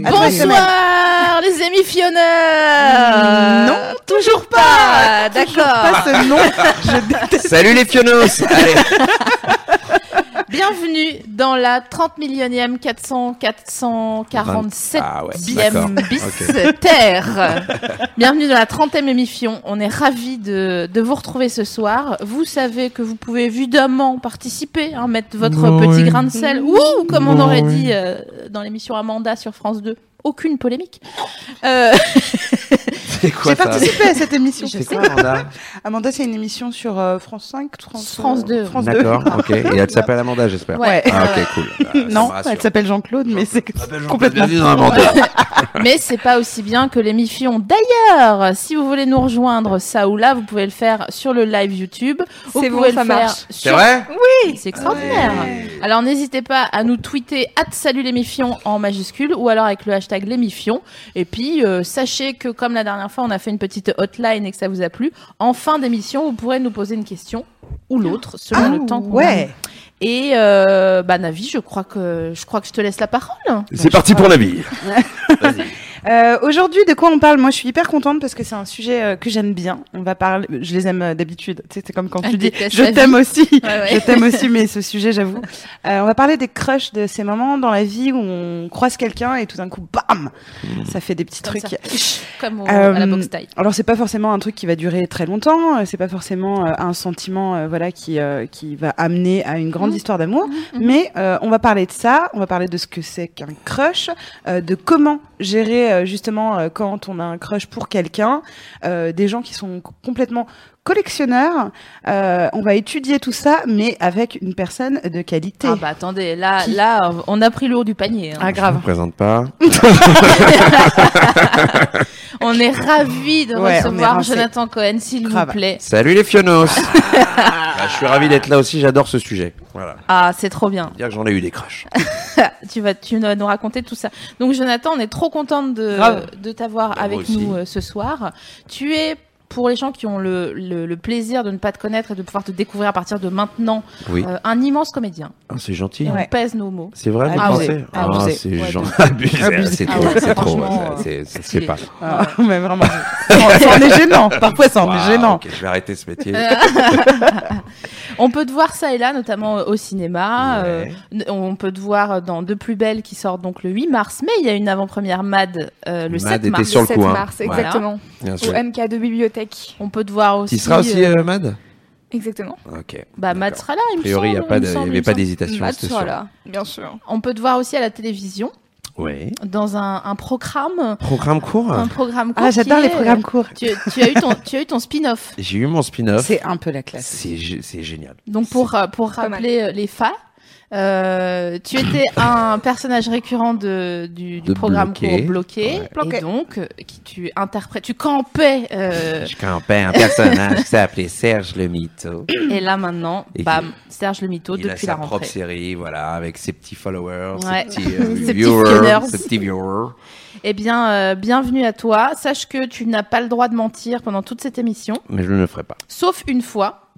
Bonsoir les amis Fiona Non. Toujours pas D'accord Pas ce nom. Je déteste. Salut les Fionos Allez, Bienvenue dans la 30 millionième 400 447 Ah ouais, d'accord. bième bis terre Bienvenue dans la 30e émission, on est ravis de, de vous retrouver ce soir. Vous savez que vous pouvez évidemment participer, hein, mettre votre Ouais. petit grain de sel, ou comme on Ouais. aurait dit euh, dans l'émission Amanda sur France 2, aucune polémique. Euh, c'est quoi J'ai ça participé à cette émission. C'est quoi Amanda Amanda, c'est une émission sur euh, France 5, France, France 2. France 2. D'accord, ok. Et elle s'appelle Amanda, j'espère. Ouais. Ah ok, cool. Ah, ça Non, me rassure. elle s'appelle Jean-Claude, mais c'est Jean-Claude, complètement. bienvenue dans Amanda. Mais c'est pas aussi bien que les Mifions. D'ailleurs, si vous voulez nous rejoindre, ça ou là, vous pouvez le faire sur le live YouTube. Vous C'est bon, pouvez ça le faire marche. sur- C'est vrai C'est extraordinaire. Alors n'hésitez pas à nous tweeter salut les Mifions en majuscule ou alors avec le hashtag les Mifions. Et puis euh, sachez que comme la dernière fois, on a fait une petite hotline et que ça vous a plu, en fin d'émission, vous pourrez nous poser une question ou l'autre selon Ah, le temps qu'on a. ouais. Et euh, bah Navi, je crois que je crois que je te laisse la parole. C'est parti pour la vie. Euh, Aujourd'hui, de quoi on parle Moi, je suis hyper contente parce que c'est un sujet euh, que j'aime bien. On va parler. Je les aime euh, d'habitude. Tu sais, c'est comme quand Elle tu dis déteste je la t'aime aussi. Ouais, ouais. Je t'aime aussi, mais ce sujet, j'avoue. Euh, on va parler des crushs, de ces moments dans la vie où on croise quelqu'un et tout d'un coup, bam, ça fait des petits Comme trucs. ça. Comme au- Euh, à la boxe taille. Alors c'est pas forcément un truc qui va durer très longtemps, euh, c'est pas forcément euh, un sentiment euh, voilà qui euh, qui va amener à une grande Mhm. histoire d'amour, Mhm, mhm. mais euh, on va parler de ça, on va parler de ce que c'est qu'un crush, euh, de comment gérer euh, justement euh, quand on a un crush pour quelqu'un, euh, des gens qui sont c- complètement collectionneurs, Euh, on va étudier tout ça mais avec une personne de qualité. Ah bah attendez, là, là, on a pris lourd du panier. hein. Ah, Je grave. vous présente pas. On est ravis de Ouais, on est recevoir rincés. Jonathan Cohen, s'il vous Grave. plaît. Salut les Fionos Ah, Je suis ravi d'être là aussi, j'adore ce sujet. Voilà. Ah, c'est trop bien. Dire que j'en ai eu des crushs. tu vas, tu vas nous raconter tout ça. Donc Jonathan, on est trop contente de, Grave. de t'avoir Bah, moi avec aussi. nous euh, ce soir. Tu es pour les gens qui ont le, le- le plaisir de ne pas te connaître et de pouvoir te découvrir à partir de maintenant, Oui. euh, un immense comédien. Ah, c'est gentil. Et Ouais. on pèse nos mots. C'est vrai, vous Ah pensez ouais, Ah, abusé. c'est Ouais, gentil. de- Abusé, C'est Ah trop, ouais, c'est trop. franchement, ouais, c'est- c'est- C'est stylé. pas. Ah, mais vraiment, ça en est gênant. Parfois, ça en est Waouh, gênant. ok, je vais arrêter ce métier. On peut te voir ça et là, notamment euh, au cinéma. Ouais. euh, n- on peut te voir dans De plus belle qui sort donc le 8 mars, mais il y a une avant-première Mad euh, le Mad 7 était mars. sur le 7 coup, hein. mars, Voilà. exactement. Bien Au sûr. MK de bibliothèque. On peut te voir aussi. Tu seras aussi, euh, euh, Mad Exactement. Ok. bah, Mad d'accord. sera là, il A me priori, il semble, n'y a pas il me de- il y semble, il avait me pas semble. d'hésitation, Matt c'était sera sûr. là, bien sûr. On peut te voir aussi à la télévision Oui. dans un, un programme, Programme court. un programme. court Ah, j'adore qui les est- programmes courts. Tu, tu as eu ton, tu as eu ton spin-off. J'ai eu mon spin-off. C'est un peu la classe. C'est gé- c'est génial. Donc pour euh, pour mal. rappeler euh, les fans. euh, tu étais un personnage récurrent de, du, du De programme Bloqué. court bloqué, Ouais. et donc euh, qui tu interprètes, tu campais, euh, Je campais un personnage qui s'appelait Serge le Mytho. et là maintenant, Et bam, Serge le mytho Il a depuis sa la propre rentrée. série, voilà, avec ses petits followers, Ouais. ses petits euh, Ses petits viewers, fionneurs. ses petits viewers. Eh bien, euh, bienvenue à toi. Sache que tu n'as pas le droit de mentir pendant toute cette émission, Mais je ne le ferai pas. sauf une fois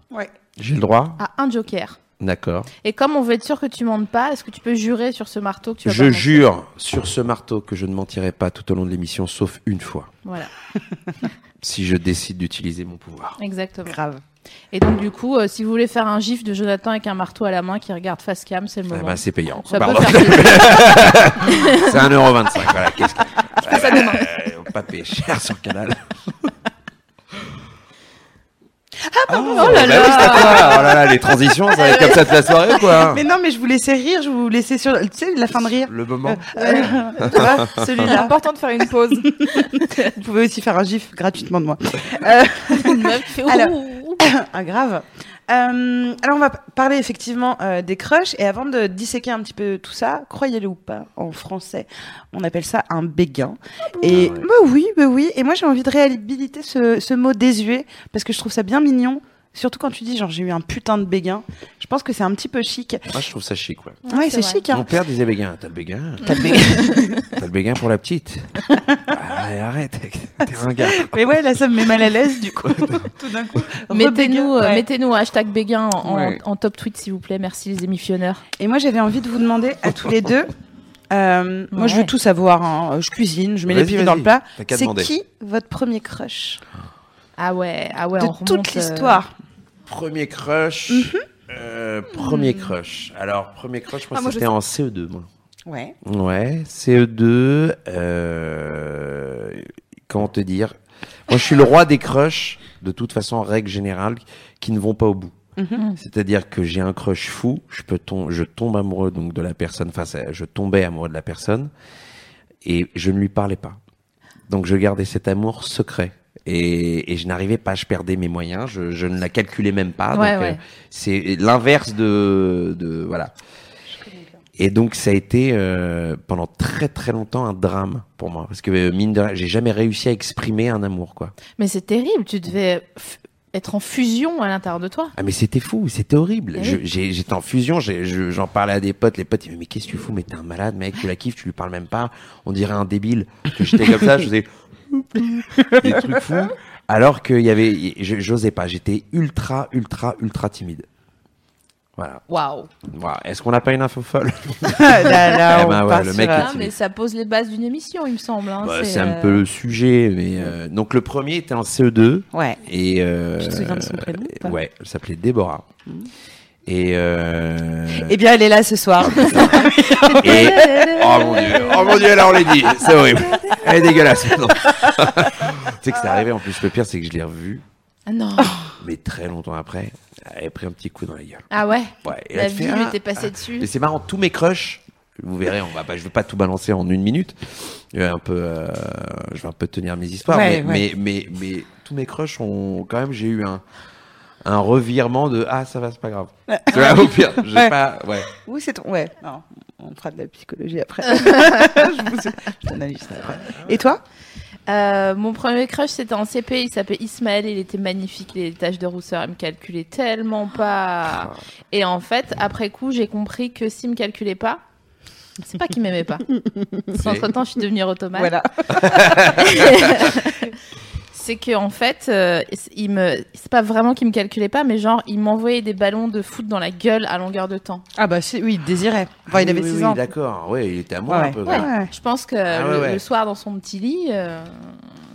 J'ai le droit à un joker. D'accord. Et comme on veut être sûr que tu mentes pas, est-ce que tu peux jurer sur ce marteau que tu vas pas Je mentir jure sur ce marteau que je ne mentirai pas tout au long de l'émission, sauf une fois, Voilà, si je décide d'utiliser mon pouvoir. exactement. Grave. Et donc du coup, euh, si vous voulez faire un gif de Jonathan avec un marteau à la main qui regarde face cam, c'est le Eh moment. ben, c'est payant. Ça peut Pardon. faire plaisir. C'est 1,25€. Voilà, qu'est-ce que. Eh ben, euh, on pas payer cher sur Canal. Ah, pardon! Oh là là. oh là là, les transitions, ça va être comme ça toute la soirée ou quoi? Mais non, mais je vous laissais rire, je vous laissais sur, tu sais, la fin de rire. Le moment. Euh, tu vois, C'est celui-là. important de faire une pause. Vous pouvez aussi faire un gif gratuitement de moi. Une meuf qui fait, Alors- ouh, ouh, ouh. Ah, grave. Euh, alors, on va p- parler effectivement euh, des crushs. Et avant de disséquer un petit peu tout ça, croyez-le ou pas, en français, on appelle ça un béguin. Ah et ouais. bah oui, bah oui. Et moi, j'ai envie de réhabiliter ce, ce mot désuet parce que je trouve ça bien mignon. Surtout quand tu dis genre j'ai eu un putain de béguin, je pense que c'est un petit peu chic. Moi, je trouve ça chic, ouais. Ouais, c'est vrai. chic. Mon Hein. père disait béguin. T'as le béguin T'as le béguin. T'as le béguin pour la petite Ah, ouais, Arrête, t'es un gars. Mais ouais, là, ça me met mal à l'aise du coup. Tout d'un coup. Mettez-nous Rebéguin. euh, Ouais. mettez-nous un hashtag Béguin en, en- Ouais. en top tweet, s'il vous plaît. Merci, les émissionneurs. Et moi, j'avais envie de vous demander à tous les deux. euh, Moi, je veux Ouais. tout savoir. hein. Je cuisine, je mets les Vas-y, pieds dans vas-y. le plat. T'as qu'à C'est demander. qui votre premier crush Ah ouais, ah ouais, de on remonte, toute euh, l'histoire Premier crush. euh, premier crush. Alors, premier crush, moi, Ah, moi, je c'était sais. en CE2, moi. Ouais. Ouais, CE2. Euh... Comment te dire Moi, je suis le roi des crushs, de toute façon, en règle générale, qui ne vont pas au bout. Mhm. C'est-à-dire que j'ai un crush fou, je peux tom- je tombe amoureux donc de la personne, enfin c'est- je tombais amoureux de la personne et je ne lui parlais pas. Donc je gardais cet amour secret et, et je n'arrivais pas, je perdais mes moyens, je, je ne la calculais même pas. Ouais, donc ouais. euh, c'est l'inverse de, de voilà. Et donc ça a été euh, pendant très très longtemps un drame pour moi parce que euh, mine de rien, j'ai jamais réussi à exprimer un amour quoi. Mais c'est terrible, tu devais f- être en fusion à l'intérieur de toi. Ah mais c'était fou, c'était horrible. Eh Je- j'ai- J'étais en fusion, j'ai- je- j'en parlais à des potes, les potes ils me disaient mais qu'est-ce que tu fous, mais t'es un malade mec, tu la kiffes, tu lui parles même pas, on dirait un débile. Parce que J'étais comme ça, je faisais des trucs fous. Alors qu'il y avait, je- j'osais pas, j'étais ultra ultra ultra timide. Voilà. Waouh. Voilà. Est-ce qu'on n'a pas une info folle Ah, là, là, Eh on ben ouais, part le sur mec un- est- Ah, mais ça pose les bases d'une émission, il me semble. hein, Bah, c'est, C'est un euh, peu le sujet, mais euh, donc le premier était en CE2. Ouais. Et euh, Tu te souviens de son prénom ou pas Hmm. Ouais, elle s'appelait Déborah. Et, euh, Eh bien, elle est là ce soir. et- oh mon dieu, oh mon dieu, là on l'a dit, c'est horrible. Elle est dégueulasse. Non. tu sais que c'est arrivé en plus, le pire c'est que je l'ai revue, Ah non. mais très longtemps après, elle a pris un petit coup dans la gueule. Ah ouais. Ouais, et La elle te fait, vie ah, lui était passée dessus. Mais c'est marrant, tous mes crushs, vous verrez, on va pas, je vais pas tout balancer en une minute. Euh, un peu, euh, je vais un peu tenir mes histoires, Ouais, mais, ouais. mais mais mais tous mes crushs ont quand même, j'ai eu un un revirement de ah ça va, c'est pas grave. Tu vois, au pire, j'ai Ouais. pas, ouais. Où c'est ton. Ouais. Non, on fera de la psychologie après. je vous- je t'analyse ça après. Et toi Euh, mon premier crush, c'était en CP. Il s'appelait Ismaël. Il était magnifique. Les taches de rousseur, il me calculait tellement Ah. pas. Et en fait, après coup, j'ai compris que s'il me calculait pas, c'est pas qu'il m'aimait pas. Parce qu'entre temps, je suis devenue automate. Voilà. c'est que en fait, euh, il me, c'est pas vraiment qu'il me calculait pas, mais genre, il m'envoyait des ballons de foot dans la gueule à longueur de temps. Ah, bah, si, oui, il désirait. Enfin, il Oui, avait oui, 6 oui, ans. D'accord, ouais, il était amoureux Ouais, un peu. ouais. quoi. Ouais. Je pense que Ah ouais, le, ouais. le soir dans son petit lit, euh,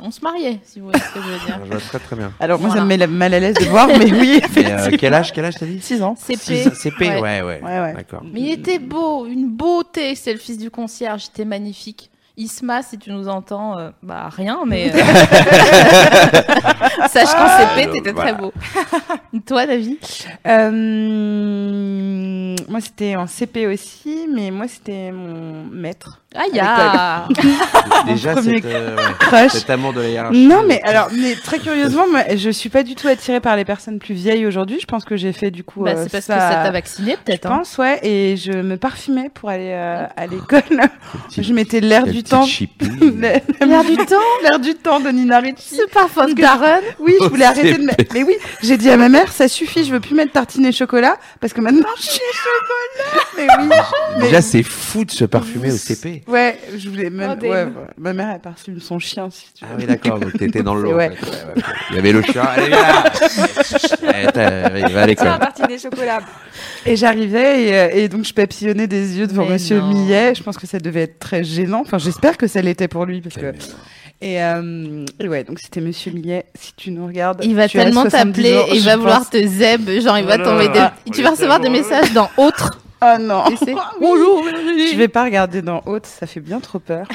on se mariait, si vous voyez ce que je veux Je dire. vois très très bien. Alors, moi, ça Voilà. me met la- mal à l'aise de voir, mais oui, Mais euh, effectivement. quel âge, quel âge t'as dit 6 ans. CP. Six- CP, ouais, ouais, Ouais, ouais. d'accord. Mais il était beau, une beauté. C'est le fils du concierge, c'était magnifique. Isma, si tu nous entends, euh, bah rien, mais euh, sache qu'en CP, t'étais Voilà. très beau. Toi, David Euh, moi, c'était en CP aussi, mais moi, c'était mon maître. Ah, ya Déjà, Mon premier cette, euh, ouais, Crush. cet amour de la hiérarchie. Non, mais alors, mais très curieusement, moi, je suis pas du tout attirée par les personnes plus vieilles aujourd'hui. Je pense que j'ai fait du coup. Bah, euh, C'est parce ça... que ça t'a vacciné, peut-être. Je hein. Oh. pense, ouais, et je me parfumais pour aller euh, à l'école. Petite- je mettais l'air quelle du petite temps. chipouille. L'air L'air du temps l'air du temps de Nina Ricci. Ce parfum de daronne Oui, je voulais Oh, arrêter c'est de mettre. Mais oui, j'ai dit à ma mère, ça suffit, je veux plus mettre tartine et chocolat, parce que maintenant je suis chocolat. Mais oui. Déjà, c'est fou de se parfumer au CP. Ouais, je voulais même. Oh, damn. ouais, ouais. ma mère, elle parfume son chien, si tu Ah veux. oui, d'accord, donc t'étais dans le lot. en Ouais. fait. Ouais, ouais, ouais. Il y avait le chat, allez, viens là Eh, t'as- Il va à Tiens, l'école. Ah partie des chocolats. Et j'arrivais, et, euh, et donc je papillonnais des yeux devant Mais Monsieur non. Millet. Je pense que ça devait être très gênant. Enfin, j'espère que ça l'était pour lui, parce que. Quelle merde. Et, euh, et ouais, donc c'était Monsieur Millet. Si tu nous regardes, Il va tu as tellement 70 t'appeler ans, et il je va pense. vouloir te zeb, genre il va t'envoyer des... là, Tu vas recevoir des messages dans autre, Ah non. tu sais. Bonjour, Je vais pas regarder dans haute, ça fait bien trop peur.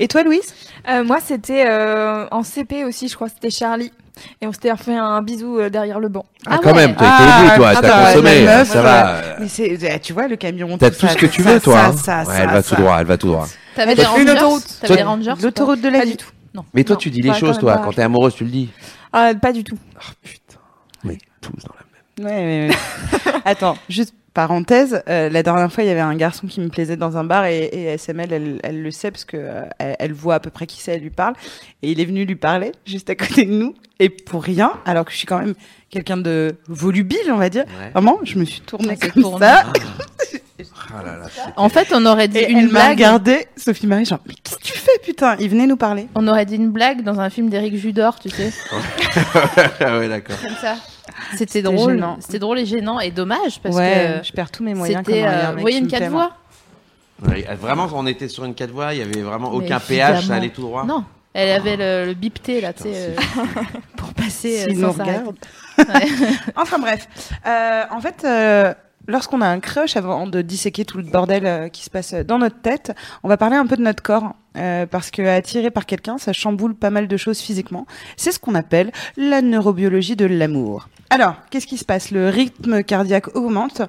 Et toi, Louise Euh, moi, c'était euh, en CP aussi, je crois, c'était Charlie. Et on s'était fait un bisou euh, derrière le banc. Ah, Ah quand ouais. même, t'as été Ah, au bout, toi, attends, t'as consommé, la meuf, ça va. Mais c'est, euh, tu vois, le camion. Euh. T'as ça, tout ce que tu ça, veux, toi. ça, hein. ça, Ouais, ça, elle va ça. tout droit, elle va tout droit. T'avais des Une rangers autoroute. T'avais des Toi- rangers toi L'autoroute de la Pas vie. du tout. Non. Mais toi, Non, tu dis les pas choses, quand toi. même pas. Quand t'es amoureuse, tu le dis. Ah, pas du tout. Ah putain, on est tous dans la même. Ouais, ouais, ouais. Attends, juste parenthèse, euh, la dernière fois, il y avait un garçon qui me plaisait dans un bar et, et SML, elle, elle le sait parce que euh, elle, elle voit à peu près qui c'est, elle lui parle. Et il est venu lui parler juste à côté de nous et pour rien, alors que je suis quand même quelqu'un de volubile, on va dire. Ouais. Vraiment, je me suis tournée Ah, c'est comme tourné. ça Ah là là, c'est- En fait, on aurait dit et une elle m'a blague. regardé, Sophie Marie, genre, mais qu'est-ce que tu fais, putain Il venait nous parler. On aurait dit une blague dans un film d'Éric Judor, tu sais, Ah ouais, d'accord. comme ça. C'était drôle. gênant. C'était drôle et gênant et dommage parce ouais, je que perds tous mes moyens. c'était. quand il y a un euh, mec vous voyez qui une me quatre plaît, voies Ouais, euh, Vraiment, on était sur une 4 voies, il y avait vraiment Mais aucun péage, ça évidemment. allait tout droit. Non, elle avait le, le bipté là, tu sais, Putain, euh, pour passer. S'il euh, nous sans s'arrêter. regarde. Enfin bref, Euh, en fait, euh, lorsqu'on a un crush, avant de disséquer tout le bordel euh, qui se passe dans notre tête, on va parler un peu de notre corps. Euh, parce que attiré par quelqu'un, ça chamboule pas mal de choses physiquement. C'est ce qu'on appelle la neurobiologie de l'amour. Alors, qu'est-ce qui se passe Le rythme cardiaque augmente.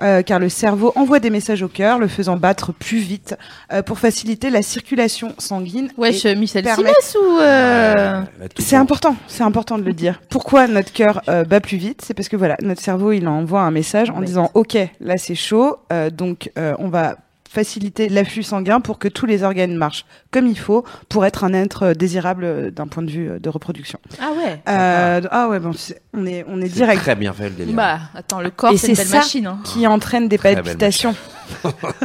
euh, car le cerveau envoie des messages au cœur, le faisant battre plus vite euh, pour faciliter la circulation sanguine. et- Wesh, Michel permettre- Simès ou. euh, La toute c'est en- important, c'est important de le dire. Pourquoi notre cœur euh, bat plus vite C'est parce que voilà, notre cerveau il envoie un message en Bête. disant OK, là c'est chaud, euh, donc euh, on va faciliter l'afflux sanguin pour que tous les organes marchent comme il faut pour être un être euh, désirable euh, d'un point de vue euh, de reproduction. Ah ouais. Euh, ah ouais, bon, c'est- on est on est C'est direct. Très bien fait le délire. Bah, attends, le corps, Et c'est une c'est belle ça. machine. hein. Qui entraîne des Très belle palpitations. c'est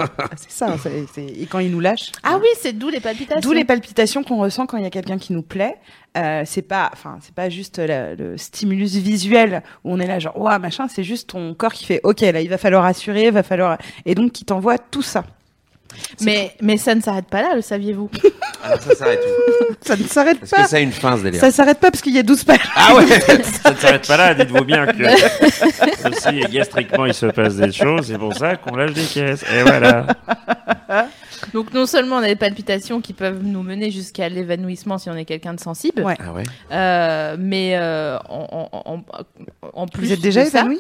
ça. c'est- c'est- Et quand il nous lâche. Ah oui, c'est d'où les palpitations. D'où les palpitations qu'on ressent quand il y a quelqu'un qui nous plaît. Euh, c'est pas, enfin, c'est pas juste la- le stimulus visuel où on est là genre ouah machin. C'est juste ton corps qui fait ok là il va falloir assurer, va falloir et donc qui t'envoie tout ça. mais, mais ça ne s'arrête pas là, le saviez-vous Alors Ah, ça s'arrête où Ça ne s'arrête Est-ce pas. que ça a une fin ce délire Ça s'arrête pas parce qu'il y a 12 pages. Ah ouais Ça ne s'arrête pas là, dites-vous bien que aussi gastriquement il se passe des choses, c'est pour ça qu'on lâche des caisses. Et voilà. Donc non seulement on a des palpitations qui peuvent nous mener jusqu'à l'évanouissement si on est quelqu'un de sensible, Ouais. Ah ouais euh, mais euh, en, en- en- en plus Vous êtes déjà de ça, évanoui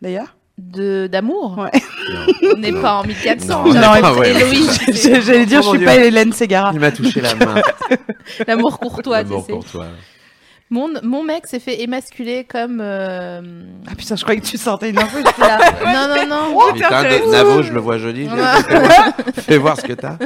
d'ailleurs de- d'amour, Ouais. on n'est pas en 1400. Non, j'avoue. non, ouais. Héloïse, c'est J'allais dire Oh mon je suis Dieu. pas Hélène Ségara. Il m'a touché la main. l'amour courtois. tu D'abord sais. pour toi. Mon, mon mec s'est fait émasculer comme... euh, Ah putain je croyais que tu sortais une info. là. Non, non, non. Putain, de- Navo, je le vois joli. je le- Fais voir ce que t'as.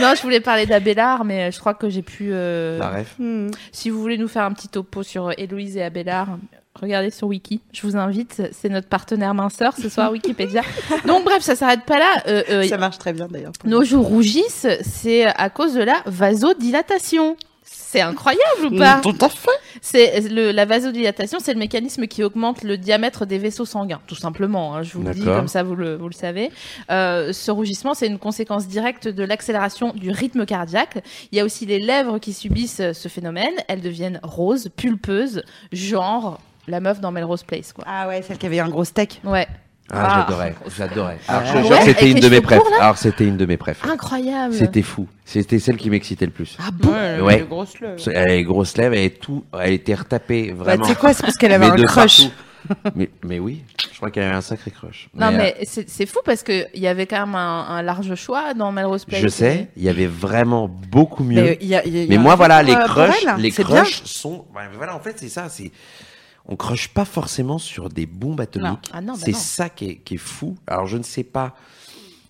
Non, je voulais parler d'Abélard, mais je crois que j'ai pu... euh, La ref. Hmm. Si vous voulez nous faire un petit topo sur euh, Héloïse et Abélard, regardez sur Wiki. Je vous invite. C'est notre partenaire minceur ce soir, Wikipédia. Donc, bref, ça s'arrête pas là. Euh, euh, Ça marche très bien d'ailleurs. nos joues rougissent, c'est à cause de la vasodilatation. C'est incroyable ou Mm. pas Tout à fait. C'est le- la vasodilatation, c'est le mécanisme qui augmente le diamètre des vaisseaux sanguins, tout simplement. hein, je vous le dis D'accord. comme ça, vous le, vous le savez. Euh, ce rougissement, c'est une conséquence directe de l'accélération du rythme cardiaque. Il y a aussi les lèvres qui subissent euh, ce phénomène. Elles deviennent roses, pulpeuses, genre la meuf dans Melrose Place, quoi. Ah ouais celle qui avait un gros steak. Ouais, Ah, Ah. j'adorais. J'adorais. Alors, je Ouais, te jure, que avec c'était une les de mes cheveux préf. courts, là Alors, c'était une de mes préf. Ah, incroyable. C'était fou. C'était celle qui m'excitait le plus. Ah bon Ouais. Le gros sleu. Elle avait grosses lèvres, elle, était tout, elle était retapée, Bah, vraiment. tu sais quoi c'est parce qu'elle avait Mais de un crush. partout. mais, mais oui, je crois qu'elle avait un sacré crush. Non euh, mais c'est c'est fou parce que il y avait quand même un, un large choix dans Melrose Place. Je sais, il y avait vraiment beaucoup mieux. Mais, euh, il y a- il y a- il y a Mais un moi, truc voilà, pour, les euh, pour crushs, elle. les C'est bien. crushs sont. ouais, mais voilà, en fait, c'est ça. C'est on crush pas forcément sur des bombes atomiques. Ah non, bah c'est non. ça qui est, qui est fou. Alors, je ne sais pas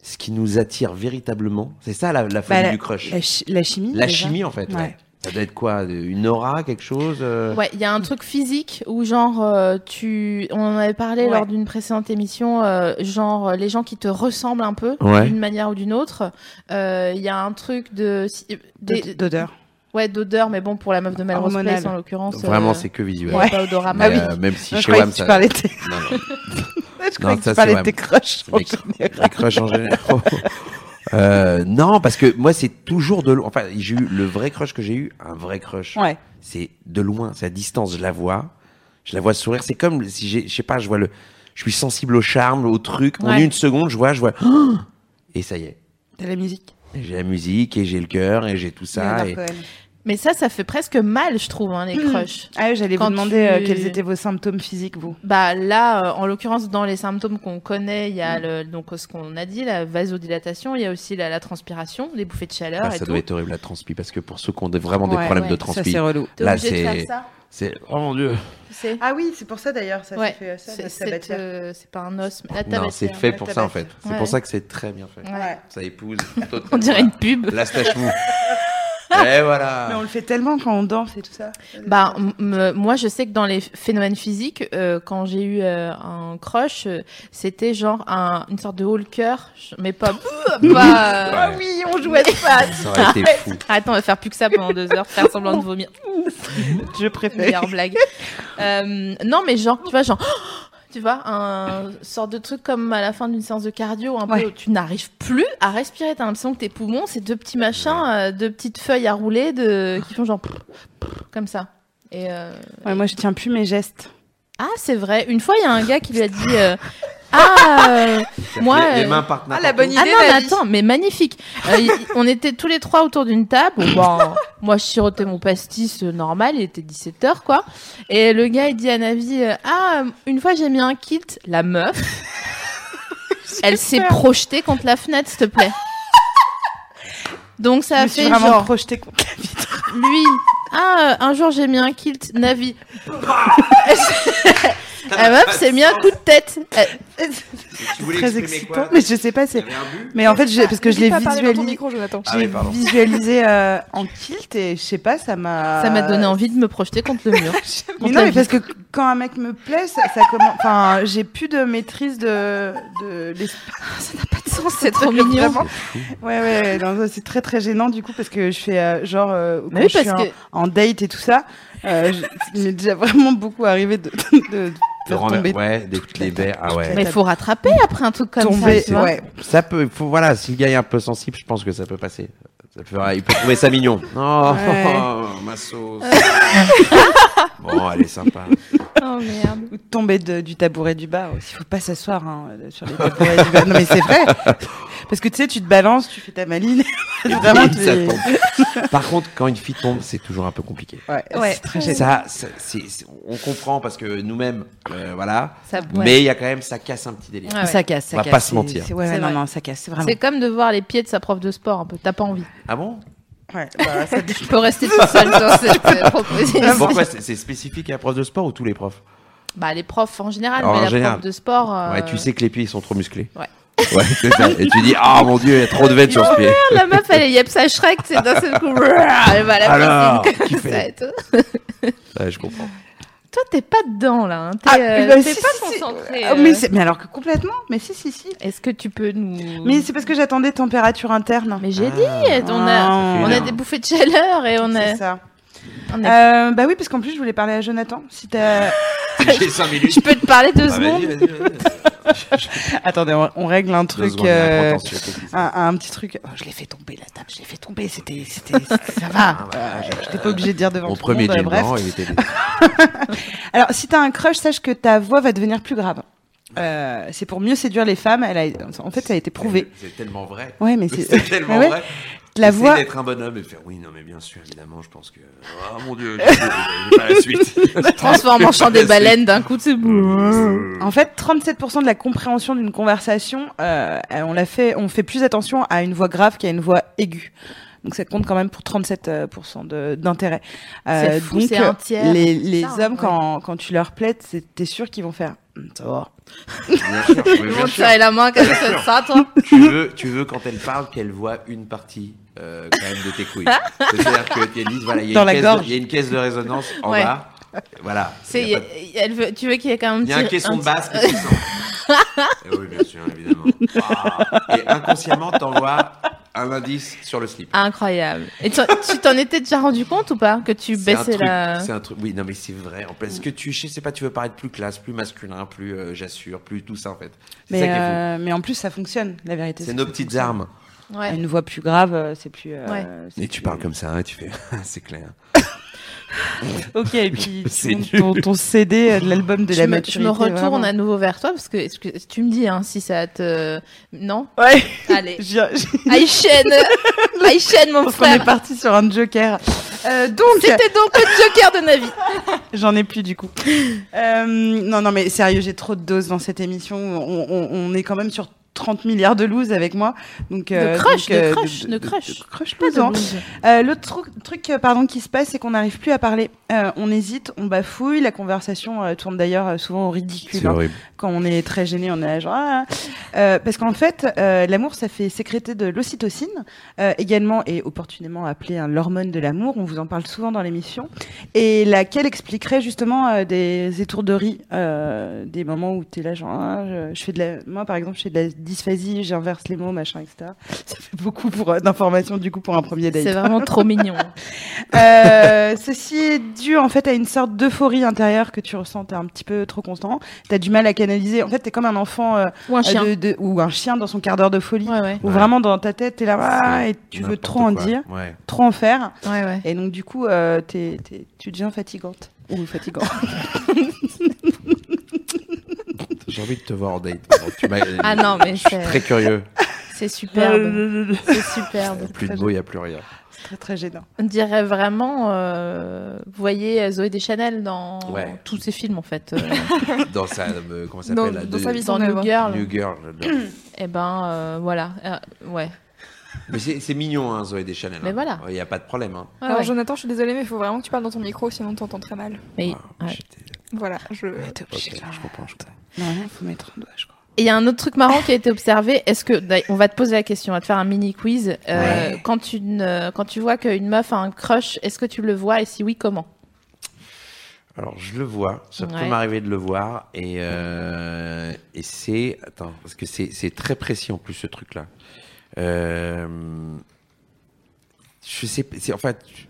ce qui nous attire véritablement. C'est ça la, la folie Bah, la- du crush. La, La, chi- la chimie. déjà. chimie, en fait. ouais. Ouais. Ça doit être quoi Une aura, quelque chose euh, Ouais, il y a un truc physique où genre euh, tu, on en avait parlé Ouais. lors d'une précédente émission, euh, genre euh, les gens qui te ressemblent un peu Ouais. d'une manière ou d'une autre. Euh, Il y a un truc de, si- des- D'o- D'odeur. ouais d'odeur, mais bon pour la meuf de Melrose Hormonal. Place en l'occurrence. Vraiment, euh, c'est que il visuel. y avait pas odorama. Mais, Ah oui. euh, même si Non, je chez croyais Wham, que tu ça. parlais de tes, Non, non. je croyais que ça, tu c'est parlais de vrai. tes crushs. en Les, les crushs en général. Euh, non, parce que moi, c'est toujours de loin. Enfin, j'ai eu le vrai crush que j'ai eu, un vrai crush. Ouais. C'est de loin, c'est à distance. Je la vois, je la vois sourire. C'est comme si j'ai, je sais pas, je vois le, je suis sensible au charme, au truc. En Ouais. une seconde, je vois, je vois, Ah et ça y est. T'as la musique. J'ai la musique et j'ai le cœur et j'ai tout ça. Leonard Et, bah, Cohen. Mais ça, ça fait presque mal, je trouve, hein, les Mhm. crushs. Ah, oui, j'allais vous Quand demander tu- euh, quels étaient vos symptômes physiques, vous. Bah là, euh, en l'occurrence, dans les symptômes qu'on connaît, il y Mm. a le, donc euh, ce qu'on a dit, la vasodilatation, il y a aussi la, la transpiration, les bouffées de chaleur Ah, ça et tout. doit être horrible la transpi parce que pour ceux qui ont des- vraiment Ouais, des problèmes ouais, de ça, Ça, transpi, c'est relou. T'es Là, obligé de c'est- faire ça, c'est oh mon dieu. tu sais. Ah oui, c'est pour ça d'ailleurs, ça, Ouais. fait C'est- c'est euh, c'est pas un os, mais la Non, tabatière. c'est fait pour ça en fait. tabatière. C'est Ouais. pour ça que c'est très bien fait. Ouais. Ça épouse. On dirait une pub. La stache mou. Et Mais on Eh, voilà. le fait tellement quand on danse et tout ça. Bah, m- m- moi, je sais que dans les phénomènes physiques, euh, quand j'ai eu euh, un crush, euh, c'était genre un, une sorte de holker, mais pas. pas, euh, Ah oui, on jouait pas. Ça aurait été fou. Attends, on va faire plus que ça pendant deux heures, faire semblant de vomir. Je préfère. Meilleure blague. Euh, non, mais genre, tu vois, genre. Tu vois, un sorte de truc comme à la fin d'une séance de cardio, un Ouais. peu, où tu n'arrives plus à respirer. T'as l'impression que tes poumons, c'est deux petits machins, euh, deux petites feuilles à rouler, de, qui font genre comme ça. Et euh, Ouais, moi, je tiens plus mes gestes. ah, c'est vrai. Une fois, il y a un gars qui lui a dit euh, ah euh, moi les, les euh, mains partent Ah, n'importe la bonne où. idée. ah non, mais David. attends, mais magnifique. Euh, il- il- on était tous les trois autour d'une table. Bon, ben, moi, je sirotais mon pastis euh, normal. Il était 17h, quoi. Et le gars, il dit à Navi, euh, ah, euh, une fois, j'ai mis un kit. La meuf, elle s'est projetée contre la fenêtre, s'il te plaît. Donc, ça je a me suis fait vraiment genre, projetée contre la vitre. lui, ah, euh, un jour, j'ai mis un kilt. Navi. La meuf s'est mis un coup de tête. Euh, Elle- Tu voulais Ah, Très exprimer excitant, quoi mais je sais pas. Il y C'est. avait un but Mais en fait, je- parce que je l'ai N'oublie pas de parler dans ton visualisé. micro, Jonathan. Ah oui, J'ai pardon. visualisé euh, en kilt et je sais pas, ça m'a. Ça m'a donné envie de me projeter contre le mur. Mais Contre non, la mais parce que quand un mec me plaît, ça, ça commence. Enfin, j'ai plus de maîtrise de, de l'espace. Ça n'a pas de sens, c'est trop mignon. Vraiment. Ouais, ouais, non, ça, c'est très très gênant du coup parce que je fais euh, genre. euh, quand Mais oui, je parce suis en- que en date et tout ça, euh, je- il m'est déjà vraiment beaucoup arrivé de, de, de Le faire renver- tomber. Ouais, des les verres. Ah ouais. mais il faut rattraper après un truc comme tomber, ça. tu vois. ouais. Ça peut, faut, voilà, si le gars est un peu sensible, je pense que ça peut passer. Ça peut- il peut trouver ça mignon. Oh, Ouais. ma sauce. bon, elle est sympa. Oh merde. Ou de tomber de- du tabouret du bar aussi. Faut pas s'asseoir hein, sur les tabourets du bar. Non mais c'est vrai. Parce que tu sais, tu te balances, tu fais ta maline. Vraiment, tu Ça tombe. Par contre, quand une fille tombe, c'est toujours un peu compliqué. Ouais, Ouais. c'est très gênant. Ça, ça, c'est- c'est- on comprend parce que nous-mêmes, euh, voilà. Ça- ouais. Mais il y a quand même, ça casse un petit délire. Ouais, ouais. Ça casse, ça On va casse. pas se C'est- mentir. c'est- Ouais, C'est non, vrai. non, ça casse, c'est vraiment. C'est comme de voir les pieds de sa prof de sport un peu. T'as pas envie. Ah bon Ouais, bah, ça- Je peux rester toute seule dans cette euh, proposition. Pourquoi c'est c'est spécifique à la prof de sport ou tous les profs Bah les profs en général, Alors, mais en la général. prof de sport. euh, Ouais, tu sais que les pieds ils sont trop musclés. Ouais. Ouais, c'est ça. Et tu dis, ah mon dieu, il y a trop de veines sur ce pied. Ah, La meuf, elle est yep sa Shrek, c'est d'un seul coup. Elle va à la Alors, piscine comme tu ça fais- et tout. Ouais, je comprends. Toi, t'es pas dedans là. hein. T'es Ah, euh, bah, t'es si, pas si, si. concentré. Ah, mais, c'est- mais alors que complètement, mais si, si, si. Est-ce que tu peux nous. Mais c'est parce que j'attendais température interne. Mais j'ai Ah. dit, on a, Ah. on a Énorme. des bouffées de chaleur et on a. C'est ça. on a- Euh, bah oui, parce qu'en plus, je voulais parler à Jonathan. Si t'as. J'ai 5 minutes. Je peux te parler deux Ah, vas-y, secondes. vas-y, vas-y. Attendez, on, on règle un truc. Deux secondes, il y a un euh, contentieux qui existe. un, un petit truc. Oh, je l'ai fait tomber la table, je l'ai fait tomber. C'était, c'était, ça va. Euh, J'étais pas obligée de dire devant Ah, Mon tout le premier monde. euh, jean bref. blanc, il était. Alors, si t'as un crush, sache que ta voix va devenir plus grave. Euh, c'est pour mieux séduire les femmes. Elle a, en fait, ça a été prouvé. C'est tellement vrai. Ouais, mais c'est, C'est tellement mais ouais, vrai. La Essayer voix. d'être un bonhomme et faire oui, non, mais bien sûr, évidemment, je pense que. Ah mon dieu, j'ai j'ai pas la suite. Transforme en chant des Merci. baleines d'un coup, c'est bon. En fait, 37% de la compréhension d'une conversation, euh, euh, on la fait, on fait plus attention à une voix grave qu'à une voix aiguë. Donc ça compte quand même pour 37% de- d'intérêt. Euh, C'est fou, donc, c'est un tiers. Les, les Ça, hommes, ouais. quand, quand tu leur plaides, c'est- t'es sûr qu'ils vont faire. Hum, Ça va. Bien sûr, oui, Ils bien vont te sûr. serrer la main comme ça, ça, toi. tu veux, tu veux quand elle parle qu'elle voit une partie euh, quand même de tes couilles. C'est-à-dire que tu dis voilà, il y, a Dans une la caisse gorge. de- il y a une caisse de résonance en Ouais. bas. Voilà. C'est, Il y a pas de- elle veut, tu veux qu'il y ait quand même il y a un petit- caisson de petit- basse qui descend. Eh oui, bien sûr, évidemment. Ah. Et inconsciemment, t'envoies un indice sur le slip. Incroyable. Et tu tu t'en étais déjà rendu compte ou pas que tu C'est un, baissais truc, Ben, la. c'est un truc. Oui, non, mais c'est vrai. En plus, que tu, je sais pas, tu veux paraître plus classe, plus masculin, plus euh, j'assure, plus tout ça en fait. C'est Mais, ça qui est fou. euh, mais en plus, ça fonctionne, la vérité. C'est ça nos fonctionne. petites armes. Ouais. Une voix plus grave, euh, c'est plus. euh, Ouais. c'est Et tu plus- parles comme ça, hein, et tu fais, c'est clair. Ok, et puis C'est tu montes nul. ton, ton CD euh, de l'album de Je la me, je maturité. me retourne vraiment. à nouveau vers toi parce que, est-ce que- tu me dis hein, si ça te. Non Ouais. Allez. Je- je- Aïchen Aïchen, mon Parce qu'on est frère parti sur un Joker. Euh, donc, C'était donc le Joker de Navi. J'en ai plus du coup. Euh, non, non, mais sérieux, j'ai trop de doses dans cette émission. On, on- on est quand même sur 30 milliards de loose avec moi. Donc, euh, crush, donc, de euh, crush, de crush. crush loose, hein. Euh, L'autre tru- truc euh, pardon, qui se passe, c'est qu'on n'arrive plus à parler. Euh, on hésite, on bafouille. La conversation euh, tourne d'ailleurs euh, souvent au C'est ridicule. hein. horrible. Quand on est très gêné, on est là, genre. ah, ah. Euh, parce qu'en fait, euh, l'amour, ça fait sécréter de l'ocytocine, euh, également et opportunément appelée hein, l'hormone de l'amour. On vous en parle souvent dans l'émission. Et laquelle expliquerait justement euh, des étourderies, euh, des moments où tu es là, genre. ah, je, je fais de la... Moi, par exemple, je fais de la dysphasie, j'inverse les mots, machin, etc. Ça fait beaucoup pour, euh, d'informations, du coup, pour un premier date. C'est vraiment trop mignon. Euh, ceci est dû en fait à une sorte d'euphorie intérieure que tu ressens, t'es un petit peu trop constant, t'as du mal à canaliser. En fait, t'es comme un enfant euh, Ou un chien. de- de- ou un chien dans son quart d'heure de folie, Ouais, ouais. où Ouais. vraiment dans ta tête t'es là ah, et tu veux N'importe trop en quoi. dire, Ouais. trop en faire, ouais, ouais. et donc du coup euh, t'es- t'es- tu deviens fatigante ou fatigant. J'ai envie de te voir en date. Bon, tu m'as- Ah non, mais Je suis c'est- très curieux. C'est Euh, superbe. C'est superbe. Plus de mots, il n'y a plus rien. C'est très très gênant. On dirait vraiment, euh, vous voyez Zoé Deschanel dans Ouais. tous ses films en fait. Euh, Dans sa, euh, comment ça Dans- s'appelle la dans de- sa vie, dans Son New œuvre. Girl. New Girl. j'adore. Et ben euh, voilà, Euh, ouais. Mais c'est c'est mignon, hein, Zoé Deschanel. Mais hein. voilà. Il n'y a pas de problème. Hein. Ah, Ouais, Alors ouais. Jonathan, je suis désolée, mais il faut vraiment que tu parles dans ton micro, sinon t'entends très mal. Mais- Ah, ouais. j'étais- Voilà, je... ok, je comprends. je comprends. Non, rien, faut mettre un doigt, je crois. Et il y a un autre truc marrant qui a été observé. Est-ce que d'ailleurs, on va te poser la question, on va te faire un mini quiz. Euh, Quand une, euh, quand tu vois qu'une meuf a un crush, est-ce que tu le vois et si oui, comment Alors, je le vois. Ça Ouais. peut m'arriver de le voir. Et, euh, et c'est. Attends, parce que c'est c'est très précis en plus, ce truc-là. Euh, je sais. pas- c'est- En fait. je-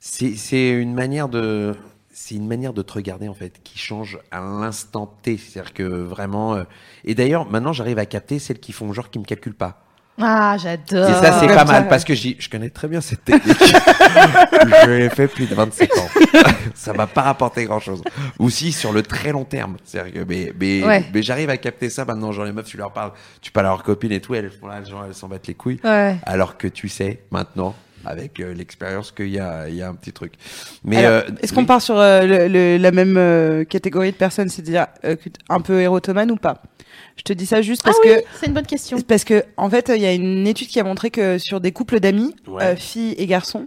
C'est c'est une manière de. C'est une manière de te regarder en fait qui change à l'instant T, c'est-à-dire que vraiment. euh, Et d'ailleurs, maintenant, j'arrive à capter celles qui font genre qui me calculent pas. Ah, j'adore. Et ça, c'est Euh, Comme pas ça, mal ouais. parce que j'y- je connais très bien cette technique. je l'ai fait plus de 25 ans. ça m'a pas rapporté grand chose. Aussi sur le très long terme. C'est-à-dire que, mais, mais, Ouais. mais j'arrive à capter ça maintenant. Genre, les meufs, tu leur parles, tu parles à leurs copines et tout, elles font là, genre, elles s'en battent les couilles. Ouais. Alors que tu sais, maintenant, avec euh, l'expérience, qu'il y a, il y a un petit truc. Mais, Alors, euh, Est-ce oui. qu'on part sur euh, le- le- la même euh, catégorie de personnes, c'est-à-dire euh, que- un peu érotomane ou pas Je te dis ça juste Ah parce oui, que c'est une bonne question. C'est Parce que en fait, il y a une étude qui a montré que sur des couples d'amis, Ouais. euh, filles et garçons,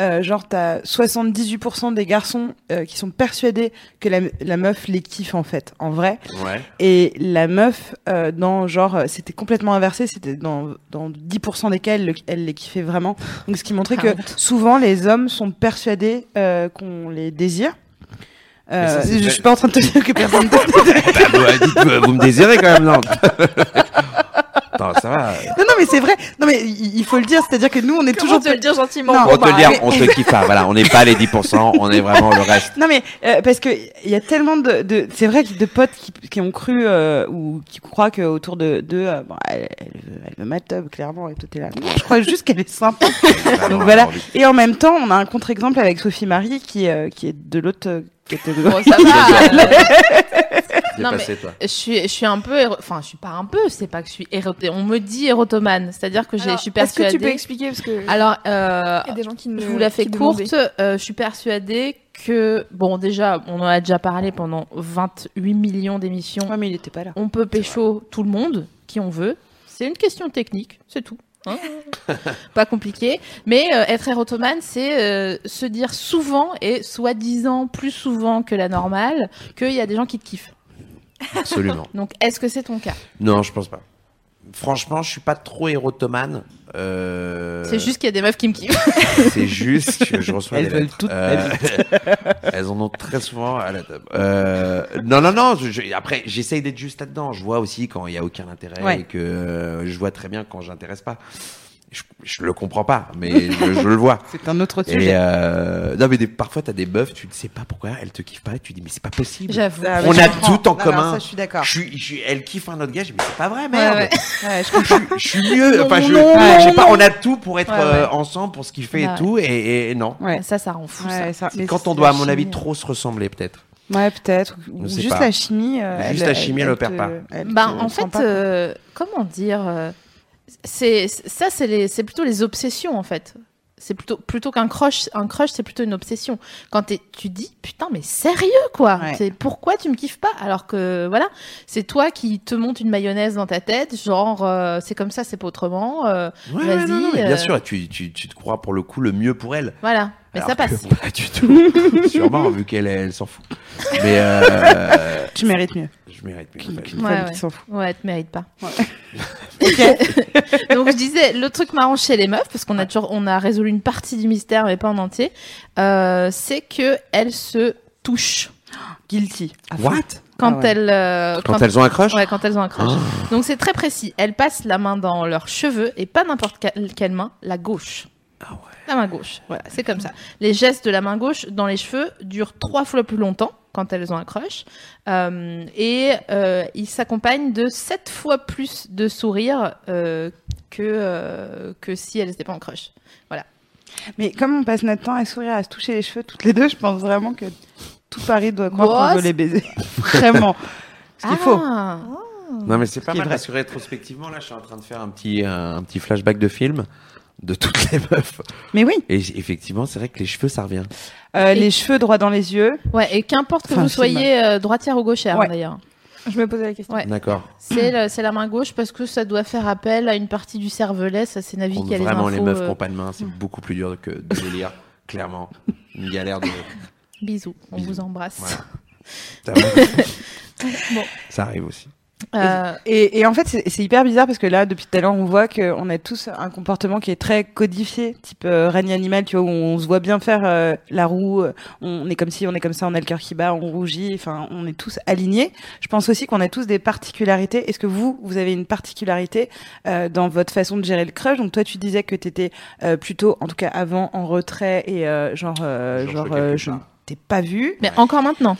euh, genre t'as 78% des garçons euh, qui sont persuadés que la, la meuf les kiffe en fait, en vrai. Ouais. Et la meuf, euh, dans genre, euh, c'était complètement inversé, c'était dans, dans 10% des cas, elle, le- elle les kiffait vraiment. Donc ce qui montrait que souvent les hommes sont persuadés euh, qu'on les désire. Mais ça, Euh, c'est je vrai. suis pas en train de te dire que personne te Bah, bah, dites, euh, vous me désirez quand même, non Attends, ça va. Non, non, mais c'est vrai. Non, mais il il faut le dire. C'est-à-dire que nous, on est toujours. te le dire gentiment. Bah, Non. bah, On te le mais- dire, on te kiffe pas. Voilà, on n'est pas les 10%, on est vraiment le reste. Non, mais euh, parce que il y a tellement de, de c'est vrai que de potes qui, qui ont cru euh, ou qui croient que autour de, de euh, bon, elle, elle, veut- elle veut ma teub, clairement et tout est là. Non, je crois juste qu'elle est sympa. Donc voilà. Et en même temps, on a un contre-exemple avec Sophie Marie qui euh, qui est de l'autre euh, catégorie. Bon, ça va. euh, T'es Non, passé, toi. Je suis, je suis un peu, éro- enfin, je suis pas un peu, c'est pas que je suis éroté. On me dit érotomane, c'est-à-dire que j'ai- je suis persuadée. Est-ce que tu peux expliquer parce que Alors, euh, il y a des gens qui ne je vous la fais qui demandaient. courte. euh, je suis persuadée que, bon, déjà, on en a déjà parlé pendant 28 millions d'émissions. Ouais, mais il était pas là. On peut pécho tout le monde, qui on veut. C'est une question technique, c'est tout. hein. pas compliqué. Mais euh, être érotomane, c'est euh, se dire souvent et soi-disant plus souvent que la normale qu'il y a des gens qui te kiffent. Absolument. Donc, est-ce que c'est ton cas Non, je pense pas. Franchement, je suis pas trop érotomane. Euh, C'est juste qu'il y a des meufs qui me kiffent. C'est juste que je reçois Elles des veulent lettres. toutes Euh, elles en ont très souvent à la table. Euh, non, non, non. je- je- après, j'essaye d'être juste là-dedans. Je vois aussi quand il y a aucun intérêt Ouais. et que euh, je vois très bien quand j'intéresse pas. Je, je le comprends pas, mais je, je le vois. C'est un autre Et sujet. euh, non, mais des, parfois t'as des meufs, tu ne sais pas pourquoi elles te kiffent pas, et tu dis mais c'est pas possible. J'avoue. Ah, mais on je a comprends. tout en Non, non, commun. ça, je suis d'accord. Je suis- je suis- elle kiffe un autre gars, je dis, mais c'est pas vrai, merde. ouais. Ouais, je Je, suis- je suis mieux. Non, enfin, je, non, je sais non, pas, non. on a tout pour être Ouais, ouais. euh, Bah, ensemble, pour ce qu'il fait Ouais. et tout, et, et- et non. Ouais. Ça, ça rend fou. ça. Ouais, ça- C'est mais quand on c'est doit, à la mon avis, chimie. trop se ressembler, peut-être. Ouais, peut-être. Ou Je sais Juste pas. la chimie. euh, Juste la chimie, elle opère te- pas. elle Ben, te en sent fait, pas, quoi. euh, comment dire euh, c'est ça, c'est les- c'est plutôt les obsessions en fait. C'est plutôt plutôt qu'un crush, un crush, c'est plutôt une obsession. Quand t'es- tu dis putain, mais sérieux quoi Ouais. C'est pourquoi tu me kiffes pas alors que voilà, c'est toi qui te montes une mayonnaise dans ta tête, genre euh, c'est comme ça, c'est pas autrement. euh, Ouais, Vas-y, ouais, non, non, mais bien euh. sûr, et tu, tu, tu te crois pour le coup le mieux pour elle. voilà, mais Alors ça que passe. Pas du tout. Sûrement, vu qu'elle est- elle s'en fout. Mais euh, Tu mérites mieux. je mérite mieux. Qu'une en fait. femme Ouais, qui s'en fout. Ouais, tu mérites pas. Donc je disais le truc marrant chez les meufs parce qu'on a toujours on a résolu une partie du mystère mais pas en entier, euh, c'est que elles se touchent Guilty. À fond. What quand Ah ouais. elles euh, Quand elles ont un crush Ouais, quand elles ont un crush. Ah. Donc c'est très précis. Elles passent la main dans leurs cheveux et pas n'importe quelle, quelle main, la gauche. Ah ouais. La main gauche. Voilà, c'est comme ça. Les gestes de la main gauche dans les cheveux durent trois fois plus longtemps quand elles ont un crush. Euh, et euh, ils s'accompagnent de sept fois plus de sourires euh, que, euh, que si elles n'étaient pas en crush. Mais comme on passe notre temps à sourire, à se toucher les cheveux toutes les deux, je pense vraiment que tout Paris doit croire qu'on Grosse. veut les baiser. vraiment. Ce qui est faux. Ah. Non, mais c'est pas qui est mal vrai. parce que rétrospectivement, là, je suis en train de faire un petit, un, un petit flashback de film de toutes les meufs. Mais oui, Et j- effectivement, c'est vrai que les cheveux, ça revient. euh, Et- les cheveux droits dans les yeux. Ouais, et qu'importe que Enfin, vous film. soyez euh, droitière ou gauchère Ouais. d'ailleurs. Je me posais la question. Ouais. D'accord. C'est le- c'est la main gauche parce que ça doit faire appel à une partie du cervelet, ça c'est Navi Contre qui a les Vraiment, infos. les meufs qui euh, n'ont pas de main, c'est beaucoup plus dur que de les lire. Clairement, une galère de. Bisous, on Bisous. vous embrasse. Voilà. Ça, arrive. Ça arrive aussi. Euh, Et, et en fait, c'est c'est hyper bizarre parce que là, depuis tout à l'heure, on voit qu'on a tous un comportement qui est très codifié, type euh, règne animal, tu vois, où on se voit bien faire euh, la roue, euh, on est comme ci, on est comme ça, on a le cœur qui bat, on rougit, enfin, on est tous alignés. Je pense aussi qu'on a tous des particularités. Est-ce que vous, vous avez une particularité euh, dans votre façon de gérer le crush Donc toi, tu disais que t'étais euh, plutôt, en tout cas avant, en retrait et euh, genre, euh, Genre, genre, je calcule euh, je pas. ne t'ai pas vu. mais encore maintenant.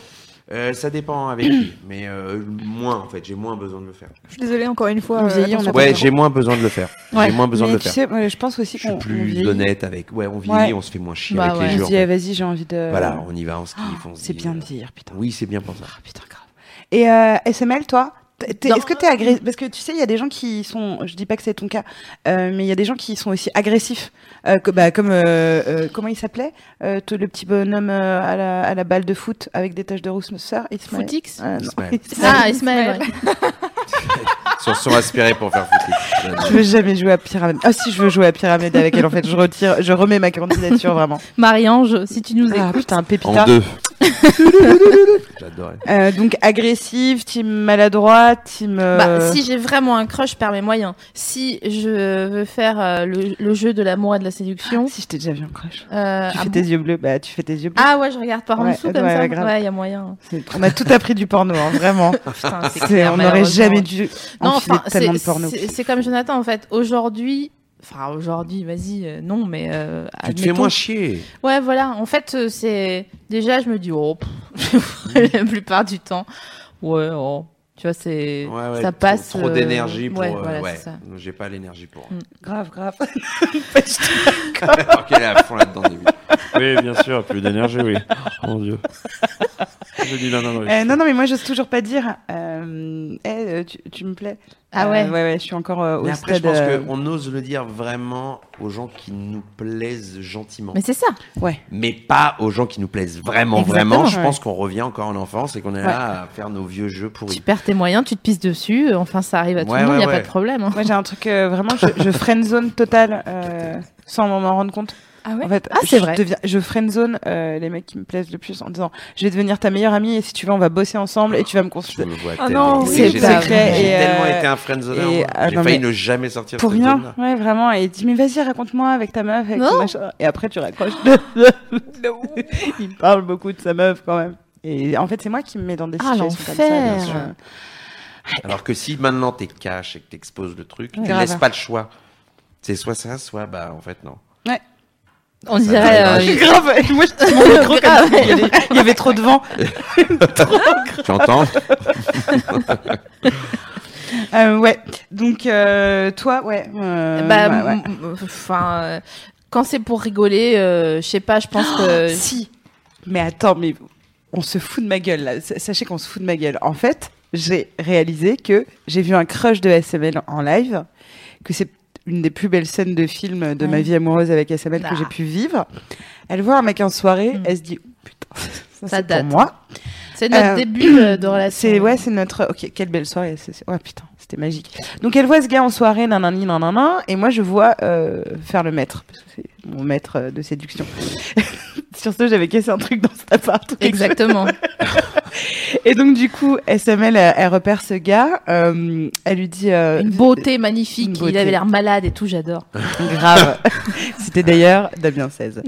Euh, ça dépend avec qui, mais euh, moins en fait, j'ai moins besoin de le faire. Je suis désolée encore une fois. On euh, vieillit, on attention. n'a pas Ouais, besoin. j'ai moins besoin de le faire. Ouais, J'ai moins besoin de Mais le tu faire. sais, moi, je pense aussi Je qu'on suis on plus vieillit. honnête avec. Ouais, on vieillit, Ouais. on se fait moins chier Bah avec ouais. les On jeux. se en dit, fait. eh, vas-y, j'ai envie de. Voilà, on y va, on se kiffe, on se C'est dit, bien euh, de dire, putain. Oui, c'est bien pour ça. Ah, putain, grave. Et euh, SML, toi T'es- t'es- Dans- Est-ce que t'es agressif Parce que tu sais, il y a des gens qui sont. Je dis pas que c'est ton cas, euh, mais il y a des gens qui sont aussi agressifs. euh, que- bah, comme euh, euh, comment il s'appelait Euh, tout le petit bonhomme euh, à, la, à la balle de foot avec des taches de rousseur. Ismaël. Footix Euh, non. Ismaël. Ah, Ismaël. ouais. Sur son aspiré pour faire foutre. Je veux jamais jouer à pyramide. Ah si, je veux jouer à pyramide avec elle. En fait, je retire, je remets ma candidature vraiment. Marie-Ange, si tu nous écoutes. Ah putain, En pépita. deux. J'adorais. Euh, donc agressive, team maladroit, team. euh, Bah, si j'ai vraiment un crush, je perds mes moyens. Si je veux faire euh, le, le jeu de l'amour et de la séduction, si je t'ai déjà vu en crush. euh, Tu ah, fais bon tes yeux bleus, bah tu fais tes yeux bleus. Ah ouais, je regarde par en Ouais, dessous ouais, comme ouais, ça. grave. Ouais, il y a moyen. C'est- On a tout appris du porno, hein, vraiment. Putain, c'est C'est- clair, on n'aurait malheureusement. jamais dû Non, enfiler enfin, tellement de c'est- porno. c'est- C'est comme Jonathan en fait. Aujourd'hui, enfin aujourd'hui, vas-y, euh, non, mais euh, Tu te fais admettons- moins chier. Ouais, voilà. En fait, euh, c'est déjà, je me dis, oh, pff, Mhm. la plupart du temps, ouais, oh. tu vois, c'est Ouais, ouais, ça trop- passe. Trop, euh, d'énergie pour. Ouais, euh, voilà, ouais. c'est ça. Mm. J'ai pas l'énergie pour. Grave, grave. Alors qu'elle est à fond là-dedans. début. Oui, bien sûr, plus d'énergie, oui. Oh, Mon Dieu. Je dis non, non, non. Euh, Eh, non, non, mais moi, j'ose toujours pas dire. Euh, eh, euh, tu, tu me plais. Ah Euh, ouais. ouais, ouais, je suis encore euh, au Mais après, je stade. pense euh, qu'on ose le dire vraiment aux gens qui nous plaisent gentiment. Mais Mais, c'est ça. pas aux gens qui nous plaisent vraiment, Exactement, vraiment. Je ouais. pense qu'on revient encore en enfance et qu'on est là à faire nos vieux jeux pourris. Tu perds tes moyens, tu te pisses dessus. euh, Enfin, ça arrive à tout Ouais, le monde, il ouais, a ouais. pas de problème. hein. Moi, j'ai un truc euh, vraiment, je, je friendzone total euh, sans m'en rendre compte. Ah ouais En fait, Ah, je c'est vrai. deviens- je friendzone euh, les mecs qui me plaisent le plus en disant je vais devenir ta meilleure amie et si tu veux, on va bosser ensemble et tu vas me Je construire. me vois Ah tellement. non, Oui, c'est j'ai pas j'ai vrai. Et, tellement euh, été un friendzone. et, moi. ah, J'ai non, failli mais ne jamais sortir de Pour cette rien, zone-là. ouais, vraiment. Et il dit, mais vas-y, raconte-moi avec ta meuf. avec Non. ton machin. Et après, tu raccroches. il parle beaucoup de sa meuf quand même. Et en fait, c'est moi qui me mets dans des Ah, situations comme ça. l'enfer. donc, euh, Alors que si maintenant t'es cash et que t'exposes le truc, tu Grave. laisses pas le choix. C'est soit ça, soit bah en fait non. On Ça dirait. t'arrivera euh, Ah, jamais. Grave, et moi, je mon micro comme ça, il y, avait, il y avait trop de vent. Tu entends Euh, ouais, donc euh, toi, ouais. euh, bah, ouais, ouais. m- m- enfin, euh, quand c'est pour rigoler, euh, je sais pas. Je Oh, pense que. Ah, Si. Mais attends, mais on se fout de ma gueule là. S- Sachez qu'on se fout de ma gueule. En fait, j'ai réalisé que j'ai vu un crush de SML en live que c'est une des plus belles scènes de film de Ouais. ma vie amoureuse avec SML Ah. que j'ai pu vivre. Elle voit un mec en soirée, Mm. elle se dit oh, putain, ça, Ça c'est date. pour moi. C'est notre Euh, début euh, de relation. C'est ouais, c'est notre. Ok, quelle belle soirée. c'est- c'est- Ouais, putain, c'était magique. Donc elle voit ce gars en soirée, nanani, nanana, et moi je vois euh, faire le maître, parce que c'est mon maître euh, de séduction. Sur ce, j'avais cassé un truc dans cet appart. ou quelque Exactement. chose. Et donc du coup, SML, elle, elle repère ce gars. euh, elle lui dit. euh, Une beauté magnifique. Une beauté. Il avait l'air malade et tout, j'adore. Grave. C'était d'ailleurs Damien 16.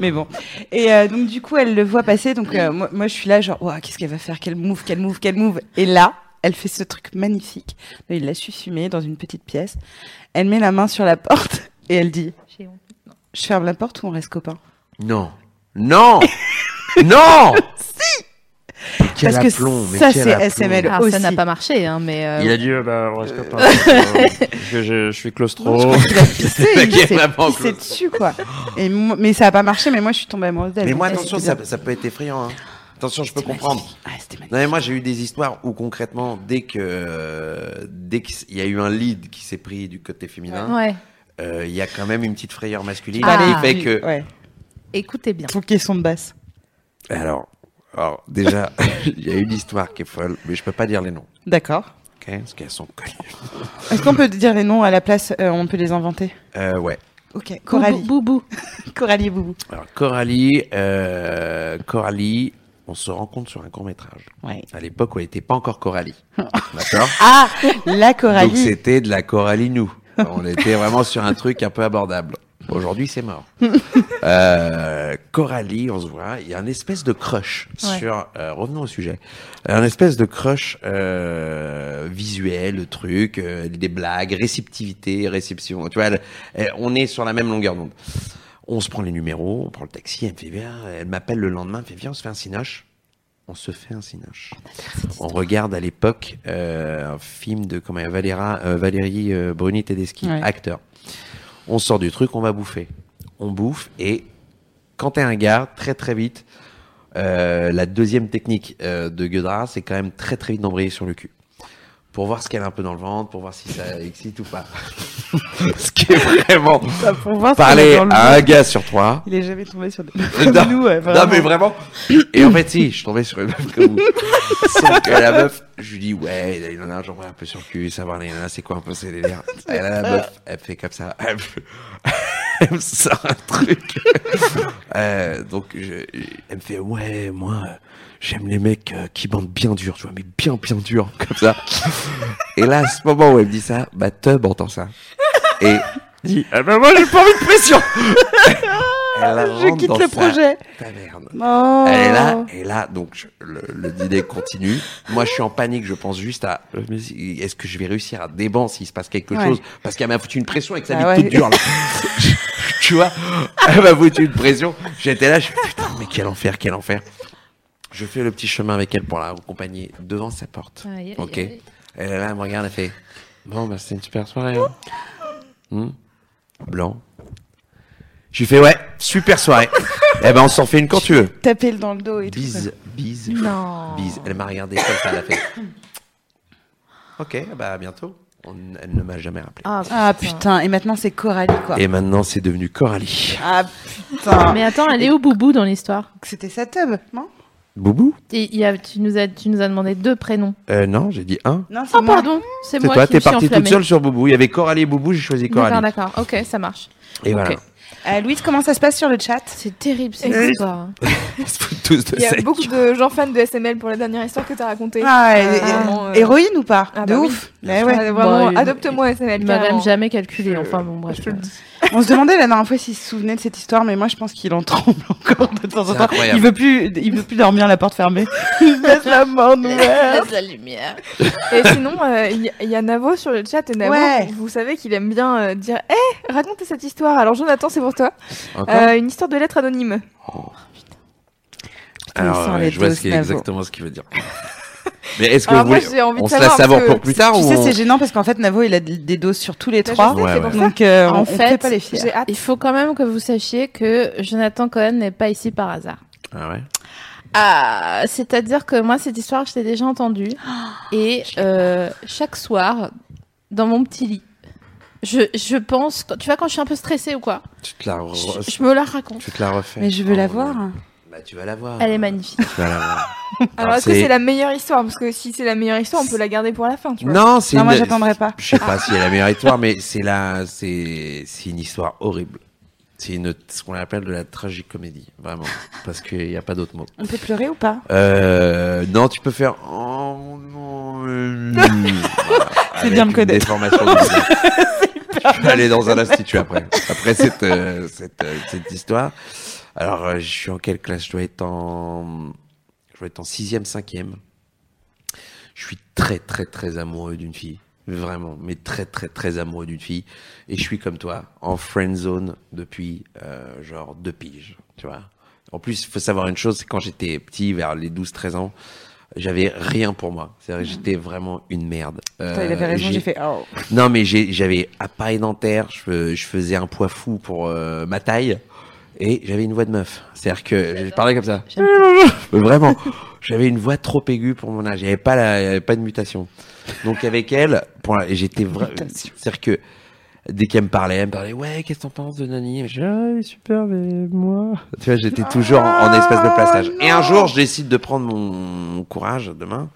Mais bon. Et euh, donc, du coup, elle le voit passer. Donc, euh, moi, moi, je suis là, genre, Ouah, qu'est-ce qu'elle va faire Quel move, quel move, quel move Et là, elle fait ce truc magnifique. Il l'a suffumé dans une petite pièce. Elle met la main sur la porte et elle dit Je ferme la porte ou on reste copains Non. Non Non Si Parce que ça, c'est SML. Alors, Ah, ça Aussi. n'a pas marché, hein, mais. euh, Il a dit, euh, bah, on reste pas. euh, parce que je, je suis Non, je claustro. crois Oh. qu'il a pissé, Le il gars, s'est la banque. pissé dessus, quoi. Et moi- mais ça n'a pas marché, mais moi, je suis tombée amoureuse d'elle. Mais moi, Donc, attention, c'était ça, bien. ça peut être effrayant. hein. Attention, je peux C'était comprendre. magnifique. Ah, c'était magnifique. Non, mais moi, j'ai eu des histoires où concrètement, dès que euh, dès qu'il y a eu un lead qui s'est pris du côté féminin, Ouais. euh, il y a quand même une petite frayeur masculine Ah. qui fait que. Ouais. Écoutez bien. Son caisson de basse. Alors, alors déjà, il y a une histoire qui est folle, mais je peux pas dire les noms, D'accord. ok Parce qu'elles sont connues. Est-ce qu'on peut dire les noms à la place euh, On peut les inventer. Euh, ouais. Ok. Coralie. Boubou. Coralie et Boubou. Alors, Coralie, euh, Coralie, on se rencontre sur un court métrage. Ouais. À l'époque, on n'était pas encore Coralie. D'accord Ah, la Donc, Coralie. c'était de la Coralie nous. On était vraiment sur un truc un peu abordable. Aujourd'hui, c'est mort. Euh, Coralie, on se voit. Il y a un espèce de crush Ouais. sur. euh, revenons au sujet. Un espèce de crush euh, visuel, truc, euh, des blagues, réceptivité, réception. Tu vois, elle- elle- on est sur la même longueur d'onde. On se prend les numéros, on prend le taxi. Elle me fait bien. Elle m'appelle le lendemain. Elle me fait viens, on se fait un cinoche. On se fait un cinoche. On regarde à l'époque euh, un film de comment, Valéra, euh, Valérie euh, Bruni Tedeschi, Ouais. acteur. On sort du truc, on va bouffer. On bouffe et quand t'es un gars, très très vite, euh, la deuxième technique euh, de Guedra, c'est quand même très très vite d'embrayer sur le cul. Pour voir ce qu'elle a un peu dans le ventre, pour voir si ça excite ou pas. ce qui est vraiment... Ça, pour voir ce qu'on a Parler dans le à jeu. un gars sur trois, Il est jamais tombé sur des. non, Comme nous, ouais, non, mais vraiment. Et en fait, si, je tombais sur une meuf comme vous. Sauf que la meuf, je lui dis, ouais, il en a un, j'en vois un peu sur le cul, savoir les nanas, c'est quoi un peu ces délires. Elle a la meuf, elle fait comme ça. Elle me, elle me sort un truc. Euh, donc, je- elle me fait, ouais, moi, euh, j'aime les mecs euh, qui bandent bien dur, tu vois, mais bien, bien dur, comme ça. Et là, à ce moment où elle me dit ça, bah, Tub entend ça. Et Dis, ah bah, moi, j'ai pas envie de pression. elle Je rentre quitte dans le sa projet. taverne. Oh. Elle est là, et là, donc je- le, le dîner continue. Moi, je suis en panique, je pense juste à euh, mais si- est-ce que je vais réussir à déban s'il se passe quelque Ouais. chose Parce qu'elle m'a foutu une pression et que ça Ah ah ouais. toute dure. Là. tu vois Elle m'a foutu une pression. J'étais là, je fais, putain, mais quel enfer, quel enfer. Je fais le petit chemin avec elle pour la accompagner devant sa porte. Ah, Aïe, aïe, ok. aïe. Elle est là, elle me regarde, elle fait Bon, bah, c'était une super soirée. hein. Hmm. Blanc. Je lui fais Ouais, super soirée. eh ben, on s'en fait une quand tu veux. Taper dans le dos et tout. ça. Bise, bise, Non. bise. Elle m'a regardé comme ça, elle a fait. Ok, bah à bientôt. On- elle ne m'a jamais rappelé. Ah, Ah putain. Et maintenant, c'est Coralie, quoi. Et maintenant, c'est devenu Coralie. Ah putain. Mais attends, elle est où Boubou dans l'histoire C'était sa tub, non Boubou Et il y a- tu, nous as, tu nous as demandé deux prénoms. euh, Non, j'ai dit un. Non, c'est Ah, moi. pardon, c'est C'est moi toi, qui me t'es suis partie toute enflammée. seule sur Boubou. Il y avait Coralie et Boubou, j'ai choisi D'accord, Coralie. d'accord. Ok, ça marche. Et voilà. Ok. Euh, Louise, comment ça se passe sur le chat C'est terrible cette Écoute. histoire. Ils se foutent tous de Il y ça. a beaucoup de gens fans de SML pour la dernière histoire que t'as racontée. Ah, Euh, et- et- vraiment, euh, héroïne ou pas ah De bah oui. ouf. Mais ouais. Ah, Vraiment, Bah, euh, adopte-moi SML. Il m'a carrément. même jamais calculé. Enfin bon, bref. On se demandait la dernière fois s'il se souvenait de cette histoire, mais moi je pense qu'il en tremble encore de temps en C'est temps. incroyable. Il veut plus, il veut plus dormir la porte fermée. Il laisse la mort ouverte. la lumière. Et sinon, euh, il y, il y a Navo sur le chat. Et Navo, Ouais. vous savez qu'il aime bien euh, dire Hé, racontez cette histoire. Alors, Jonathan, c'est pour toi. Encore Euh, une histoire de lettres anonymes. il sort Alors, ouais, les je vois dos, ce qui est Navo. exactement ce qu'il veut dire. Mais est-ce que Alors, vous moi, voulez- j'ai envie on de se savoir, laisse savoir parce que pour plus tard Tu ou sais, on- c'est gênant parce qu'en fait, Navo, il a des des doses sur tous les Bah, je trois. sais, Ouais, c'est oh. ouais. pour ça. Donc, euh, En on, on fait, fait pas les filles. J'ai hâte. Il faut quand même que vous sachiez que Jonathan Cohen n'est pas ici par hasard. Ah ouais. Ah, c'est-à-dire que moi, cette histoire, je l'ai déjà entendue. Et euh, chaque soir, dans mon petit lit. Je, je pense, quand- tu vois, quand je suis un peu stressée ou quoi, Tu te la, re- je, je me la raconte. tu te la refais. Mais je veux la Oh, voir. Bah, tu vas la voir. Elle est magnifique. Tu vas la voir. Alors, Alors, est-ce que c'est- c'est la meilleure histoire Parce que si c'est la meilleure histoire, on peut la garder pour la fin, tu vois. Non, c'est. Non, moi, une- j'attendrai pas. Ah. Je sais pas si elle a méritoire, mais c'est la, c'est, c'est une histoire horrible. C'est une, ce qu'on appelle de la tragicomédie, vraiment, parce qu'il n'y a pas d'autre mot. On peut pleurer ou pas Euh, non, tu peux faire. Oh non. euh, voilà, C'est avec bien me une connaître. déformation du visage. Je vais aller dans un institut après. Après cette, euh, cette, euh, cette histoire. Alors, euh, je suis en quelle classe Je dois être en. Je dois être en 6ème, 5ème. Je suis très, très, très amoureux d'une fille. Vraiment, mais très, très, très amoureux d'une fille. Et je suis comme toi, en friend zone depuis euh, genre deux piges, tu vois. En plus, il faut savoir une chose, c'est quand j'étais petit, vers les 12-13 ans, j'avais rien pour moi. C'est-à-dire que j'étais vraiment une merde. Putain, il Euh, avait raison, j'ai- j'ai fait. Oh. non, mais j'ai- j'avais appareil dentaire, je, fais- je faisais un poids fou pour euh, ma taille, et j'avais une voix de meuf. C'est-à-dire que je parlais comme ça. Mais Vraiment, j'avais une voix trop aiguë pour mon âge. Il n'y avait pas, la, il y avait pas de mutation. Donc avec elle, pour la- j'étais vraiment. Mutation. C'est-à-dire que dès qu'elle me parlait, elle me parlait ouais, qu'est-ce que t'en penses de Nani Je dis, ah, elle est super, mais moi. Tu vois, j'étais toujours en, en espèce de plaçage. Et un jour, je décide de prendre mon, mon courage demain,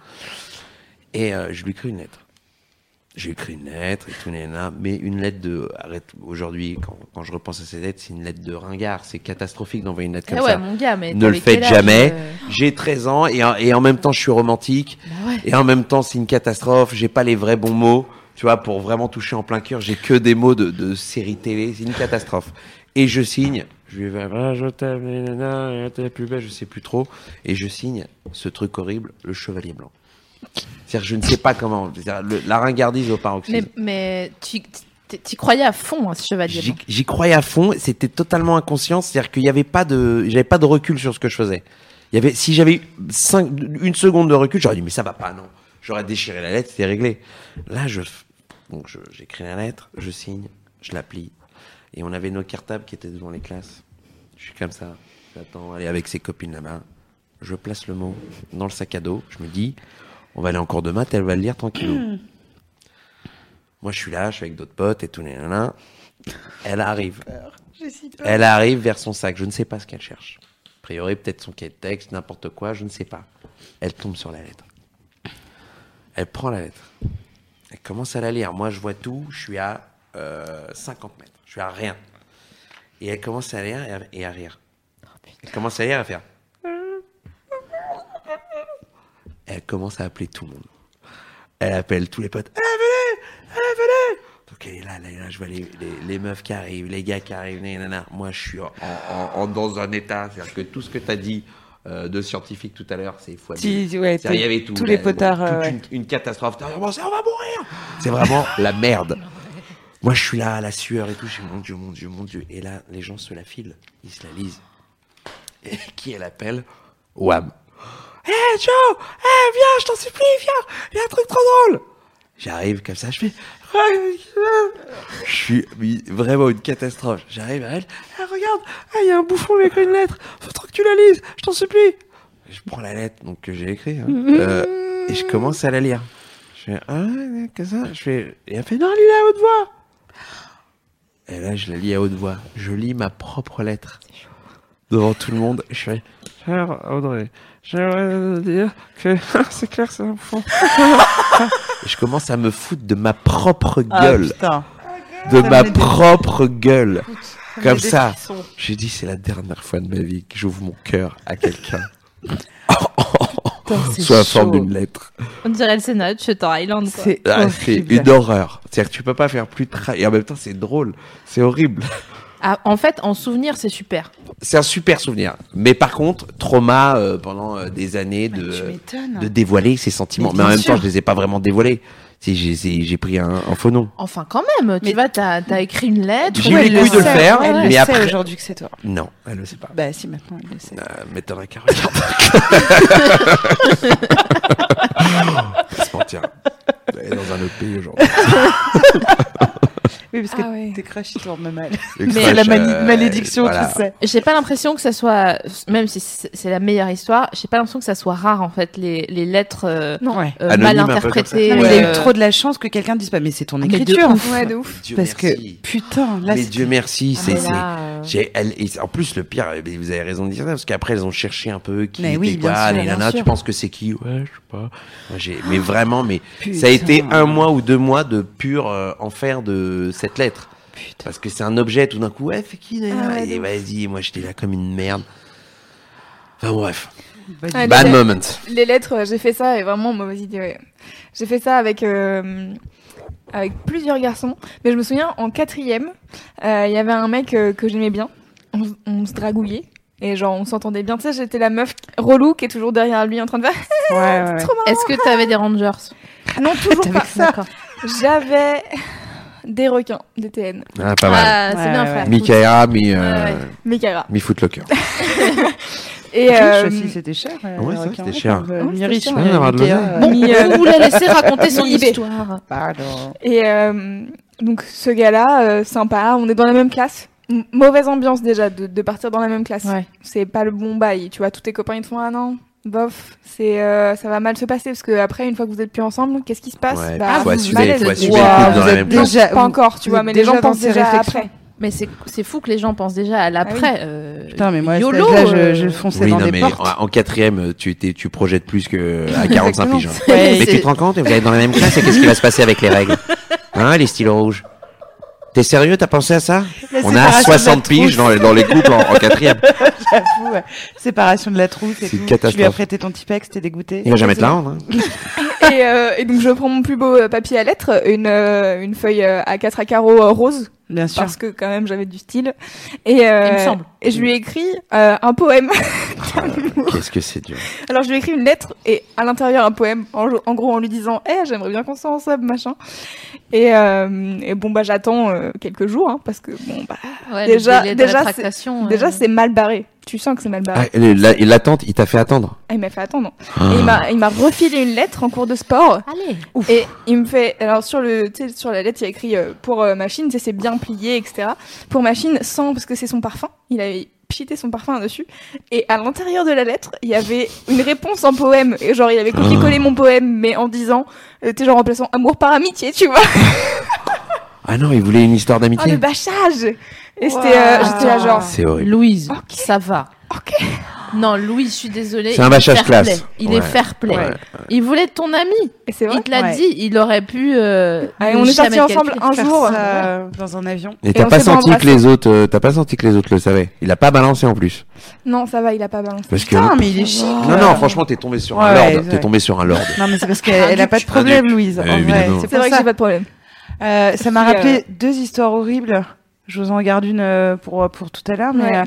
et euh, je lui écris une lettre. J'ai écrit une lettre et tout, nanana, mais une lettre de. Arrête, aujourd'hui, quand, quand je repense à cette lettre, c'est une lettre de ringard. C'est catastrophique d'envoyer une lettre comme Eh ouais, ça. mon gars, mais Ne le t'avais faites quel âge, jamais. euh J'ai 13 ans et, en- et en même temps, je suis romantique. Bah ouais. Et en même temps, c'est une catastrophe. J'ai pas les vrais bons mots. Tu vois, pour vraiment toucher en plein cœur, j'ai que des mots de, de série télé. C'est une catastrophe. Et je signe. Je lui vais, voilà, je t'aime, nanana, t'es la plus belle, je sais plus trop. Et je signe ce truc horrible, le chevalier blanc. C'est-à-dire, je ne sais pas comment. C'est-à-dire, le- la ringardise au paroxysme. Mais, mais tu y croyais à fond, hein, ce chevalier. J'y j'y croyais à fond, c'était totalement inconscient, c'est-à-dire qu'il n'y avait pas de, j'avais pas de recul sur ce que je faisais. Il y avait, si j'avais eu cinq, une seconde de recul, j'aurais dit mais ça va pas, non. J'aurais déchiré la lettre, c'était réglé. Là, je, f- donc je- j'écris la lettre, je signe, je la plie, et on avait nos cartables qui étaient devant les classes. Je suis comme ça, j'attends, aller avec ses copines là-bas. Je place le mot dans le sac à dos, je me dis, on va aller en cours de maths, elle va le lire tranquillement. Moi, je suis là, je suis avec d'autres potes et tout, nanana. Elle arrive. Elle arrive vers son sac. Je ne sais pas ce qu'elle cherche. A priori, peut-être son quai de texte, n'importe quoi, je ne sais pas. Elle tombe sur la lettre. Elle prend la lettre. Elle commence à la lire. Moi, je vois tout. Je suis à euh, 50 mètres. Je suis à rien. Et elle commence à lire et à, et à rire. Elle commence à lire et à faire. Elle commence à appeler tout le monde. Elle appelle tous les potes. Allez, venez Allez, venez Donc elle est là, elle est là, je vois les, les- les meufs qui arrivent, les gars qui arrivent, nanana. Moi, je suis en, en- en- dans un état. C'est-à-dire que tout ce que tu as dit euh, de scientifique tout à l'heure, c'est fois Si, mille. ouais, C'est-à-dire, Il y t'es- avait tout. tous les la- potards, toute euh, ouais. une, une catastrophe. T'as vraiment, c'est- on va mourir C'est vraiment la merde. Moi, je suis là à la sueur et tout. Je suis, mon Dieu, mon Dieu, mon Dieu. Et là, les gens se la filent. Ils se la lisent. Et qui elle appelle Wam. Hé, Eh, Joe Hé, viens, je t'en supplie, viens Il y a un truc trop drôle J'arrive comme ça, je fais. Je suis mais vraiment une catastrophe. J'arrive à elle. Ah, regarde, ah, il y a un bouffon avec une lettre. Faut trop que tu la lises, je t'en supplie. Je prends la lettre donc, que j'ai écrite hein, Mm-hmm. euh, et je commence à la lire. Je fais, ah, ouais, que ça je fais, Et elle fait, non, lis-la à haute voix. Et là, je la lis à haute voix. Je lis ma propre lettre devant tout le monde. Je fais, chère Audrey, j'aimerais te dire que c'est clair, c'est un bouffon. Et je commence à me foutre de ma propre gueule Ah, putain. de Ça ma me dé- propre gueule. Comme ça. frissons. J'ai dit, c'est la dernière fois de ma vie que j'ouvre mon cœur à quelqu'un. Putain, c'est Soit en Oh, forme chaud. d'une lettre. On dirait le Sénat, je suis en Island, quoi. C'est Ah, c'est horrible. une horreur. C'est-à-dire que tu peux pas faire plus tra- Et en même temps, c'est drôle. C'est horrible. Ah, en fait, en souvenir, c'est super. C'est un super souvenir. Mais par contre, trauma euh, pendant euh, des années de, Bah, tu m'étonnes. de dévoiler ses sentiments. Mais, bien en même sûr. temps, je les ai pas vraiment dévoilés. Si, J'ai j'ai- j'ai pris un, un faux nom. Enfin, quand même, tu vois, t'as as écrit une lettre. J'ai eu les elle le couilles de le sait. faire, elle mais le après- sait aujourd'hui que c'est toi. Non, elle le sait pas. Bah si, maintenant elle le sait. Euh, M'étonnerait qu'elle regarde. On va se mentir. Elle est dans un autre pays aujourd'hui. Oui, parce Ah que ouais. tes crushs, ils tournent mal. Le Mais crush, la mani- euh, malédiction, voilà. tu sais. J'ai pas l'impression que ça soit, même si c'est c'est la meilleure histoire, j'ai pas l'impression que ça soit rare en fait les, les lettres euh, Non. Ouais. euh, Anonyme, mal un peu comme interprétées. ça. Non, mais Il y a euh, eu trop de la chance que quelqu'un dise pas, mais c'est ton Mais de écriture. Ouais, de ouf. Dieu Parce que, merci. putain, là, mais c'est- Dieu merci, ah, c'est. mais c'est- là, euh, j'ai- elle- et en plus, le pire, eh bien, vous avez raison de dire ça, parce qu'après, elles ont cherché un peu qui Mais était oui, bien quoi, sûr, nanana, bien sûr. Ah, tu penses que c'est qui Ouais, je sais pas. Moi, j'ai- mais vraiment, mais Putain. ça a été un mois ou deux mois de pur euh, enfer de cette lettre. Parce que c'est un objet, tout d'un coup, ouais, c'est qui d'ailleurs Ah ouais, Et de vas-y, moi j'étais là comme une merde. Enfin bref, Ah, Ouais, bad les, lettres- moment. les lettres, euh, j'ai fait ça et vraiment mauvaise idée. ouais. J'ai fait ça avec euh, avec plusieurs garçons, mais je me souviens en quatrième, euh, il y avait un mec euh, que j'aimais bien. On, s- on se dragouillait et genre on s'entendait bien. Tu sais, j'étais la meuf relou qui est toujours derrière lui en train de faire. Ouais, ouais, ouais. Est-ce que t'avais des rangers Non, toujours T'avais pas. que ça. J'avais des requins, des TN, Ah, pas mal. Ah, c'est Ouais, bien ouais. frère. Ah, Mikaela, mi, euh, Ouais. Mikaela. mi footlocker. Et Riche euh, aussi, c'était cher. euh, Ouais, les ça, requins. c'était cher. Euh, ni Ouais, c'était riche, cher. ni Ouais, avoir de Ikea, l'oseille. euh, Bon, vous la laissez raconter son Libé. histoire. Pardon. Et euh, donc ce gars-là, euh, sympa, on est dans la même classe. M- mauvaise ambiance déjà de, de partir dans la même classe. Ouais. C'est pas le bon bail, tu vois. Tous tes copains ils te font ah non, bof, c'est euh, ça va mal se passer parce que après une fois que vous êtes plus ensemble, qu'est-ce qui se passe Ouais, Bah, faut vous- assumer, malaise. faut assumer Wow, le couple vous dans la êtes même Ah, déjà- place. Non, pas encore, tu vous vois, êtes mais les déjà gens dans pensent ces déjà réflexions. après. Mais c'est c'est fou que les gens pensent déjà à l'après. euh, Putain, mais moi, à cet YOLO, âge-là, euh. je, je fonçais Oui, dans non, des mais en, portes. en quatrième, tu, t'es- tu projettes plus que à 45 piges. hein. Ouais, Mais c'est- tu te rends compte, vous allez dans la même classe, et qu'est-ce qui va se passer avec les règles Hein, les stylos rouges T'es sérieux, t'as pensé à ça La On séparation a de la 60 piges trousse. dans, les- dans les couples en, en quatrième. J'avoue, ouais. Séparation de la trousse et C'est une tout. Tu lui as catastrophe. prêté ton Tipex, t'es dégoûté. Il va jamais te la rendre. hein. et, euh, et donc je prends mon plus beau euh, papier à lettres, une, euh, une feuille euh, à 4 à carreaux euh, rose, Bien sûr. parce que quand même j'avais du style. Et, euh, Il me semble. et je lui ai écrit euh, un poème. Qu'est-ce que c'est dur Alors je lui ai écrit une lettre et à l'intérieur un poème, en, en gros en lui disant Eh, j'aimerais bien qu'on soit ensemble, machin. Et, euh, et bon, bah j'attends euh, quelques jours, hein, parce que bon, bah Ouais, Déjà- le délai de déjà, rétractation, euh. déjà c'est mal barré. Tu sens que c'est mal Ah, barré. et la- et l'attente, il t'a fait attendre. Ah, il m'a fait attendre. Et il m'a- il m'a refilé une lettre en cours de sport. Allez. Et il me fait, alors sur le, tu sais, sur la lettre, il y a écrit euh, pour euh, machine, tu sais, c'est bien plié, etc. Pour machine, sans parce que c'est son parfum. Il avait pchité son parfum dessus. Et à l'intérieur de la lettre, il y avait une réponse en poème. Et genre, il avait copié-collé mon poème, mais en disant, euh, tu sais, genre en plaçant amour par amitié, tu vois. Ah non, il voulait une histoire Oh, le d'amitié. bâchage Et c'était, euh, Wow. j'étais là genre, C'est horrible. Louise, Ok. ça va. Ok. Non, Louise, je suis désolée. C'est un il est bâchage fair classe. play. Il est Ouais. fair play. Ouais. Il voulait être ton ami. et c'est vrai. Il te l'a Ouais. dit. Il aurait pu. euh, Ah, et ne on est jamais partis ensemble calculer. un Faire jour. ça, euh, dans un avion. Et Et t'as on pas s'est pas senti que embrassé. les autres, euh, t'as pas senti que les autres le savaient. Il a pas balancé en plus. Non, ça va, il a pas balancé. Parce que Putain, mais il est chic. non, non, franchement, t'es tombé sur Ouais, un lord. ouais. T'es tombé sur un lord. Non, mais c'est parce qu'elle elle a pas de problème, Louise. en Euh, vrai. évidemment. C'est C'est pour vrai que ça. j'ai pas de problème. Euh, ça m'a Puis, rappelé deux histoires horribles. Je vous en garde une euh, pour, pour tout à l'heure, mais Ouais.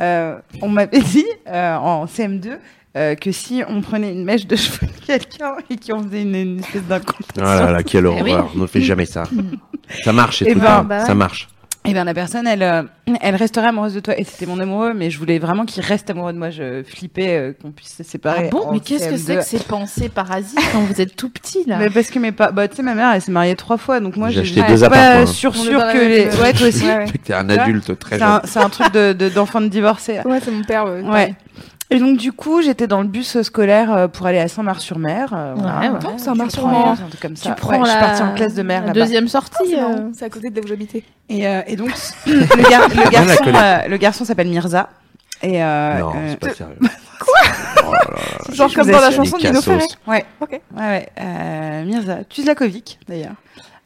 euh, euh, on m'avait dit euh, en CM2 euh, que si on prenait une mèche de cheveux de quelqu'un et qu'on faisait une, une espèce d'incantation, Ah là là, quelle oui. horreur. Ne fais jamais ça. Ça marche, ces Eh trucs ben, bah ouais. Ça marche. et bien eh la personne, elle, euh, elle resterait amoureuse de toi. Et c'était mon amoureux, mais je voulais vraiment qu'il reste amoureux de moi. Je flippais euh, qu'on puisse se Ah séparer. bon, en mais qu'est-ce que CM2. c'est que ces pensées parasites quand vous êtes tout petit là Mais parce que mes pas, bah tu sais ma mère elle s'est mariée trois fois donc moi J'ai j'ai acheté ouais, deux pas appartements, hein. sûr On est sûr dans la que même les maison. ouais toi aussi Ouais, ouais. Fait que T'es un Tu vois adulte très c'est un, jeune. c'est un truc de de- d'enfant de, divorcé Ouais, c'est mon père. euh, ouais et donc du coup j'étais dans le bus scolaire euh, pour aller à Saint-Mars-sur-Mer euh, voilà. ouais. pareil. Ça marche Je sur prends moi. un truc comme Tu ça prends Ouais, je suis la- partie en classe de mer la là-bas deuxième Ah, sortie. c'est euh. marrant, C'est à côté de là où j'habitais. et, euh, et donc le, gar- le la garçon connaît. euh, le garçon s'appelle Mirza et euh, Non, euh, c'est pas sérieux. Quoi Genre Je comme vous dans la assure, chanson de Nino Ferrer. ouais Ok. ouais ouais euh, Mirza Tuzlakovic d'ailleurs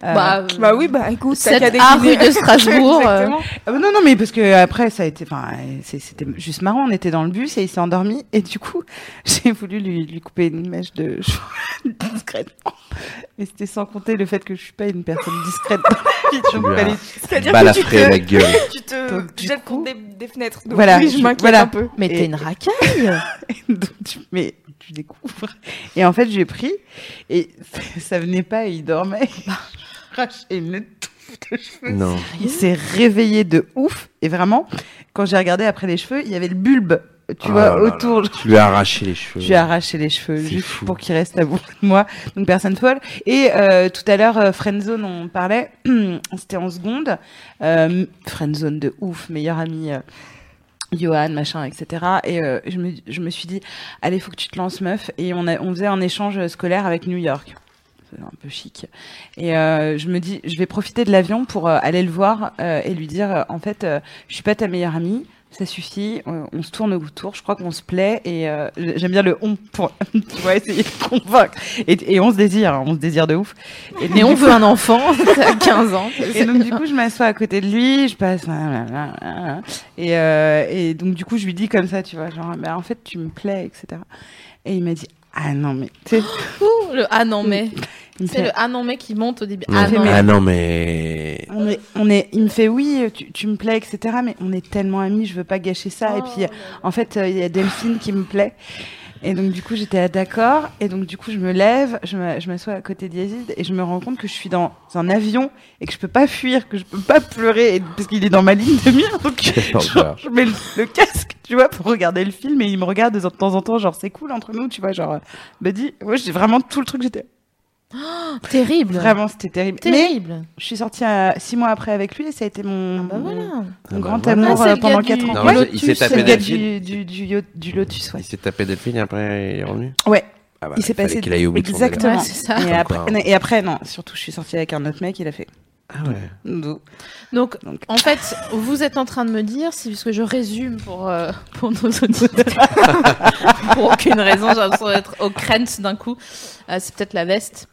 Euh, Bah, Bah oui, bah écoute, Cette t'as qu'à A décliner. rue de Strasbourg, euh, Exactement. Ah bah non, non, mais parce que après, ça a été, enfin, euh, c'est- c'était juste marrant. On était dans le bus et il s'est endormi. Et du coup, j'ai voulu lui, lui couper une mèche de cheveux discrètement. Mais c'était sans compter le fait que je suis pas une personne discrète dans la vie. Tu donc lui as- fallait- C'est-à-dire que tu Balafré la te, gueule. tu te Donc, du jettes coup- contre des, des fenêtres. Donc Voilà, oui, je je- m'inquiète voilà. un peu. Mais t'es Et- une racaille. donc tu- mais tu découvres. Et en fait, j'ai pris et ça venait pas. Et il dormait. Et une touffe de cheveux. Non. Il s'est réveillé de ouf. Et vraiment, quand j'ai regardé après les cheveux, il y avait le bulbe tu Ah vois, là là là. autour. genre, Tu lui as arraché les cheveux. Je lui ai arraché les cheveux C'est juste fou. pour qu'il reste à bout de moi. Donc personne folle. Et euh, tout à l'heure, euh, Friendzone, on parlait. C'était en seconde. Euh, friendzone de ouf, meilleur ami. euh, Johan, machin, etc. Et euh, je, me, je me suis dit, allez, faut que tu te lances, meuf. Et on, a, on faisait un échange scolaire avec New York. C'est un peu chic. Et euh, je me dis, je vais profiter de l'avion pour euh, aller le voir euh, et lui dire, euh, en fait, euh, je suis pas ta meilleure amie, ça suffit, euh, on se tourne autour, je crois qu'on se plaît et euh, j'aime bien le on pour, tu vois, essayer de convaincre. Et, et on se désire, hein, on se désire de ouf. Et Mais on veut un enfant à 15 ans. et donc du coup, je m'assois à côté de lui, je passe hein, et, euh, et donc du coup, je lui dis comme ça, tu vois, genre bah, en fait, tu me plais, etc. Et il m'a dit ah non mais tu sais, Ouh, le ah non mais. il me C'est fait- le ah non mais qui monte au début. Non. Ah non mais. Ah non, mais. on est, on est, il me fait oui, tu, tu me plais, etc. Mais on est tellement amis, je veux pas gâcher ça. et puis, en fait, euh, il y a Delphine qui me plaît. Et donc, du coup, j'étais à d'accord. Et donc, du coup, je me lève, je m'a- je m'assois à côté d'Yazid et je me rends compte que je suis dans un avion et que je peux pas fuir, que je peux pas pleurer et- parce qu'il est dans ma ligne de mire. Donc, Oh, genre, je mets le, le casque, tu vois, pour regarder le film et il me regarde de temps en temps, genre, c'est cool entre nous, tu vois, genre, euh, buddy. Moi, j'ai vraiment tout le truc, j'étais Terrible. vraiment, c'était terrible. Mais Terrible. je suis sortie euh, six mois après avec lui et ça a été mon, Bah voilà. Ah bah mon grand voilà. amour Ah, c'est euh, le pendant gars quatre du- ans. Non, Ouais, mais il s'est c'est tapé le gars Delphine. du, du, du, yo- du Lotus, ouais. Il s'est tapé Delphine et après il est revenu. Ouais. Ah bah, Il s'est fallait passé qu'il aille au bout de son exactement. Ouais, c'est ça. Et Comme après, quoi, hein. et après, non, surtout, je suis sortie avec un autre mec, il a fait. délire. Ah ouais. Ndou. Donc, Donc. en fait, vous êtes en train de me dire, si ce que je résume pour, euh, pour nos auditeurs, pour aucune raison, j'ai l'impression d'être au crunch d'un coup, Euh, c'est peut-être la veste.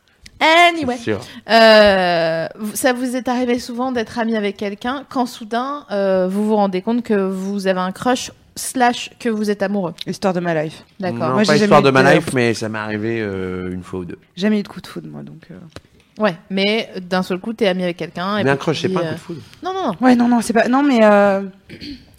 Anyway, C'est sûr. euh, vous- ça vous est arrivé souvent d'être ami avec quelqu'un quand soudain euh, vous vous rendez compte que vous avez un crush slash que vous êtes amoureux. Histoire de ma life. D'accord. Non, Moi, pas j'ai histoire de jamais ma été- life, mais ça m'est arrivé euh, une fois ou deux. Jamais eu de coup de foudre, moi, donc. euh. Ouais, mais d'un seul coup, t'es ami avec quelqu'un. et Mais un puis tu crush, c'est dis, pas un euh, coup de foudre. Non, non, non. Ouais, non, non, c'est pas. Non, mais. euh,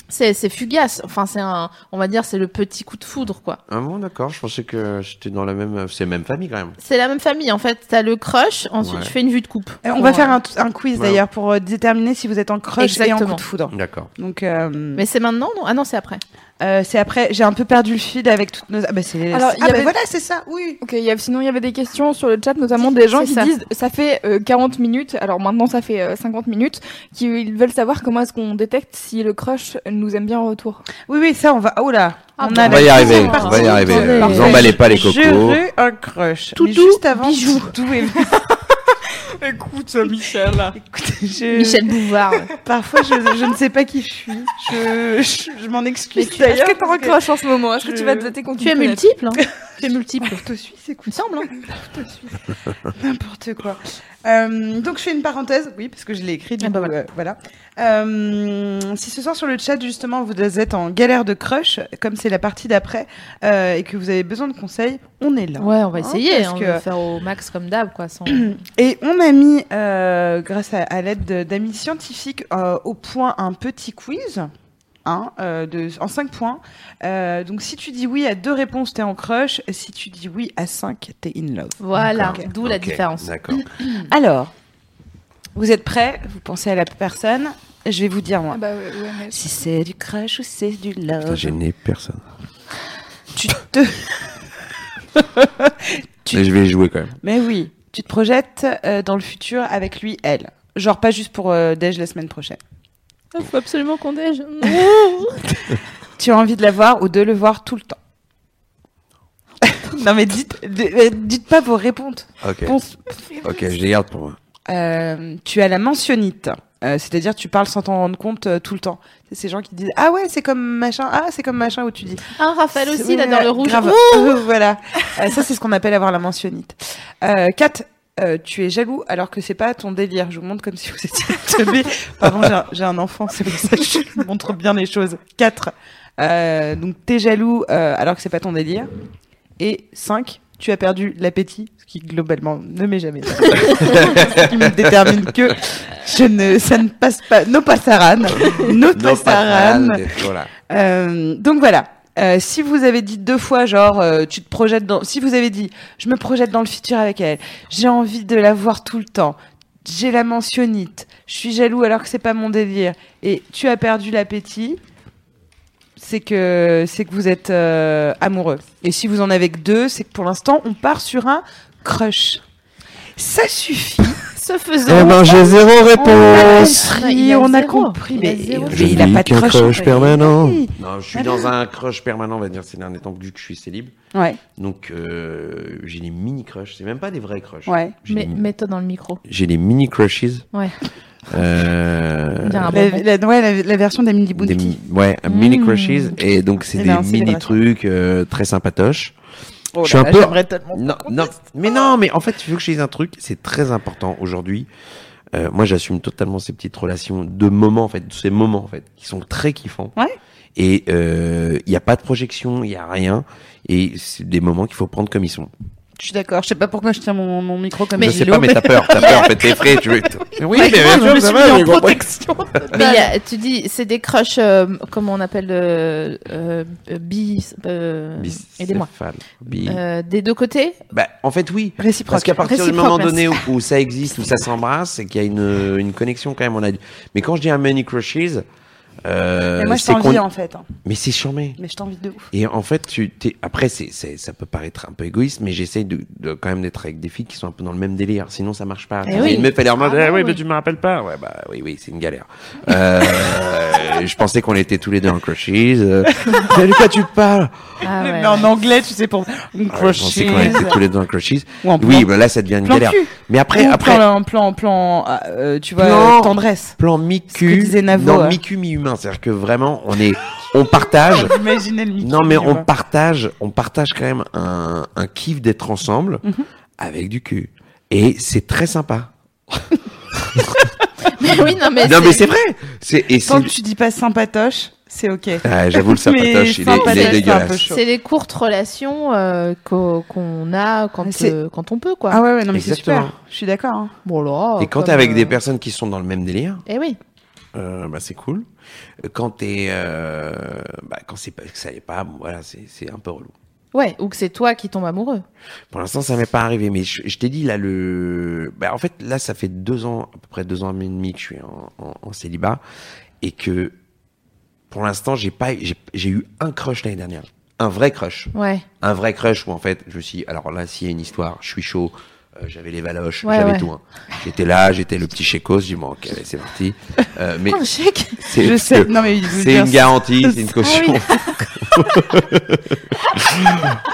C'est c'est fugace. Enfin, c'est un, on va dire, c'est le petit coup de foudre, quoi. Ah bon, d'accord. Je pensais que j'étais dans la même. C'est la même famille quand même. C'est la même famille en fait. T'as le crush, ensuite Ouais. tu fais une vue de coupe. On Pour, va faire euh, un, un quiz Ouais. d'ailleurs pour euh, déterminer si vous êtes en crush et en Exactement. coup de foudre. D'accord. Donc, euh, Mais c'est maintenant non Ah non, c'est après. euh, c'est après. J'ai un peu perdu le fil avec toutes nos. Ah bah c'est. Alors, ah il y bah avait- voilà, c'est ça. Oui. Ok, il y a- sinon il y avait des questions sur le chat, notamment des gens C'est qui ça. disent ça fait euh, 40 minutes, alors maintenant ça fait euh, 50 minutes, qui ils veulent savoir comment est-ce qu'on détecte si le crush nous aime bien en retour. Oui, oui, ça, on va. Oh là. Ah on bon. a On va la- y arriver. parti. On va y arriver. Parfait. Vous emballez pas les cocos. J'aurais un crush. Toutou, mais juste avant, bisous. Toutou est Écoute euh, Michel. Écoutez, je- Michel Bouvard. Parfois, je, je ne sais pas qui je suis. Je, je, je m'en excuse Est-ce d'ailleurs. que t'as un parce que- crush en ce moment Est-ce que Je- tu vas te voter contre tu es une connasse multiple. Hein tu es multiple. Je te suis, c'est Il me semble. hein. n'importe quoi. Euh, donc, je fais une parenthèse, oui, parce que je l'ai écrit. Du Ah bah coup, euh, voilà. Euh, si ce soir sur le chat, justement, vous êtes en galère de crush, comme c'est la partie d'après, euh, et que vous avez besoin de conseils, on est là. Ouais, on va Hein, essayer. parce on que- va faire au max comme d'hab, quoi. Sans... Et on a mis, euh, grâce à, à l'aide de- d'amis scientifiques, euh, au point un petit quiz. hein, euh, de, en 5 points. Euh, donc si tu dis oui à deux réponses, t'es en crush. Si tu dis oui à 5, t'es in love. Voilà. D'accord. D'où la Ok, différence. D'accord. Alors, vous êtes prêts Vous pensez à la personne Je vais vous dire moi. Ah bah ouais, ouais, mais- Si c'est du crush ou c'est du love. Putain, J'ai né personne. tu te... Tu- Mais je vais y jouer quand même. Mais oui, tu te projettes euh, dans le futur avec lui, elle. Genre pas juste pour euh, déj la semaine prochaine. faut absolument qu'on déje. Tu as envie de la voir ou de le voir tout le temps. non mais dites, d- euh, dites pas vos réponses. Ok. Réponses. Ok, je les garde pour moi. Euh, tu as la mentionnite, Euh, c'est-à-dire tu parles sans t'en rendre compte euh, tout le temps. C'est ces gens qui disent ah ouais c'est comme machin, ah c'est comme machin où tu dis. Ah, Raphaël aussi, C'est- là, dans le rouge. Grave. Ouh Euh, voilà, Euh, ça c'est ce qu'on appelle avoir la mentionnite. Euh, 4. tu es jaloux alors que c'est pas ton délire. Je vous montre comme si vous étiez teubé. Pardon, j'ai un- j'ai un enfant, c'est pour ça que je vous montre bien les choses. 4. donc t'es jaloux euh, alors que c'est pas ton délire. Et 5. Tu as perdu l'appétit, ce qui globalement ne m'est jamais arrivé. ce qui me détermine que je ne, ça ne passe pas. No pasaran. No pasaran. Voilà. Euh, donc voilà. Euh, si vous avez dit deux fois, genre, euh, tu te projettes dans. Si vous avez dit, je me projette dans le futur avec elle, j'ai envie de la voir tout le temps, j'ai la mentionnite, je suis jaloux alors que c'est pas mon délire, et tu as perdu l'appétit, c'est que c'est que vous êtes euh, amoureux. Et si vous en avez que deux, c'est que pour l'instant, on part sur un crush. Ça suffit. Ce Eh faisant. ben, j'ai zéro réponse. Ah, compris, il a on a zéro. compris. Il a Mais zéro. mais il a Je pas vis de qu'un crush. crush en fait. permanent. Oui. Non, je suis dans un crush permanent, on va dire, ces derniers temps, vu que je suis célib. Ouais, Donc, euh, j'ai des mini-crushs. C'est même pas des vrais crushs. ouais. J'ai Mais des- mets-toi dans le micro. J'ai des mini-crushes. Ouais. Euh, Bien, La, un bonbon. la- ouais, la- la version d'Amélie des Bounty. mi- ouais, un mini crushes et donc c'est Hmm. Eh des ben, on célèbre mini ça. trucs euh, très sympatoches. Oh je suis là un là, peu- J'aimerais tellement. Non, non, mais non, mais en fait, tu veux que je dise un truc, c'est très important aujourd'hui. Euh, moi, j'assume totalement ces petites relations de moments, en fait, ces moments, en fait, qui sont très kiffants. Ouais. Et euh, il n'y a pas de projection, il n'y a rien. Et c'est des moments qu'il faut prendre comme ils sont. Je suis d'accord. Je sais pas pourquoi je tiens mon, mon micro comme Mais je ça. sais pas, mais t'as peur, t'as peur, en fait, t'es frais, tu veux. Oui, mais bien sûr, ça va, j'ai compris. Mais Bah, il y a- tu dis, c'est des crushs, euh, comment on appelle, euh, euh, euh, bis, euh, aidez-moi. Bicéphale. Bi- Euh, des deux côtés Bah, en fait, oui. Réciproque. Parce qu'à partir du Réciproque, moment merci. donné où, où ça existe, où ça s'embrasse, c'est qu'il y a une, une connexion quand même. On a... dit- Mais quand je dis un many crushes, euh, Mais moi, je c'est t'envie qu'on- en fait. hein. Mais c'est charmé. Mais je t'envie de ouf. Et en fait, tu, t'es... après, c'est, c'est, ça peut paraître un peu égoïste, mais j'essaye de, de quand même d'être avec des filles qui sont un peu dans le même délire. Sinon, ça marche pas. Eh T'as oui. Une meuf, elle est en mode, Ah, eh oui, oui, mais mais tu- tu me rappelles pas. Ouais, bah oui, oui, c'est une galère. Euh, je pensais qu'on était tous les deux en crushes. Euh... mais de quoi tu parles Ah ouais, Mais en anglais, tu sais, pour. Une Ah Ouais, Je pensais qu'on était tous les deux en crushes. Ou en Oui, plan- bah là, ça devient une plan galère. cul. Mais après, Ou après, plan, plan, plan, ah, euh, tu vois, Plan. euh, tendresse. plan Ce que mi-cul, disait Navo, non, hein. mi-cul, mi-humain. C'est-à-dire que vraiment, on est, on partage. Imaginez le Mickey, non, mais tu vois. on partage, on partage quand même un, un kiff d'être ensemble Mhm. avec du cul. Et c'est très sympa. Mais oui, non, mais non, mais c'est- c'est vrai. C'est, et c'est, Tant que tu dis pas sympatoche, c'est ok. Ah, j'avoue, le sapatoche, Mais il est, il sympatoche, est c'est un peu dégueulasse. chaud. c'est les courtes relations euh, qu'o- qu'on a quand, Mais c'est- euh, quand on peut, quoi. Ah ouais, ouais, non, mais c'est Exactement. super. Je suis d'accord. hein. Bon, là, Et quand comme, t'es avec euh, des personnes qui sont dans le même délire, Eh oui. euh, bah, c'est cool. Quand t'es, euh, bah, quand c'est pas, que ça l'est pas, bon, voilà, c'est, c'est un peu relou. Ouais, ou que c'est toi qui tombe amoureux. Pour l'instant, ça m'est pas arrivé, mais je, je t'ai dit là le. Bah, en fait, là, ça fait deux ans, à peu près deux ans et demi que je suis en, en- en célibat et que pour l'instant, j'ai pas, j'ai j'ai eu un crush l'année dernière, un vrai crush, Ouais. un vrai crush où en fait, je me suis. dit, Alors là, s'il y a une histoire, je suis chaud. euh, j'avais les valoches, Ouais, j'avais ouais. tout. hein. J'étais là, j'étais le petit chécos, je dis bon, ok, allez, c'est parti. Euh, mais Oh, chèque. c'est- Je sais. Non, mais il veut c'est dire une ça. garantie, c'est une caution. Ah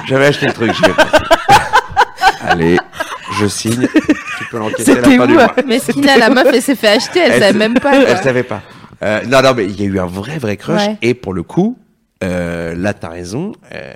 J'avais acheté le truc, j'y vais passer. Allez, je signe. Tu peux l'encaisser à la C'était fin du où, mois. Mais Skina, la meuf, elle s'est fait acheter, elle, savait se- même pas. Elle quoi. savait pas. Euh, non, non, mais il y a eu un vrai, vrai crush. Ouais. Et pour le coup, euh, là, t'as raison. euh,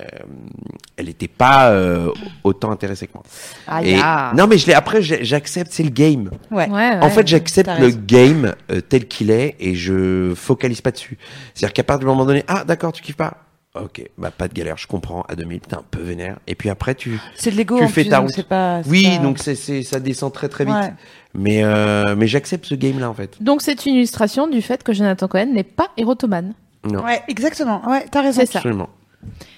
elle était pas euh, autant intéressée que moi. Aïe, Et, ah. non, mais je l'ai. Après, j'ai- j'accepte. C'est le game. Ah Ouais. Ouais, En ouais. fait, j'accepte t'as le raison. game euh, tel qu'il est et je focalise pas dessus. C'est-à-dire qu'à partir du moment donné, ah d'accord, tu kiffes pas. Ok, bah pas de galère, je comprends. À 2000, t'es un peu vénère. Et puis après, tu. C'est de l'ego. Tu en fais plus, ta donc route. c'est pas- Ah, c'est Oui, pas- donc c'est c'est ça descend très très vite. Ouais. Mais euh, mais j'accepte ce game là en fait. Donc, c'est une illustration du fait que Jonathan Cohen n'est pas érotomane. Non, Ouais, exactement. Ouais, t'as raison. C'est ça. absolument.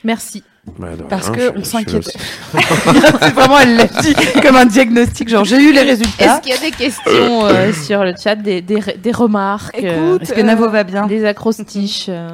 Merci. Bah, de Parce rien, que je- on je- s'inquiète. je- c'est vraiment, elle l'a dit comme un diagnostic. Genre, j'ai eu les résultats. Est-ce qu'il y a des questions euh, sur le chat, des, des, des remarques, euh, Écoute, Est-ce que Navo va bien des acrostiches euh,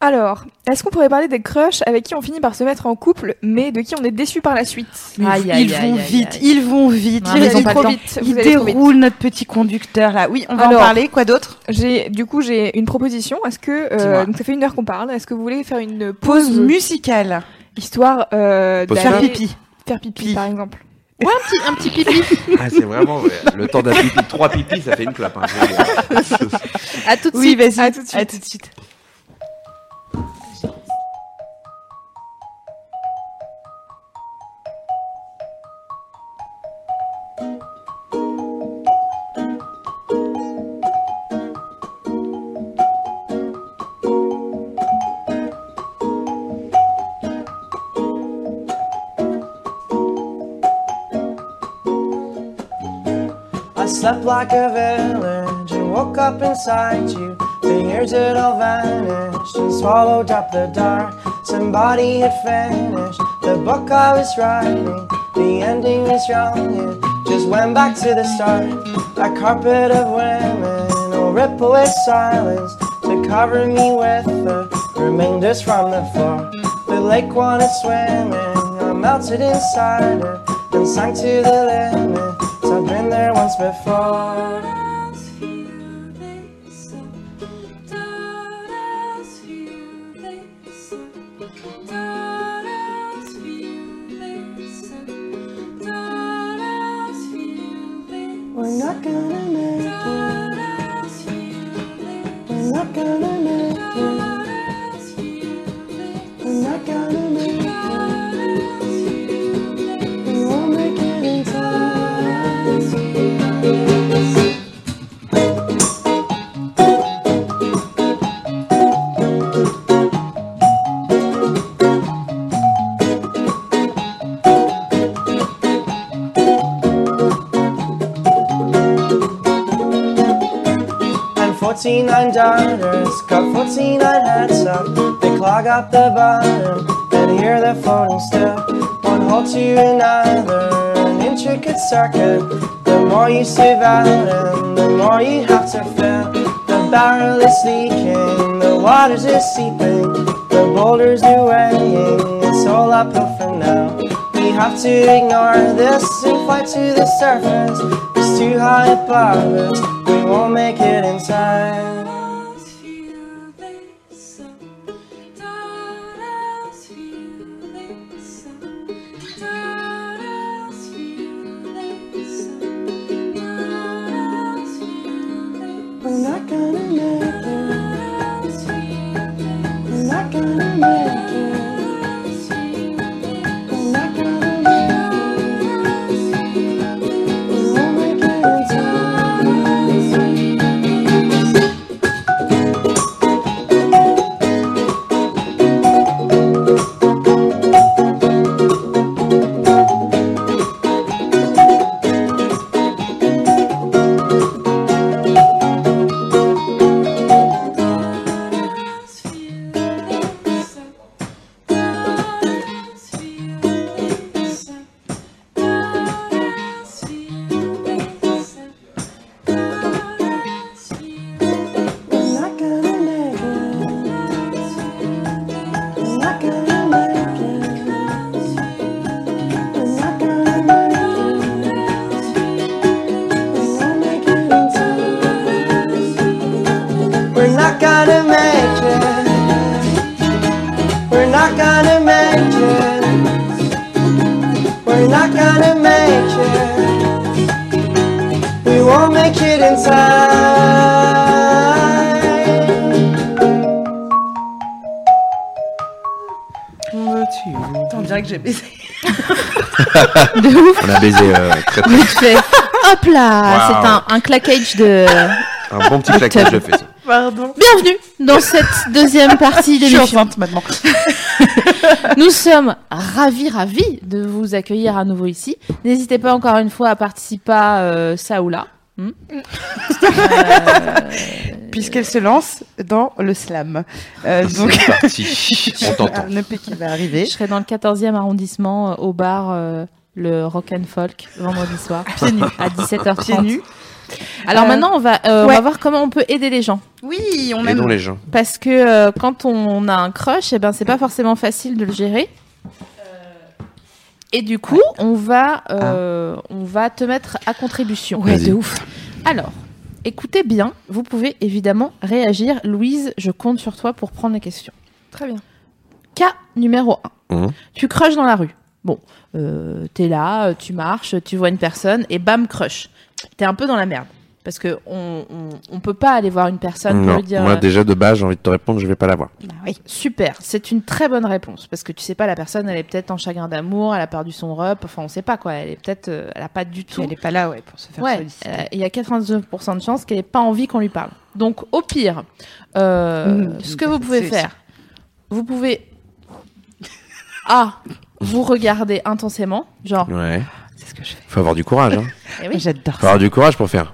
Alors, est-ce qu'on pourrait parler des crushs avec qui on finit par se mettre en couple, mais de qui on est déçu par la suite Mais Aïe, aïe, ils aïe, vont aïe, vite, aïe. ils vont vite. Non, Ah, ils mais ils Vous ont allez vont pas trop le vite, Ils vous allez trop vite. déroulent notre petit conducteur là. Oui, on va Alors- en parler. Quoi d'autre J'ai du coup j'ai une proposition. Est-ce que euh, Dis-moi. donc ça fait une heure qu'on parle. Est-ce que vous voulez faire une Pause pause musicale. histoire euh, Pause Faire d'aller- pipi. faire pipi, Pipi. par exemple. Ouais, un petit, un petit pipi. Ah, c'est vraiment ouais, le temps d'un pipi, trois pipis, ça fait une clope. hein. À tout de Oui, suite. vas-y. À tout À de suite. tout de suite. I slept like a village and woke up inside you. The years had all vanished and swallowed up the dark. Somebody had finished the book I was writing. The ending was wrong, it just went back to the start. A carpet of women, a ripple with silence to cover me with the remainders from the floor. The lake wanted swimming, I melted inside it and sank to the limit. I've been there once before. We're not gonna make it. We're not gonna make it. We're not gonna make it. We won't make it in time. and 49 diners got 49 hats up. They clog up the bottom and hear the floating step. One hole to another, an intricate circuit. The more you survive them, the more you have to fill. The barrel is leaking, the waters are seeping, the boulders are weighing. It's all uphill for now. We have to ignore this and fly to the surface. It's too high above us. We won't make it in time. We're not gonna make it. We're not gonna make it. We're not gonna make it. We won't make it in time. We're not gonna make it. We're not gonna make it. We're not gonna make it. We won't make it in time. We're not gonna make it. We're not gonna make it. We're not gonna make it. We won't make it in time. On dirait que j'ai baisé. On a baisé euh, très, très- Fait, Hop là, Wow. c'est un, un claquage de. un bon petit claquage de fesses. Pardon. Bienvenue dans cette deuxième partie Je de suis l'émission. enceinte maintenant. Nous sommes ravis, ravis de vous accueillir à nouveau ici. N'hésitez pas encore une fois à participer à euh, ça ou là. Hmm Euh, Puisqu'elle se lance dans le slam. Euh, donc, Ah, C'est parti. On t'entend. un EP qui va je arriver. serai dans le 14e arrondissement euh, au bar euh, le Rock and Folk vendredi soir Pieds nus. à 17h30. Pieds nus. Alors Euh, maintenant, on va, euh, on ouais. va voir comment on peut aider les gens. Oui, on Aidons aime. les gens. Parce que euh, quand on a un crush, eh ben, c'est pas forcément facile de le gérer. Et du coup, on, va, euh, on va te mettre à contribution. Ah. Ouais, Vas-y. de ouf. Alors, écoutez bien, vous pouvez évidemment réagir. Louise, je compte sur toi pour prendre la question. Très bien. Cas numéro 1. Mhm. Tu crushes dans la rue. Bon, euh, t'es là, euh, tu marches, tu vois une personne et bam, crush. T'es un peu dans la merde. Parce que on, on, on peut pas aller voir une personne pour Non, lui dire. moi euh, déjà de base, j'ai envie de te répondre, je vais pas l'avoir. Super, c'est une très bonne réponse parce que tu sais pas la personne, elle est peut-être en chagrin d'amour, elle a perdu son rep, enfin on sait pas quoi, elle est peut-être, euh, elle a pas du tout. Elle est pas là, ouais, pour se faire Ouais, solliciter. euh, il y a 99% de chances qu'elle ait pas envie qu'on lui parle. Donc au pire, euh, Mmh, ce que vous pouvez c'est- faire, vous pouvez a vous regarder intensément, genre Ouais. C'est ce que je fais. Faut avoir du courage. Hein. eh oui, J'adore Faut ça. avoir du courage pour faire.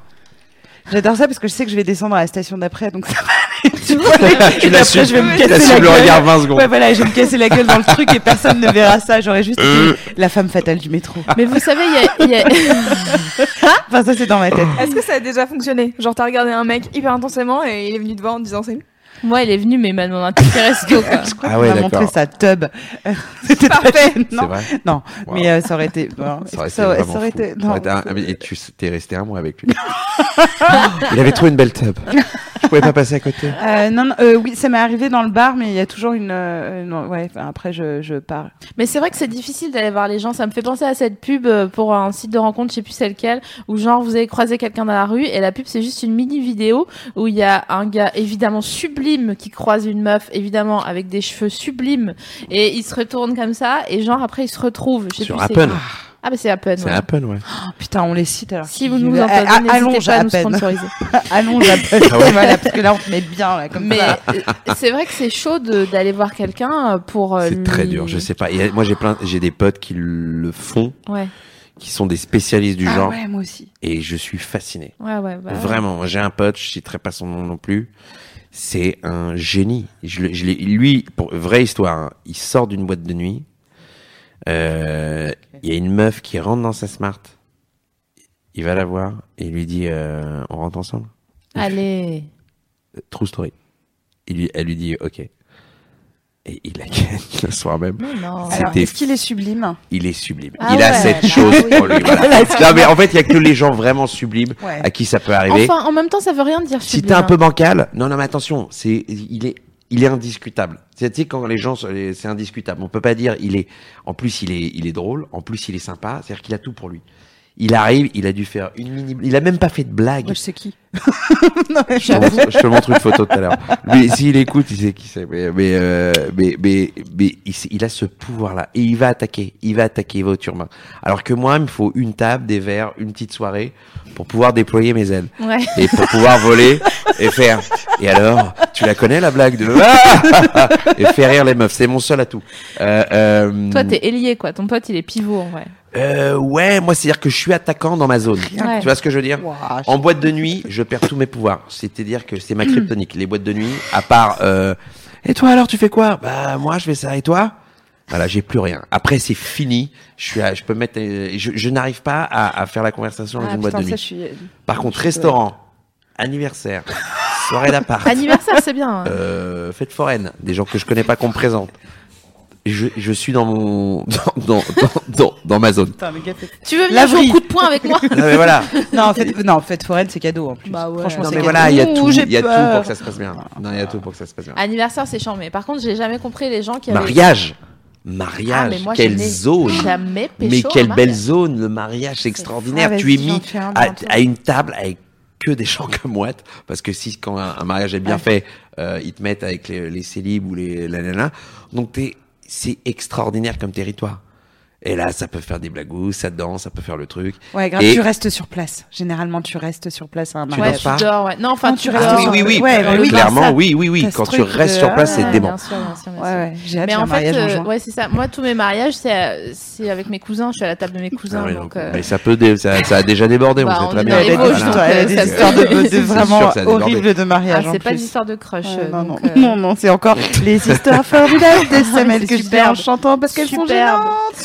J'adore ça parce que je sais que je vais descendre à la station d'après, donc ça va. tu vois, tu et l'assumes. après, je vais me Tu casser la l'assumes le gueule. regard 20 secondes. Ouais, voilà, je vais me casser la gueule dans le truc et personne ne verra ça. J'aurais juste Euh. été la femme fatale du métro. mais vous savez, il y a- il y a... Enfin, ça, c'est dans ma tête. Est-ce que ça a déjà fonctionné Genre, t'as regardé un mec hyper intensément et il est venu te voir en te disant c'est Moi, elle est venue, mais elle m'a demandé un Tiperesco, quoi. Je crois Ah qu'on ouais, m'a montré d'accord. sa tub. C'était parfait. C'est Non, vrai. non. Wow. mais euh, ça aurait été. bon, est-ce Ça aurait que été vraiment ça aurait fou. été- Ça non. aurait été un- ah, mais- Et tu t'es resté un mois avec lui. il avait trouvé une belle tub. Je pouvais pas passer à côté. Euh, non, non, euh, oui, ça m'est arrivé dans le bar, mais il y a toujours une. euh, une- ouais, enfin, après, je, je pars. Mais c'est vrai que c'est difficile d'aller voir les gens. Ça me fait penser à cette pub euh, pour un site de rencontre, je sais plus c'est lequel, où genre vous avez croisé quelqu'un dans la rue et la pub c'est juste une mini vidéo où il y a un gars évidemment sublime qui croise une meuf évidemment avec des cheveux sublimes et ils se retournent comme ça et genre après ils se retrouvent. Je sais Sur plus c'est- Apple. Ah bah c'est Apple. C'est ouais. Apple, ouais. Oh, putain, on les cite alors. Si qu'ils- vous nous euh, entendez, a- n'hésitez Allonge pas à à nous peine. sponsoriser. Allonge à peine. Ah ouais. Voilà, parce que là, on te met bien, là, comme Mais ça. euh, c'est vrai que c'est chaud de- d'aller voir quelqu'un euh, Oh, pour. euh, C'est très lui- dur, je sais pas. Et moi, j'ai plein, j'ai des potes qui le font, Ouais, qui sont des spécialistes du Ah genre, ouais, moi aussi. et je suis fasciné. ouais, ouais. bah ouais. Vraiment, moi, j'ai un pote, je citerai pas son nom non plus. C'est un génie. Je, le- je l'ai- lui, pour vraie histoire, hein, il sort d'une boîte de nuit. Euh, Il y a une meuf qui rentre dans sa smart. Il va la voir et il lui dit euh, On rentre ensemble Allez. True story. Il lui, elle lui dit Ok. Et il la gagne le soir même. Non, non. C'est- Alors, C'était- est-ce qu'il est sublime Il est sublime. Ah il a ouais, cette bah chose oui. en lui. voilà. non, mais en fait, il y a que les gens vraiment sublimes Ouais. à qui ça peut arriver. Enfin, en même temps, ça veut rien dire. Eh si sublime, t'es un hein. peu bancal, non, non, mais attention, c'est, il est, il est indiscutable. C'est, tu sais, quand les gens, sont- les- c'est indiscutable. On peut pas dire, il est, en plus, il est, il est drôle, en plus, il est sympa, c'est-à-dire qu'il a tout pour lui. Il arrive, il a dû faire une mini, il a même pas fait de blague. Moi, je sais qui. Je te, montre, je te montre une photo tout à l'heure. Mais s'il écoute, il sait qui c'est. Mais, mais, euh, mais, mais, mais il, sait- il a ce pouvoir-là. Et il va attaquer. Il va attaquer, il va au turban. Alors que moi, il me faut une table, des verres, une petite soirée pour pouvoir déployer mes ailes. Ouais. Et pour pouvoir voler et faire. Et alors, tu la connais la blague de. Ah et faire rire les meufs. C'est mon seul atout. Euh, euh, Toi, t'es ailier, quoi. Ton pote, il est pivot, en vrai. euh, ouais, moi, c'est-à-dire que je suis attaquant dans ma zone. Ouais. Tu vois ce que je veux dire Ouah, je- Hmm. en boîte de nuit, je perds tous mes pouvoirs. C'est-à-dire que c'est ma kryptonique. Les boîtes de nuit, à part. euh, et toi alors, tu fais quoi Bah moi, je fais ça. Et toi Voilà, j'ai plus rien. Après, c'est fini. Je suis, à- je peux mettre. euh, je je n'arrive pas à, à faire la conversation dans Ah, une boîte de putain, ça, nuit. je suis. Par contre, restaurant, anniversaire, soirée d'appart, Anniversaire, c'est bien. hein. euh, fête foraine, des gens que je connais pas qu'on me présente. Je, je suis dans mon dans dans, dans, dans- dans ma zone. Putain, le gars fait- tu veux venir la jouer vrille. au coup de poing avec moi Non mais voilà. Non, en fait, non, en fait, foraine, c'est cadeau en plus. Bah ouais. Franchement, Non c'est mais cadeau. voilà, il y a Ouh, tout, j'ai il y a tout peur. pour que ça se passe bien. Non, il y a tout pour que ça se passe bien. Anniversaire, c'est charmé. Par contre, j'ai jamais compris les gens qui avaient. Mariage. Ah, Mariage. mais moi, je quelle n'ai zone. Jamais pécho Mais un quelle mariage. belle zone. Le mariage, c'est extraordinaire. Ah, tu es vas-y, mis j'en fais un à, bientôt. à une table avec que des gens comme moi. Parce que si, quand un, un mariage est bien fait, euh, ils te mettent avec les, les célibes ou les la, la, la. Donc, t'es- c'est extraordinaire comme territoire. Et là, ça peut faire des blagous, ça danse, ça peut faire le truc. Ouais, grave, Et- tu restes sur place. Généralement, tu restes sur place à un Ouais, danses mariage. tu pas dors, ouais. Non, enfin, Non, tu tu dors. restes Ah sur- oui, oui, oui. ouais, dans le clairement, bar, ça- oui, oui, oui. t'as ce Quand tu truc restes de- sur place, Ah, c'est Ouais, dément. Bien sûr, bien sûr, bien Ouais, sûr. ouais. J'ai hâte Mais j'ai un en fait, mariage en euh, juin. ouais, c'est ça. Moi, tous mes mariages, c'est euh, c'est avec mes cousins. Je suis à la table de mes Ah cousins. oui, donc, donc, euh, Mais ça peut, dé- ça, ça a déjà débordé, Bah, on on sait très est bien. dans les Elle a Vosges, des donc, histoires- elle a euh, des ça se histoires peut. de, de C'est vraiment sûr que ça a débordé. horribles de ah, mariage en c'est pas plus. des histoires de crush. Ouais, euh, non, non, donc, euh, non, non, c'est encore les histoires formidables des semelles c'est que je fais superbe. en chantant parce qu'elles sont superbe, gênantes.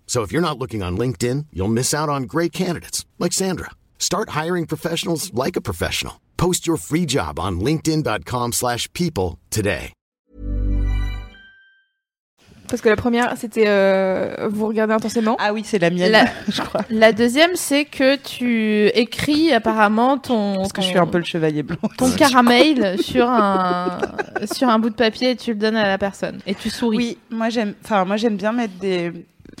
So if you're not looking on LinkedIn, you'll miss out on great candidates like Sandra. Start hiring professionals like a professional. Post your free job on linkedin.com/people slash people today. Parce que la première c'était euh, vous regardez intensément. Ah oui, c'est la mienne, La- je crois. La deuxième, c'est que tu écris apparemment ton. Parce que je ton- suis un peu le chevalier blanc. ton caramel sur un sur un bout de papier et tu le donnes à la personne et tu souris. Oui, moi j'aime, enfin moi j'aime bien mettre des,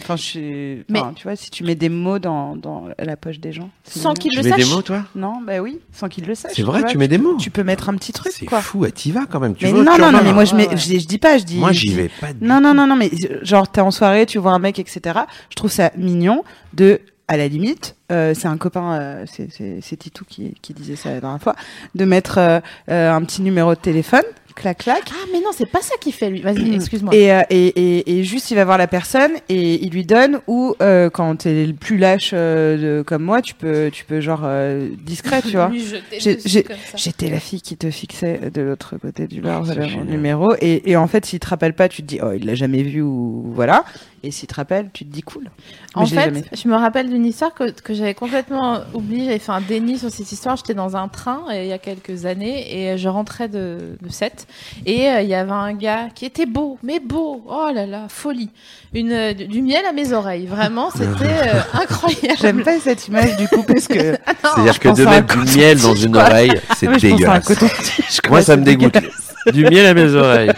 enfin je suis, Mais- enfin, tu vois, si tu mets des mots dans, dans la poche des gens, c'est Sans mignon. qu'ils Tu le mets sachent. des mots, toi Non, bah oui, sans qu'ils le sachent. C'est vrai, vois, tu mets des mots. Tu peux mettre un petit truc, C'est quoi. fou, elle t'y va quand même. Tu mais vois, non, tu non, en as non, mais un. moi je Ouais, mets, ouais. je, je dis pas, je dis. Moi, je j'y dis- vais pas. du Non, non, non, non, mais je- genre t'es en soirée, tu vois un mec, etc. Je trouve ça mignon de, à la limite, euh, c'est un copain, euh, c'est- c'est c'est Titou qui, qui disait ça la dernière fois, de mettre euh, euh, un petit numéro de téléphone clac, clac. Ah, mais non, c'est pas ça qu'il fait, lui. Vas-y, excuse-moi. Et, euh, et, et, et juste, il va voir la personne et il lui donne, ou euh, quand t'es le plus lâche euh, de- comme moi, tu peux, tu peux genre euh, discret, tu vois. Lui jeter J'ai- dessus j'ai- comme ça. J'étais la fille qui te fixait de l'autre côté du bar, Ah, c'est voilà mon génial. numéro. Et, et en fait, s'il te rappelle pas, tu te dis, oh, il l'a jamais vu ou voilà. Et s'il te rappelle, tu te dis cool. Mais En je l'ai fait, jamais je me rappelle d'une histoire que, que j'avais complètement oubliée. J'avais fait un déni sur cette histoire. J'étais dans un train euh, il y a quelques années et euh, je rentrais de, de 7. Et euh, il y avait un gars qui était beau, mais beau. Oh là là, folie. Une, euh, du, du miel à mes oreilles. Vraiment, c'était euh, incroyable. J'aime pas cette image du coup parce que Ah non, C'est-à-dire que pense de à un mettre du miel dans coton-tige, une quoi. oreille, c'est Ouais, je pense à un dégueulasse. coton-tige, quoi, Moi, ça c'est me dégoûte. dégueulasse. Du miel à mes oreilles.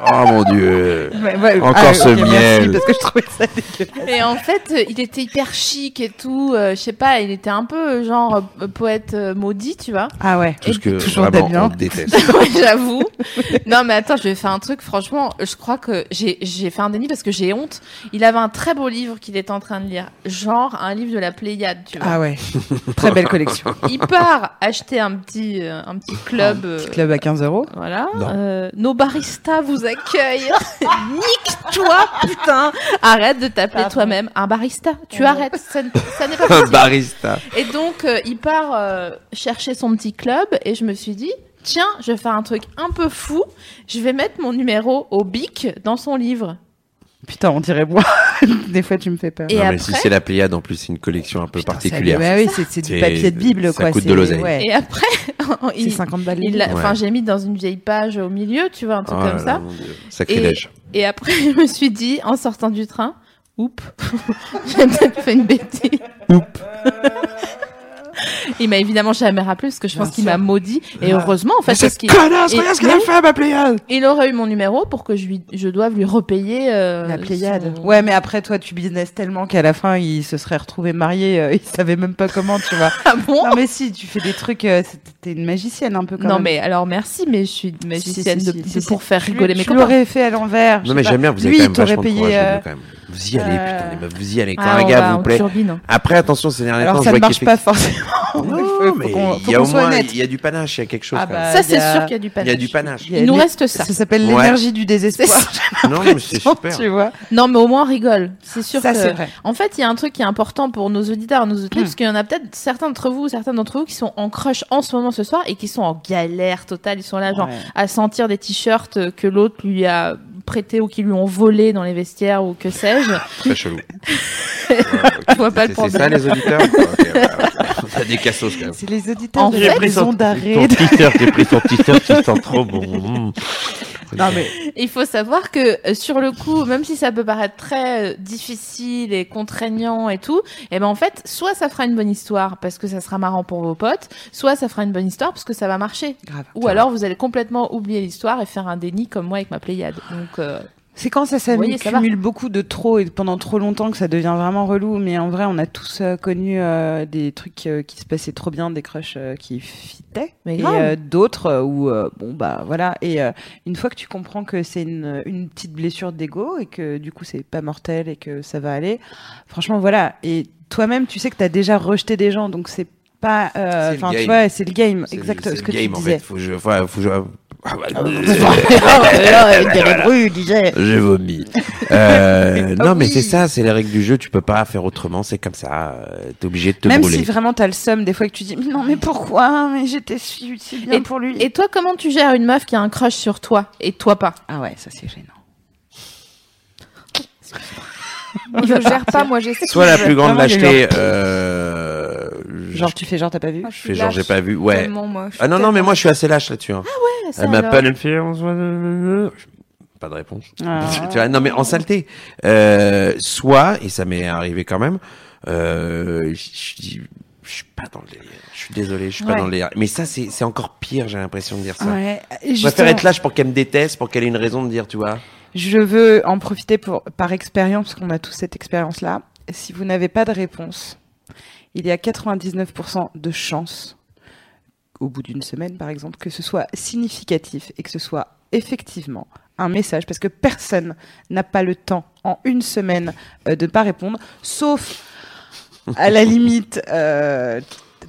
oh mon dieu. Ouais, ouais, Encore ah, ce ok, merci, miel. parce que je trouvais ça dégueulasse. Et en fait, euh, il était hyper chic et tout. euh, je sais pas, il était un peu euh, genre euh, poète euh, maudit, tu vois. Ah ouais. Tout ce que toujours vraiment on Damien. déteste. Ouais, J'avoue. Non, mais attends, je vais faire un truc. Franchement, je crois que j'ai j'ai fait un déni parce que j'ai honte. Il avait un très beau livre qu'il était en train de lire. Genre un livre de la Pléiade, tu vois. Ah ouais. Très belle collection. Il part acheter un petit, euh, un petit club. euh, Club à 15 euros. Voilà. Non. Euh, nos baristas vous accueillent. Nique-toi, putain. Arrête de t'appeler toi-même un barista. Tu arrêtes. Ça, n- ça n'est pas Un possible. barista. Et donc, euh, il part euh, chercher son petit club et je me suis dit, tiens, je vais faire un truc un peu fou. Je vais mettre mon numéro au bic dans son livre. Putain, on dirait moi. Des fois, tu me fais peur. Et non, mais après, si c'est la Pléiade, en plus, c'est une collection un peu Putain, ça- particulière. ouais, oui, c'est c'est C'est- du papier de Bible, ça quoi. coûte de c'est- l'oseille. ouais. et après, C'est il, 50 balles. il les l'a- Ouais. enfin, j'ai mis dans une vieille page au milieu, tu vois, un truc Oh là comme là, ça. mon Dieu. Sacrilège. Et après, je me suis dit, en sortant du train, oups, j'ai peut-être fait une bêtise. Il m'a évidemment jamais rappelé parce que je pense qu'il m'a maudit. Ah. Et heureusement, en fait, parce qu'il connasse, et- regarde ce qu'elle a mais- fait à ma Pléiade. Il aurait eu mon numéro pour que je, lui, je doive lui repayer. euh, La Pléiade. son- Ouais, mais après, toi, tu business tellement qu'à la fin, il se serait retrouvé marié. euh, il savait même pas comment, tu vois. Ah bon Non, mais si, tu fais des trucs. euh, c'est- T'es une magicienne, un peu quand Non, même. mais alors merci, mais je suis magicienne Si, si, de- si, de- si, pour si. faire Tu- rigoler mes Tu copains. l'aurais fait à l'envers. je Non, sais mais pas. j'aime bien, vous avez Lui, quand il même t'aurait vachement de payé. courage, les euh, deux, quand même. Vous y allez, euh, putain, les meufs, vous y allez. Quand Ah, un on gars va- vous on plaît. turbine. Après, attention, ces derniers temps, Alors, je ça vois ne marche pas qu'effectivement- forcément. Non, mais il y a au moins, il y a du panache, il y a quelque chose. Ah quand même. bah, Ça, il y c'est a- sûr qu'il y a du Il panache. y a du panache. Il nous reste ça. Ça s'appelle Ouais. l'énergie du désespoir. Non, mais c'est super. Tu vois. Non, mais au moins on rigole. C'est Hmm. sûr Ça, que- c'est vrai. En fait, il y a un truc qui est important pour nos auditeurs, nos auditeurs, parce qu'il y en a peut-être certains d'entre vous, certains d'entre vous qui sont en crush en ce moment ce soir et qui sont en galère totale. Ils sont là, genre, Ouais. à sentir des t-shirts que l'autre lui a prêté ou qui lui ont volé dans les vestiaires ou que sais-je. Très chelou. Je vois pas le C'est- problème. C'est ça, les auditeurs Ok, bah, ok. T'as des cassos, quand même. C'est les auditeurs En de fait, la J'ai pris maison d'arrêt. Ton t-shirt, j'ai pris ton t-shirt qui sent trop bon. Mmh. Non, mais Il faut savoir que euh, sur le coup, même si ça peut paraître très euh, difficile et contraignant et tout, eh ben en fait, soit ça fera une bonne histoire parce que ça sera marrant pour vos potes, soit ça fera une bonne histoire parce que ça va marcher. grave. Ou alors vous allez complètement oublier l'histoire et faire un déni comme moi avec ma Pléiade. Donc euh, C'est quand ça s'accumule voyez, ça va. cumule beaucoup de trop et pendant trop longtemps que ça devient vraiment relou. Mais en vrai, on a tous euh, connu euh, des trucs euh, qui se passaient trop bien, des crushs euh, qui fitaient, Mais et grave. euh, d'autres euh, où euh, bon bah voilà. Et euh, une fois que tu comprends que c'est une, une petite blessure d'ego et que du coup c'est pas mortel et que ça va aller, franchement voilà. Et toi-même, tu sais que t'as déjà rejeté des gens, donc c'est pas. C'est euh, le Enfin, tu game. vois, c'est le game. C'est le- Exact. c'est Ce le que game, tu en disais. Euh, fait. Faut que je- faut- faut que je- Ah, bah, Oh, J'ai vomi. Euh, Ah non, mais c'est ça, c'est les règles du jeu. Tu peux pas faire autrement. C'est comme ça. euh, T'es obligé de te Même brûler. si vraiment t'as le seum, des fois que tu dis non mais pourquoi Mais j'étais si si bien pour lui. Et toi, comment tu gères une meuf qui a un crush sur toi et toi pas Ah ouais, ça c'est gênant. Je gère pas, moi j'essaie. Soit la plus grande Vraiment, j'ai lâcheté. Euh, Genre tu fais genre t'as pas vu Ah, je je suis fais genre lâche j'ai pas vu. Ouais. tellement, moi. Je suis Ah non non mais tellement- moi je suis assez lâche là-dessus. hein. Ah Ça, Elle m'a alors pas Elle me fait, on se voit. euh, pas de réponse. Ah. tu vois, non mais en saleté. Euh, soit et ça m'est arrivé quand même. Euh, je je dis, je suis pas dans le délire. Je suis désolé, je suis pas Ouais. dans le délire. Mais ça c'est c'est encore pire. J'ai l'impression de dire ça. Ouais, et Je préfère justement, être lâche pour qu'elle me déteste, pour qu'elle ait une raison de dire, tu vois. Je veux en profiter pour par expérience parce qu'on a tous cette expérience là. Si vous n'avez pas de réponse, il y a 99% de chances au bout d'une semaine par exemple que ce soit significatif et que ce soit effectivement un message parce que personne n'a pas le temps en une semaine euh, de pas répondre sauf à la limite euh,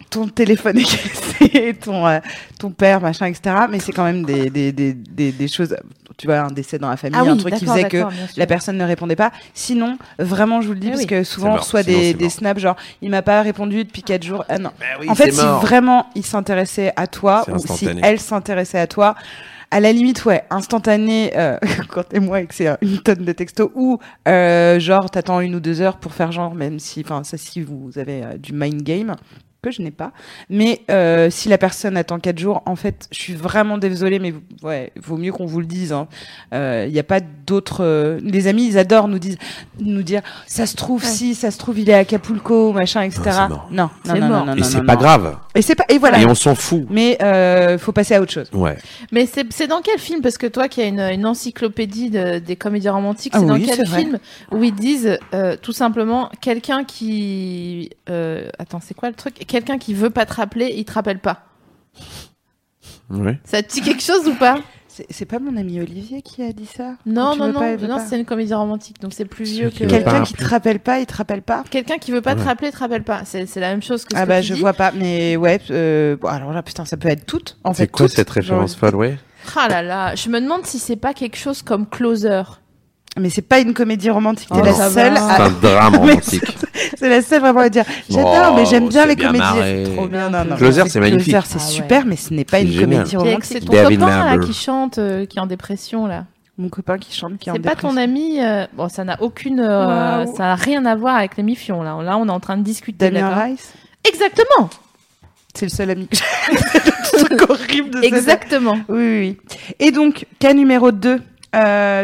ton téléphone est cassé, ton, euh, ton père, machin, etc. Mais c'est quand même des, des, des, des, des choses. Tu vois, un décès dans la famille, Ah oui, un truc qui d'accord, faisait que d'accord, bien sûr. la personne ne répondait pas. Sinon, vraiment, je vous le dis, Eh parce oui. que souvent, mort, on reçoit sinon des, c'est des mort. snaps genre, il m'a pas répondu depuis 4 jours. Ah non. Bah oui, en fait, c'est si mort. vraiment il s'intéressait à toi, C'est ou si instantané. elle s'intéressait à toi, à la limite, ouais, instantané, euh, quand t'es moi et que c'est euh, une tonne de textos, ou euh, genre t'attends une ou deux heures pour faire genre, même si, enfin, ça si vous avez euh, du mind game, que je n'ai pas. Mais euh, si la personne attend quatre jours, en fait, je suis vraiment désolée, mais vous- ouais, vaut mieux qu'on vous le dise. Il hein. Euh, y a pas d'autres. euh, les amis, ils adorent nous, disent, nous dire, ça se trouve Ouais. si, ça se trouve il est à Acapulco, machin, etc. Non, c'est mort. Non, non, C'est non, non, mort. non, Et non, c'est non, pas non. grave. Et c'est pas. Et voilà. Et on s'en fout. Mais euh, faut passer à autre chose. Ouais. Mais c'est c'est dans quel film Parce que toi qui as une, une encyclopédie de- des comédies romantiques, Ah c'est dans oui, c'est quel vrai. film où ils disent euh, tout simplement quelqu'un qui euh, attends c'est quoi le truc Quelqu'un qui veut pas te rappeler, il te rappelle pas. Ouais. Ça te dit quelque chose ou pas C'est c'est pas mon ami Olivier qui a dit ça Non Tu non veux non pas, il veut non pas. c'est une comédie romantique donc c'est plus vieux que qui veut pas Quelqu'un rappeler. qui te rappelle pas, il te rappelle pas quelqu'un qui veut pas te Ouais. rappeler, te rappelle pas. C'est c'est la même chose que ce Ah que bah tu je dis. vois pas, mais ouais. euh, bon, alors là, putain, ça peut être toutes. En fait, C'est quoi toutes. cette référence Genre- folle, ouais Ah là là, je me demande si c'est pas quelque chose comme Closer. Mais c'est pas une comédie romantique. T'es Oh, la ça seule. va. C'est à- un drame Ah. Mais romantique. C'est la seule vraiment à dire. J'adore, Oh, mais j'aime bien c'est les bien marré. comédies. Trop bien, non, non. Closer, c'est magnifique. Closer, c'est Ah ouais. super, mais ce n'est pas C'est une génial. comédie Avec- C'est romantique. ton David copain là, Marble. qui chante, euh, qui est en dépression là. Mon copain qui chante, qui est en C'est pas ton dépression. ami. euh, Bon, ça n'a aucune. euh, Waouh. Ça n'a rien à voir avec les mifions. Là, là, on est en train de discuter. Damien d'accord Rice. Exactement. C'est le seul ami que j'ai. le truc horrible de cette- Exactement. Oui, oui, oui. Et donc, cas numéro 2.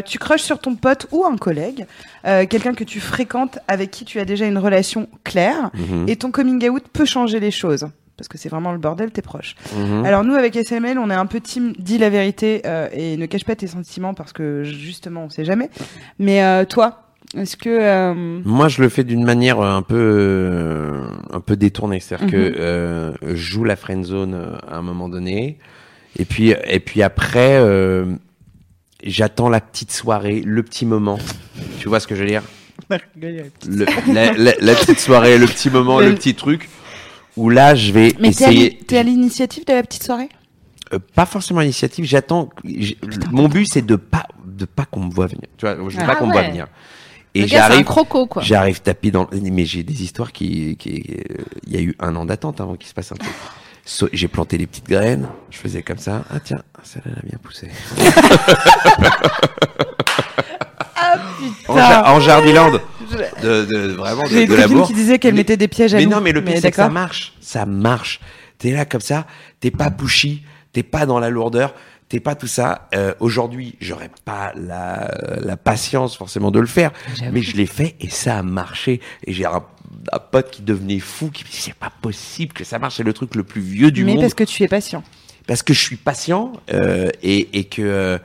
tu crushes sur ton pote ou un collègue, euh, quelqu'un que tu fréquentes avec qui tu as déjà une relation claire, Mhm. et ton coming out peut changer les choses. Parce que c'est vraiment le bordel, t'es proche. Mhm. Alors nous, avec SML, on est un peu team dis la vérité euh, et ne cache pas tes sentiments parce que justement, on sait jamais. Mais euh, toi, est-ce que... euh, Moi, je le fais d'une manière euh, un peu, euh, un peu détournée. C'est-à-dire Mhm. que euh, je joue la friend zone euh, à un moment donné, et puis, et puis après, euh, j'attends la petite soirée, le petit moment. Tu vois ce que je veux dire Le- la, la- la petite soirée, le petit moment, Le- le petit truc. Où là, je vais Mais t'es à essayer. l'i- t'es à l'initiative de la petite soirée Euh, pas forcément l'initiative. J'attends. j'ai- Mon but, c'est de pas, de pas qu'on me voit venir. Tu vois, je veux Ah pas qu'on me voit ouais. venir. Et Le gars, c'est un j'arrive. croco quoi. J'arrive tapis dans. le- Mais j'ai des histoires qui. qui- euh, Il y a eu un an d'attente avant qu'il se passe un truc. So- j'ai planté les petites graines, je faisais comme ça. Ah tiens, celle-là elle a bien poussé. Ah, En, ja en Jardiland. De, de- vraiment, Oh, de, J'ai une de copine l'amour. qui disait qu'elle Mais- mettait des pièges à Mais nous. non, mais le pire, Mais c'est que ça d'accord. marche. Ça marche. T'es là comme ça, t'es pas pushy, t'es pas dans la lourdeur, t'es pas tout ça. Euh, Aujourd'hui, j'aurais pas la, la patience forcément de le faire, mais je l'ai fait et ça a marché. Et j'ai un, un pote qui devenait fou, qui me dit c'est pas possible que ça marche, c'est le truc le plus vieux du Mais monde parce que tu es patient. parce que je suis patient euh, et, et que euh,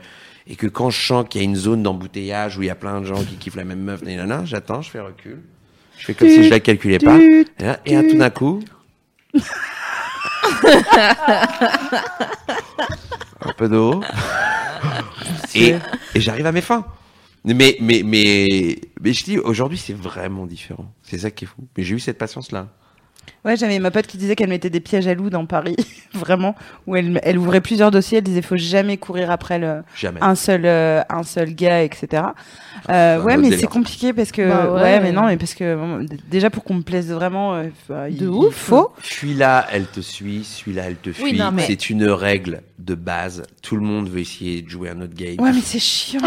et que quand je sens qu'il y a une zone d'embouteillage où il y a plein de gens qui kiffent la même meuf, nanana, j'attends, je fais recul, je fais comme si je la calculais pas, et là, Hein, et là, tout d'un coup. un peu d'eau et, et j'arrive à mes fins mais mais mais mais je dis aujourd'hui c'est vraiment différent c'est ça qui est fou mais j'ai eu cette patience là Ouais, j'avais ma pote qui disait qu'elle mettait des pièges à loup dans Paris, vraiment, où elle, elle ouvrait plusieurs dossiers, elle disait faut jamais courir après le, jamais Ah, un seul euh, un seul gars etc Ah, euh, ouais autre mais délire. c'est compliqué parce que Bah ouais, ouais. mais non mais parce que bon, d- déjà pour qu'on me plaise vraiment euh, bah, il- De il ouf. faut Celui-là, elle te suit, celui-là, elle te fuit. non, mais- C'est une règle de base. Tout le monde veut essayer de jouer un autre game. ouais mais c'est chiant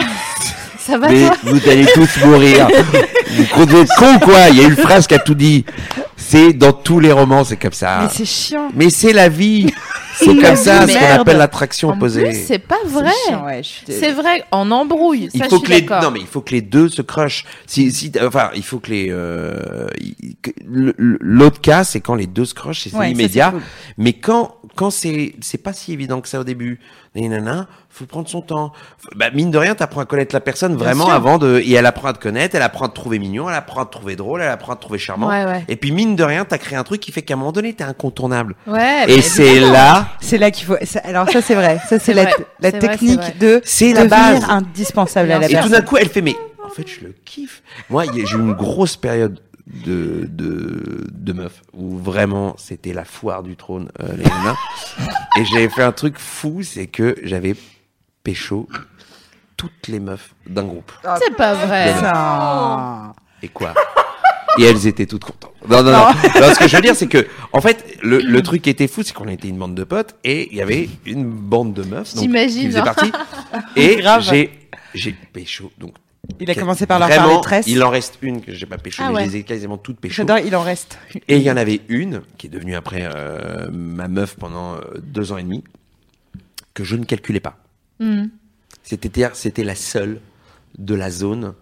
Ça va Mais Bah, toi vous allez tous mourir. vous comptez être con, quoi. Il y a une phrase qui a tout dit. C'est dans tous les romans, c'est comme mais ça. c'est chiant Mais c'est la vie. C'est Mais comme ça, oui, ce qu'on merde. appelle l'attraction En opposée. plus, c'est pas vrai. C'est chiant, ouais, je suis dé- C'est vrai en embrouille. il ça, faut je que suis les d'accord. non mais il faut que les deux se crushent. Si si enfin il faut que les euh, il- que- le- le- l'autre cas c'est quand les deux se crushent et c'est Ouais, ça, immédiat. c'est cool. Mais quand quand c'est c'est pas si évident que ça au début. Nanana, faut prendre son temps. Faut- Bah mine de rien t'apprends à connaître la personne vraiment sûr. avant de et elle apprend à te connaître, elle apprend à te trouver mignon, elle apprend à te trouver drôle, elle apprend à te trouver charmant. Ouais, ouais. Et puis mine de rien t'as créé un truc qui fait qu'à un moment donné t'es incontournable. Ouais. et bah, c'est évidemment. là c'est là qu'il faut ça- alors ça c'est vrai ça c'est C'est la, vrai, la c'est vrai, technique c'est vrai. de C'est la devenir base. indispensable à la Et tout personne d'un coup, elle fait, mais en fait, je le kiffe. Moi, il y a- j'ai eu une grosse période de, de, de meufs où vraiment c'était la foire du trône, euh, les nanas. Et j'avais fait un truc fou, c'est que j'avais pécho toutes les meufs d'un groupe. C'est pas vrai. Ça. Oh. Et quoi Et elles étaient toutes contentes. Non, non, non. Non, ce que je veux dire, c'est que, en fait, le, le truc qui était fou, c'est qu'on était une bande de potes et il y avait une bande de meufs. donc, J'imagine, Qui faisait genre. partie. Et Grave. j'ai, j'ai pécho. Donc, Il a commencé par leur vraiment, parler de tresse. Il en reste une que j'ai pas pécho, Ah mais ouais. je les ai quasiment toutes pécho. J'adore, il en reste. Et il y en avait une qui est devenue après euh, ma meuf pendant euh, deux ans et demi que je ne calculais pas. C'était c'était la seule de la zone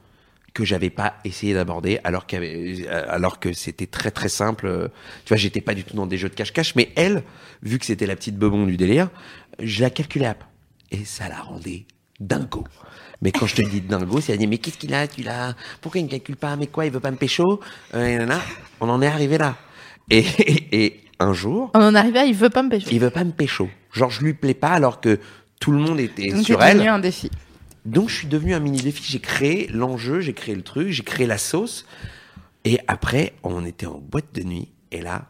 que j'avais pas essayé d'aborder alors qu'il y avait- euh, alors que c'était très très simple. euh, Tu vois, j'étais pas du tout dans des jeux de cache-cache, mais elle, vu que c'était la petite bebon du délire, je la calculais à et ça la rendait dingo. Mais quand je te dis dingo, c'est à dire mais qu'est-ce qu'il a, tu l'as, pourquoi il ne calcule pas, mais quoi, il veut pas me pécho, Euh, et nanana. on en est arrivé là. Et, et, et un jour, On en arrive à il veut pas me pêcher. il veut pas me pécho. Genre je lui plais pas alors que tout le monde était Donc, sur t'es elle. devenu un défi. Donc je suis devenu un mini défi. J'ai créé l'enjeu, j'ai créé le truc, j'ai créé la sauce. Et après, on était en boîte de nuit. Et là,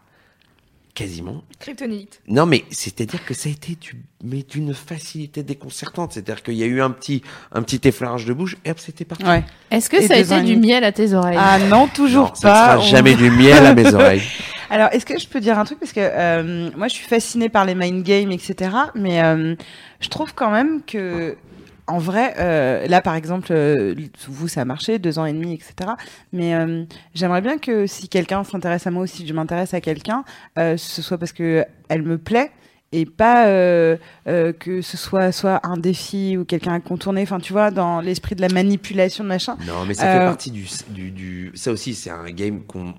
quasiment. Kryptonite. Non, mais c'est-à-dire que ça a été du- mais d'une facilité déconcertante. C'est-à-dire qu'il y a eu un petit, un petit effleurage de bouche et hop, c'était parti. Ouais. Est-ce que Et ça a deux ans été et du demi. miel à tes oreilles Ah non, toujours Non, pas. Ça ne On- sera jamais du miel à mes oreilles. Alors, est-ce que je peux dire un truc Parce que euh, moi, je suis fascinée par les mind games, etc. Mais euh, je trouve quand même que, en vrai, euh, là, par exemple, euh, vous, ça a marché, deux ans et demi, etc. Mais euh, j'aimerais bien que si quelqu'un s'intéresse à moi ou si je m'intéresse à quelqu'un, euh, ce soit parce que elle me plaît et pas euh, euh, que ce soit soit un défi ou quelqu'un à contourner. Enfin, tu vois, dans l'esprit de la manipulation de machin. Non, mais ça Euh, fait partie du, du, du- Ça aussi, c'est un game qu'on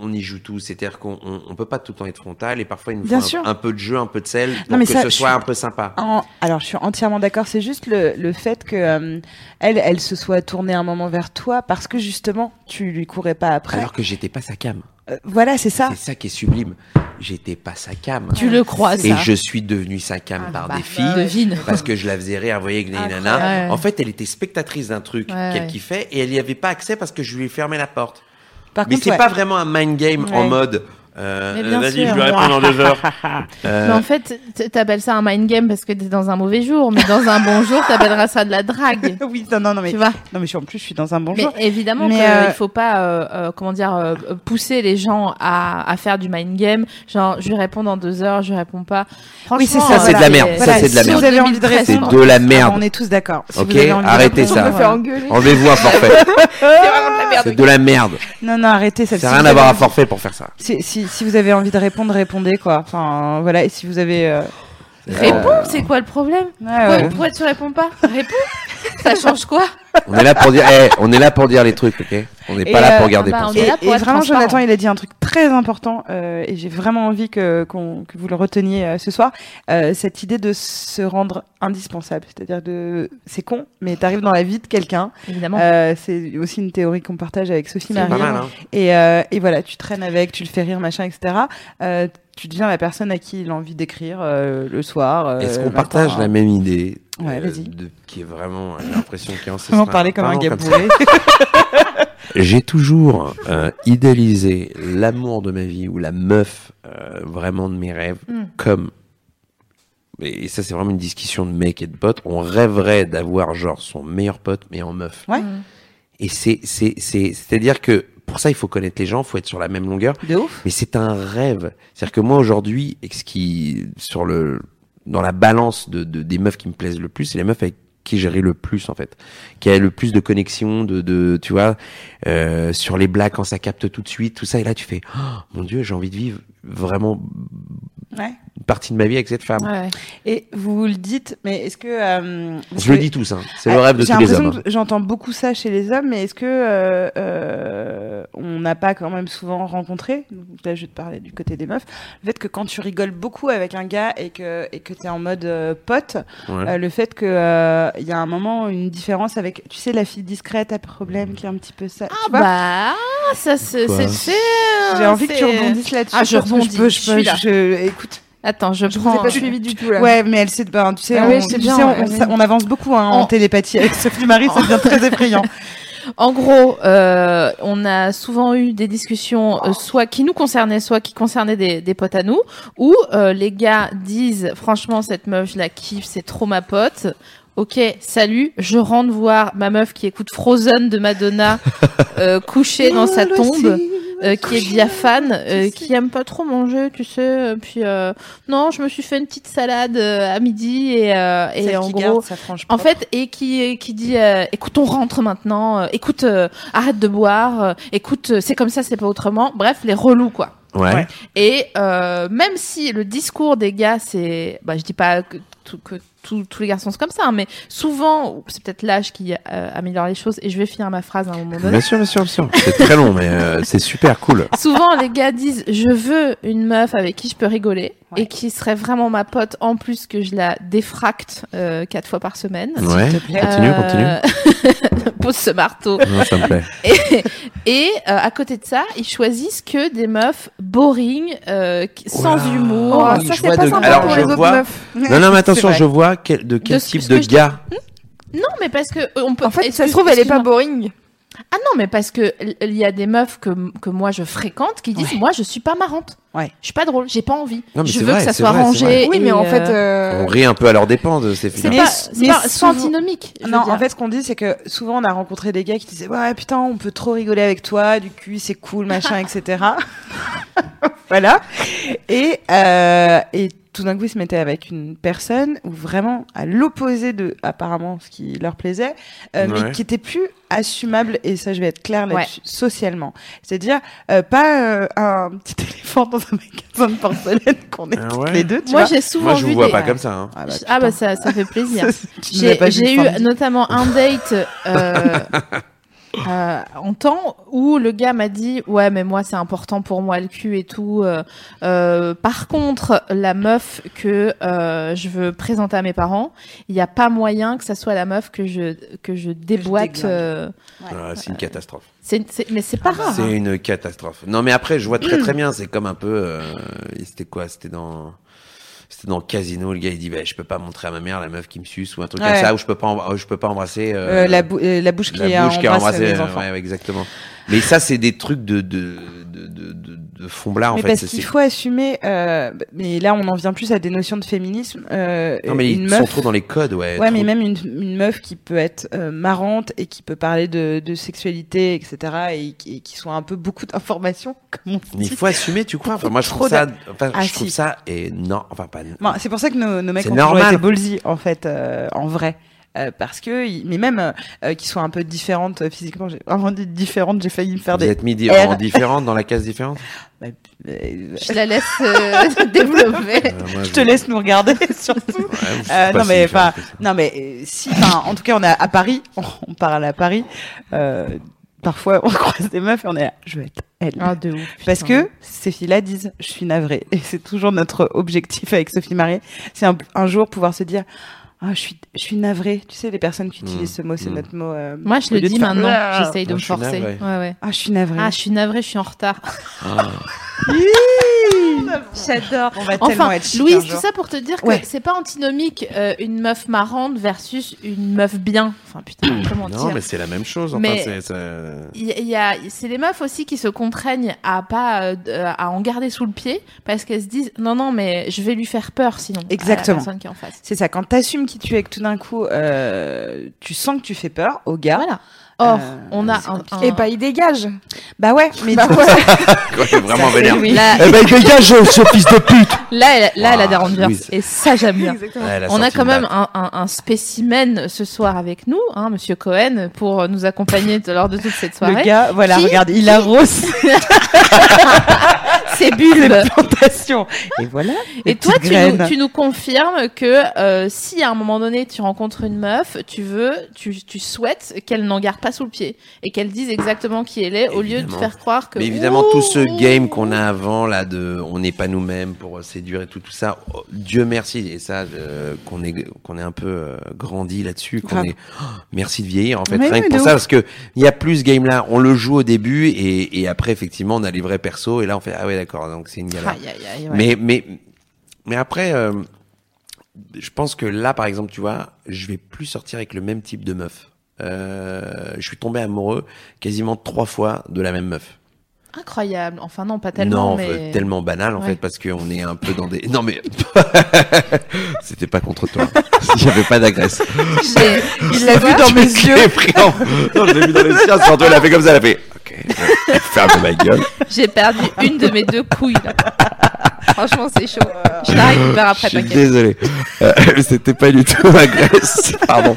on y joue tous. C'est-à-dire qu'on on, on peut pas tout le temps être frontal et parfois il nous faut Bien un, sûr. un peu de jeu, un peu de sel pour mais que ça, ce je soit suis- un peu sympa. En- alors, je suis entièrement d'accord. C'est juste le, le fait que euh, elle, elle se soit tournée un moment vers toi parce que justement, tu lui courais pas après. Alors que j'étais pas sa cam. Euh, voilà, c'est ça. C'est ça qui est sublime. J'étais pas sa cam. Ah. Tu le crois, Et ça. je suis devenu sa cam par bah, des filles. devine. Parce que je la faisais rire, vous voyez, avec les nanas. Ouais. En fait, elle était spectatrice d'un truc Ouais, qu'elle ouais. kiffait et elle n'y avait pas accès parce que je lui ai fermé la porte. Par Mais contre, c'est ouais. pas vraiment un mind game Ouais. en mode. euh, Mais euh, bien Vas-y, sûr. je dois répondre en deux heures. Mais en fait, t- t'appelles ça un mind game parce que t'es dans un mauvais jour, mais dans un bon jour, t'appelleras ça de la drague. oui, non, non, non, mais Tu vois non, mais je suis en plus, je suis dans un bon jour. Mais évidemment Mais, qu'il euh, faut pas, euh, euh, comment dire, euh, pousser les gens à, à faire du mind game. Genre, je lui réponds dans deux heures, je réponds pas. Franchement, Oui, c'est Ça, ça. c'est euh, voilà. de la merde. Et- Ça, voilà, c'est de la si merde. vous avez envie de C'est répondre, de la ah, on merde. est tous d'accord. Si Ok, vous avez envie de arrêtez ça. répondre, On me fait voilà. engueuler. Enlevez-vous un forfait. C'est vraiment de la merde. C'est de la merde. Non, non, arrêtez Ça ça. Si n'a rien vous à avez- voir à forfait pour faire ça. Si, si, si vous avez envie de répondre, répondez quoi. Enfin, voilà. Et si vous avez. euh, Réponds, c'est quoi le problème ouais, pourquoi, ouais. pourquoi tu réponds pas Réponds Ça change quoi On est là pour dire, eh, on est là pour dire les trucs, ok On n'est Et pas là euh, pour garder bah, pour on ça. est là Et pour être vraiment, transparent. Jonathan, il a dit un truc très important euh, et j'ai vraiment envie que, qu'on- que vous le reteniez euh, ce soir. Euh, cette idée de se rendre indispensable, c'est-à-dire de, c'est con, mais t'arrives dans la vie de quelqu'un. Évidemment. Euh, c'est aussi une théorie qu'on partage avec Sophie C'est Marie. pas mal, hein Et, euh, et voilà, tu traînes avec, tu le fais rire, machin, etc. Euh, tu deviens la personne à qui il a envie d'écrire euh, le soir. euh, Est-ce le qu'on matin. partage la même idée Ouais, euh, vas-y. de- Qui est vraiment, j'ai l'impression qu'il On va en parler comme un gars bourré. J'ai toujours euh, idéalisé l'amour de ma vie ou la meuf euh, vraiment de mes rêves Hmm. Mm. comme. Et ça, c'est vraiment une discussion de mec et de pote. On rêverait d'avoir genre son meilleur pote, mais en meuf. Ouais. Mm. Et c'est, c'est, c'est, c'est-à-dire que pour ça, il faut connaître les gens, faut être sur la même longueur. De ouf. Mais c'est un rêve. C'est-à-dire que moi aujourd'hui, et ce qui sur le dans la balance de, de- des meufs qui me plaisent le plus, c'est les meufs avec qui j'ai ri le plus en fait, qui a le plus de connexion, de, de tu vois, euh, sur les blagues quand ça capte tout de suite, tout ça. Et là, tu fais, oh, mon Dieu, j'ai envie de vivre vraiment Ouais. une partie de ma vie avec cette femme. Ah Ouais. Et vous le dites, mais est-ce que. euh, parce Je le que- dis tous, hein. c'est le Ah, rêve de j'ai tous les l'impression hommes. que J'entends beaucoup ça chez les hommes, mais est-ce que euh, euh, on n'a pas quand même souvent rencontré, donc là je vais te parler du côté des meufs, le fait que quand tu rigoles beaucoup avec un gars et que et que t'es en mode euh, pote, Ouais. euh, le fait que euh, il y a un moment une différence avec, tu sais la fille discrète à Mm. problème qui est un petit peu ça. tu vois Bah, ça se- Quoi c'est. c'est- j'ai envie que tu c'est- rebondisses là-dessus. Ah, je parce que rebondis, peux- je suis là. je- écoute. Attends, je Je vous ai prends. pas suivi du tout là. Ouais, mais elle sait, ben, tu sais, Ah on, ouais, je sais tu bien, sais, on, ouais, on- ouais. on avance beaucoup hein, en En- télépathie avec Sophie Marie, ça devient très effrayant. En gros, euh, on a souvent eu des discussions, euh, soit qui nous concernaient, soit qui concernaient des, des potes à nous, où euh, les gars disent, franchement, cette meuf, je la kiffe, c'est trop ma pote. Ok, salut, je rentre voir ma meuf qui écoute Frozen de Madonna euh, couchée Oh, dans sa tombe. euh, qui est diaphane, euh, qui aime pas trop manger, tu sais. euh, Puis euh, non, je me suis fait une petite salade euh, à midi et, euh, et en gros, en fait, et qui qui dit, euh, écoute, on rentre maintenant. euh, écoute, euh, arrête de boire. euh, écoute, euh, c'est comme ça, c'est pas autrement. Bref, les relous quoi. hein. Ouais. Ouais. Et euh, même si le discours des gars, c'est, bah, je dis pas que, tout- que tout- tous les garçons sont comme ça, hein, mais souvent, ou c'est peut-être l'âge qui euh, améliore les choses. Et je vais finir ma phrase à un moment donné. Bien sûr, bien sûr, bien sûr. C'est très long, mais euh, c'est super cool. Souvent, les gars disent Je veux une meuf avec qui je peux rigoler et qui serait vraiment ma pote, en plus que je la défracte euh, quatre fois par semaine. Ouais. Continue, continue. continue. Pose Euh, ce marteau. Non, ça me plaît. Et, et, euh, à côté de ça, ils choisissent que des meufs boring, euh, qui- sans Oula. humour. Oh, Oh, oui, ça je c'est vois pas de- sympa alors, pour je les autres vois- meufs. Non, non, mais attention, vrai. je vois quel- de quel De ce- type ce de que je gars. Non, mais parce que euh, on peut. En fait, ça excuse- se trouve, elle est pas excuse-moi. boring. Ah non, mais parce que l- il y a des meufs que, que moi je fréquente qui disent moi je suis pas marrante. Ouais. Je suis pas drôle, j'ai pas envie. Non, mais je c'est veux vrai, que ça c'est soit vrai, c'est rangé. vrai. Oui, et, mais en fait, euh, On euh, rit un peu à leur dépens de ces filles. c'est Mais- pas, c'est mais pas, c'est souvent- antinomique. je veux Non, dire. en fait, ce qu'on dit, c'est que souvent, on a rencontré des gars qui disaient Ouais, putain, on peut trop rigoler avec toi, du cul, c'est cool, machin, etc. voilà. Et, euh, et tout d'un coup, ils se mettaient avec une personne où vraiment, à l'opposé de, apparemment, ce qui leur plaisait, euh, Ouais. mais qui était plus assumable, et ça, je vais être claire là-dessus, socialement. C'est-à-dire, euh, pas euh, un petit éléphant dans un magasin de porcelaine qu'on est Ah toutes ouais. les deux, tu moi vois. j'ai souvent Moi, je vu vous vois des- pas comme ça. hein. Ah Ah bah putain. ça, ça fait plaisir. Tu ne l'as J'ai pas vu j'ai le eu samedi. notamment un date euh, euh, en temps où le gars m'a dit ouais mais moi c'est important pour moi le cul et tout. euh, euh, par contre la meuf que euh, je veux présenter à mes parents, il n'y a pas moyen que ça soit la meuf que je que je déboîte. déglingue. euh, Ah, c'est une catastrophe. c'est c'est- mais c'est ah, pas hein. grave. C'est une catastrophe. Non, mais après, je vois très Mm. très bien. C'est comme un peu. euh, c'était quoi C'était dans. C'était dans Casino, le gars il dit bah, je peux pas montrer à ma mère la meuf qui me suce ou un truc comme Ouais. ça ou je peux pas embr- je peux pas embrasser euh, Euh, la, bou- euh, la bouche qui, la bouche qui a embrasse embrassé les euh, enfants. ouais, ouais, exactement. Mais ça c'est des trucs de de de de, de, de fond blard en mais fait. parce c'est- qu'il c'est- faut assumer, euh, mais là on en vient plus à des notions de féminisme. euh, Non mais une ils meuf, sont trop dans les codes ouais. ouais, mais trop- même une, une meuf qui peut être euh, marrante et qui peut parler de, de sexualité, etc. et qui, et qui soit un peu beaucoup d'informations, comme on Mais dit. il faut assumer tu crois. Enfin moi je trouve Trop ça enfin, Ah, je trouve si. ça et non enfin pas Bon, c'est pour ça que nos, nos mecs C'est ont toujours normal. été ballsy en fait, euh, en vrai. Euh, parce que, ils- mais même euh, euh, qu'ils soient un peu différentes euh, physiquement, j'ai vraiment dit différentes, j'ai failli me faire vous des. êtes mis di- R. en différente dans la case différente. Euh, Je la laisse euh, développer. Euh, moi, je te laisse nous regarder surtout. Ouais, je suis Euh, pas non, si mais différent pas- que ça. Non, mais euh, si, enfin, en tout cas, on est à Paris, on, on parle à Paris. euh, parfois, on croise des meufs et on est là, je veux être elle. Ah, de ouf. Parce que ces filles-là disent, je suis navrée. Et c'est toujours notre objectif avec Sophie Marais. C'est un, un jour pouvoir se dire, ah, je suis, je suis navrée. Tu sais, les personnes qui utilisent Mm, ce mot, c'est mm. notre mot. euh, moi je au le lieu de dis faire, maintenant, Ah, j'essaye de Moi, me je suis forcer. navré. Ouais, ouais. Ah, je suis navrée. Ah je suis navrée, je suis en retard. Ah. J'adore. on va tellement Enfin, être chic un Louise, tout jour. ça pour te dire que Ouais. c'est pas antinomique euh, une meuf marrante versus une meuf bien. Enfin putain, comment Non, dire mais c'est la même chose. Enfin, Mais- c'est- c'est- Il y a- il y a, c'est les meufs aussi qui se contraignent à pas euh, de- à en garder sous le pied parce qu'elles se disent non non mais je vais lui faire peur sinon à la Exactement. personne qui est en face. C'est ça, quand t'assumes qui tu es et que tout d'un coup, euh, tu sens que tu fais peur au gars. Voilà. Or, Euh, on a c'est un, un- Et bah, il dégage. Bah ouais, mais Bah du coup, ouais. Quoi, c'est vraiment vénère. Oui, là, Eh ben, dégage, ce fils de pute là, elle- là, elle a Waouh, des rendez-vous. Louise. et ça j'aime bien. Exactement. On a quand même un, un- un spécimen ce soir avec nous, hein, Monsieur Cohen, pour nous accompagner de- lors de toute cette le soirée. gars, voilà, Qui- regarde, il arrose. C'est bulles. les plantations. Et voilà. les Et toi, petites tu graines. nous, tu nous confirmes que euh, si à un moment donné tu rencontres une meuf, tu veux, tu, tu souhaites qu'elle n'en garde pas sous le pied et qu'elle dise exactement qui elle est au lieu de Évidemment. faire croire que. Mais évidemment, Ouh, tout ce ouh. game qu'on a avant, là, de on n'est pas nous-mêmes pour séduire et tout, tout ça, oh, Dieu merci. Et ça, euh, qu'on est, qu'on est un peu euh, grandi là-dessus, qu'on Grave. est. oh, merci de vieillir, en fait. Mais Rien oui, que de pour ouf. ça, parce que il y a plus ce game-là. On le joue au début et, et après, effectivement, on a les vrais persos et là, on fait, ah ouais, d'accord, donc c'est une galère. Aïe, aïe, aïe, ouais. Mais, mais, mais après, euh, je pense que là, par exemple, tu vois, je vais plus sortir avec le même type de meuf. euh, je suis tombé amoureux quasiment trois fois de la même meuf. Incroyable. Enfin, non, pas tellement. non, mais... euh, tellement banal en Ouais. fait parce qu'on est un peu dans des. Non mais c'était pas contre toi. Il n'y avait pas d'agresse. J'ai- Il l'a Ah, vu dans mes Je yeux. l'ai pris en- Non, je l'ai mis dans les siens. Surtout, elle a fait comme ça. Elle a fait. Ok. je vais Ferme ma gueule. J'ai perdu une de mes deux couilles. là. Franchement, c'est chaud. Je Euh, la récupère Je après, suis t'inquiète. désolé. Euh, C'était pas du tout ma graisse. Pardon.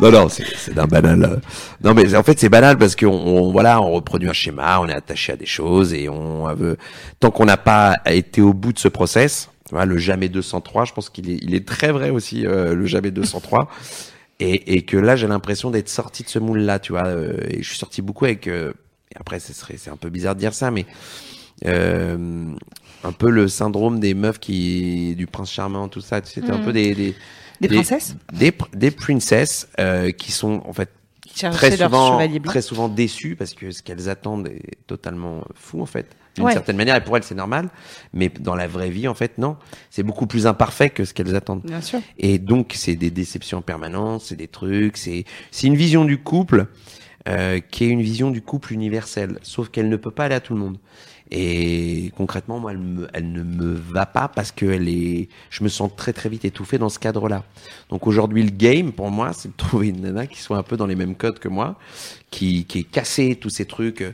Non, non, c'est c'est d'un banal. euh. Non, mais en fait, c'est banal parce qu'on on, voilà, on reproduit un schéma, on est attaché à des choses et on veut. Tant qu'on n'a pas été au bout de ce process, tu vois, le jamais 203, je pense qu'il est, il est très vrai aussi, euh, le jamais 203. Et, et que là, j'ai l'impression d'être sorti de ce moule-là, tu vois. euh, et je suis sorti beaucoup avec. euh, et après, ce serait, c'est un peu bizarre de dire ça, mais euh, un peu le syndrome des meufs qui du prince charmant tout ça c'était un peu des des, Hmm. Des princesses des, pr- des princesses euh, qui sont en fait très Chercher leur souvent chevalier blanc. très souvent déçues parce que ce qu'elles attendent est totalement fou en fait d'une Ouais. certaine manière et pour elles c'est normal mais dans la vraie vie en fait non c'est beaucoup plus imparfait que ce qu'elles attendent Bien sûr. et donc, c'est des déceptions permanentes, c'est des trucs, c'est c'est une vision du couple euh, qui est une vision du couple universel, sauf qu'elle ne peut pas aller à tout le monde. Et concrètement, moi, elle, me- elle ne me va pas parce que elle est, je me sens très très vite étouffé dans ce cadre-là. Donc aujourd'hui, le game pour moi, c'est de trouver une nana qui soit un peu dans les mêmes codes que moi, qui, qui est cassée tous ces trucs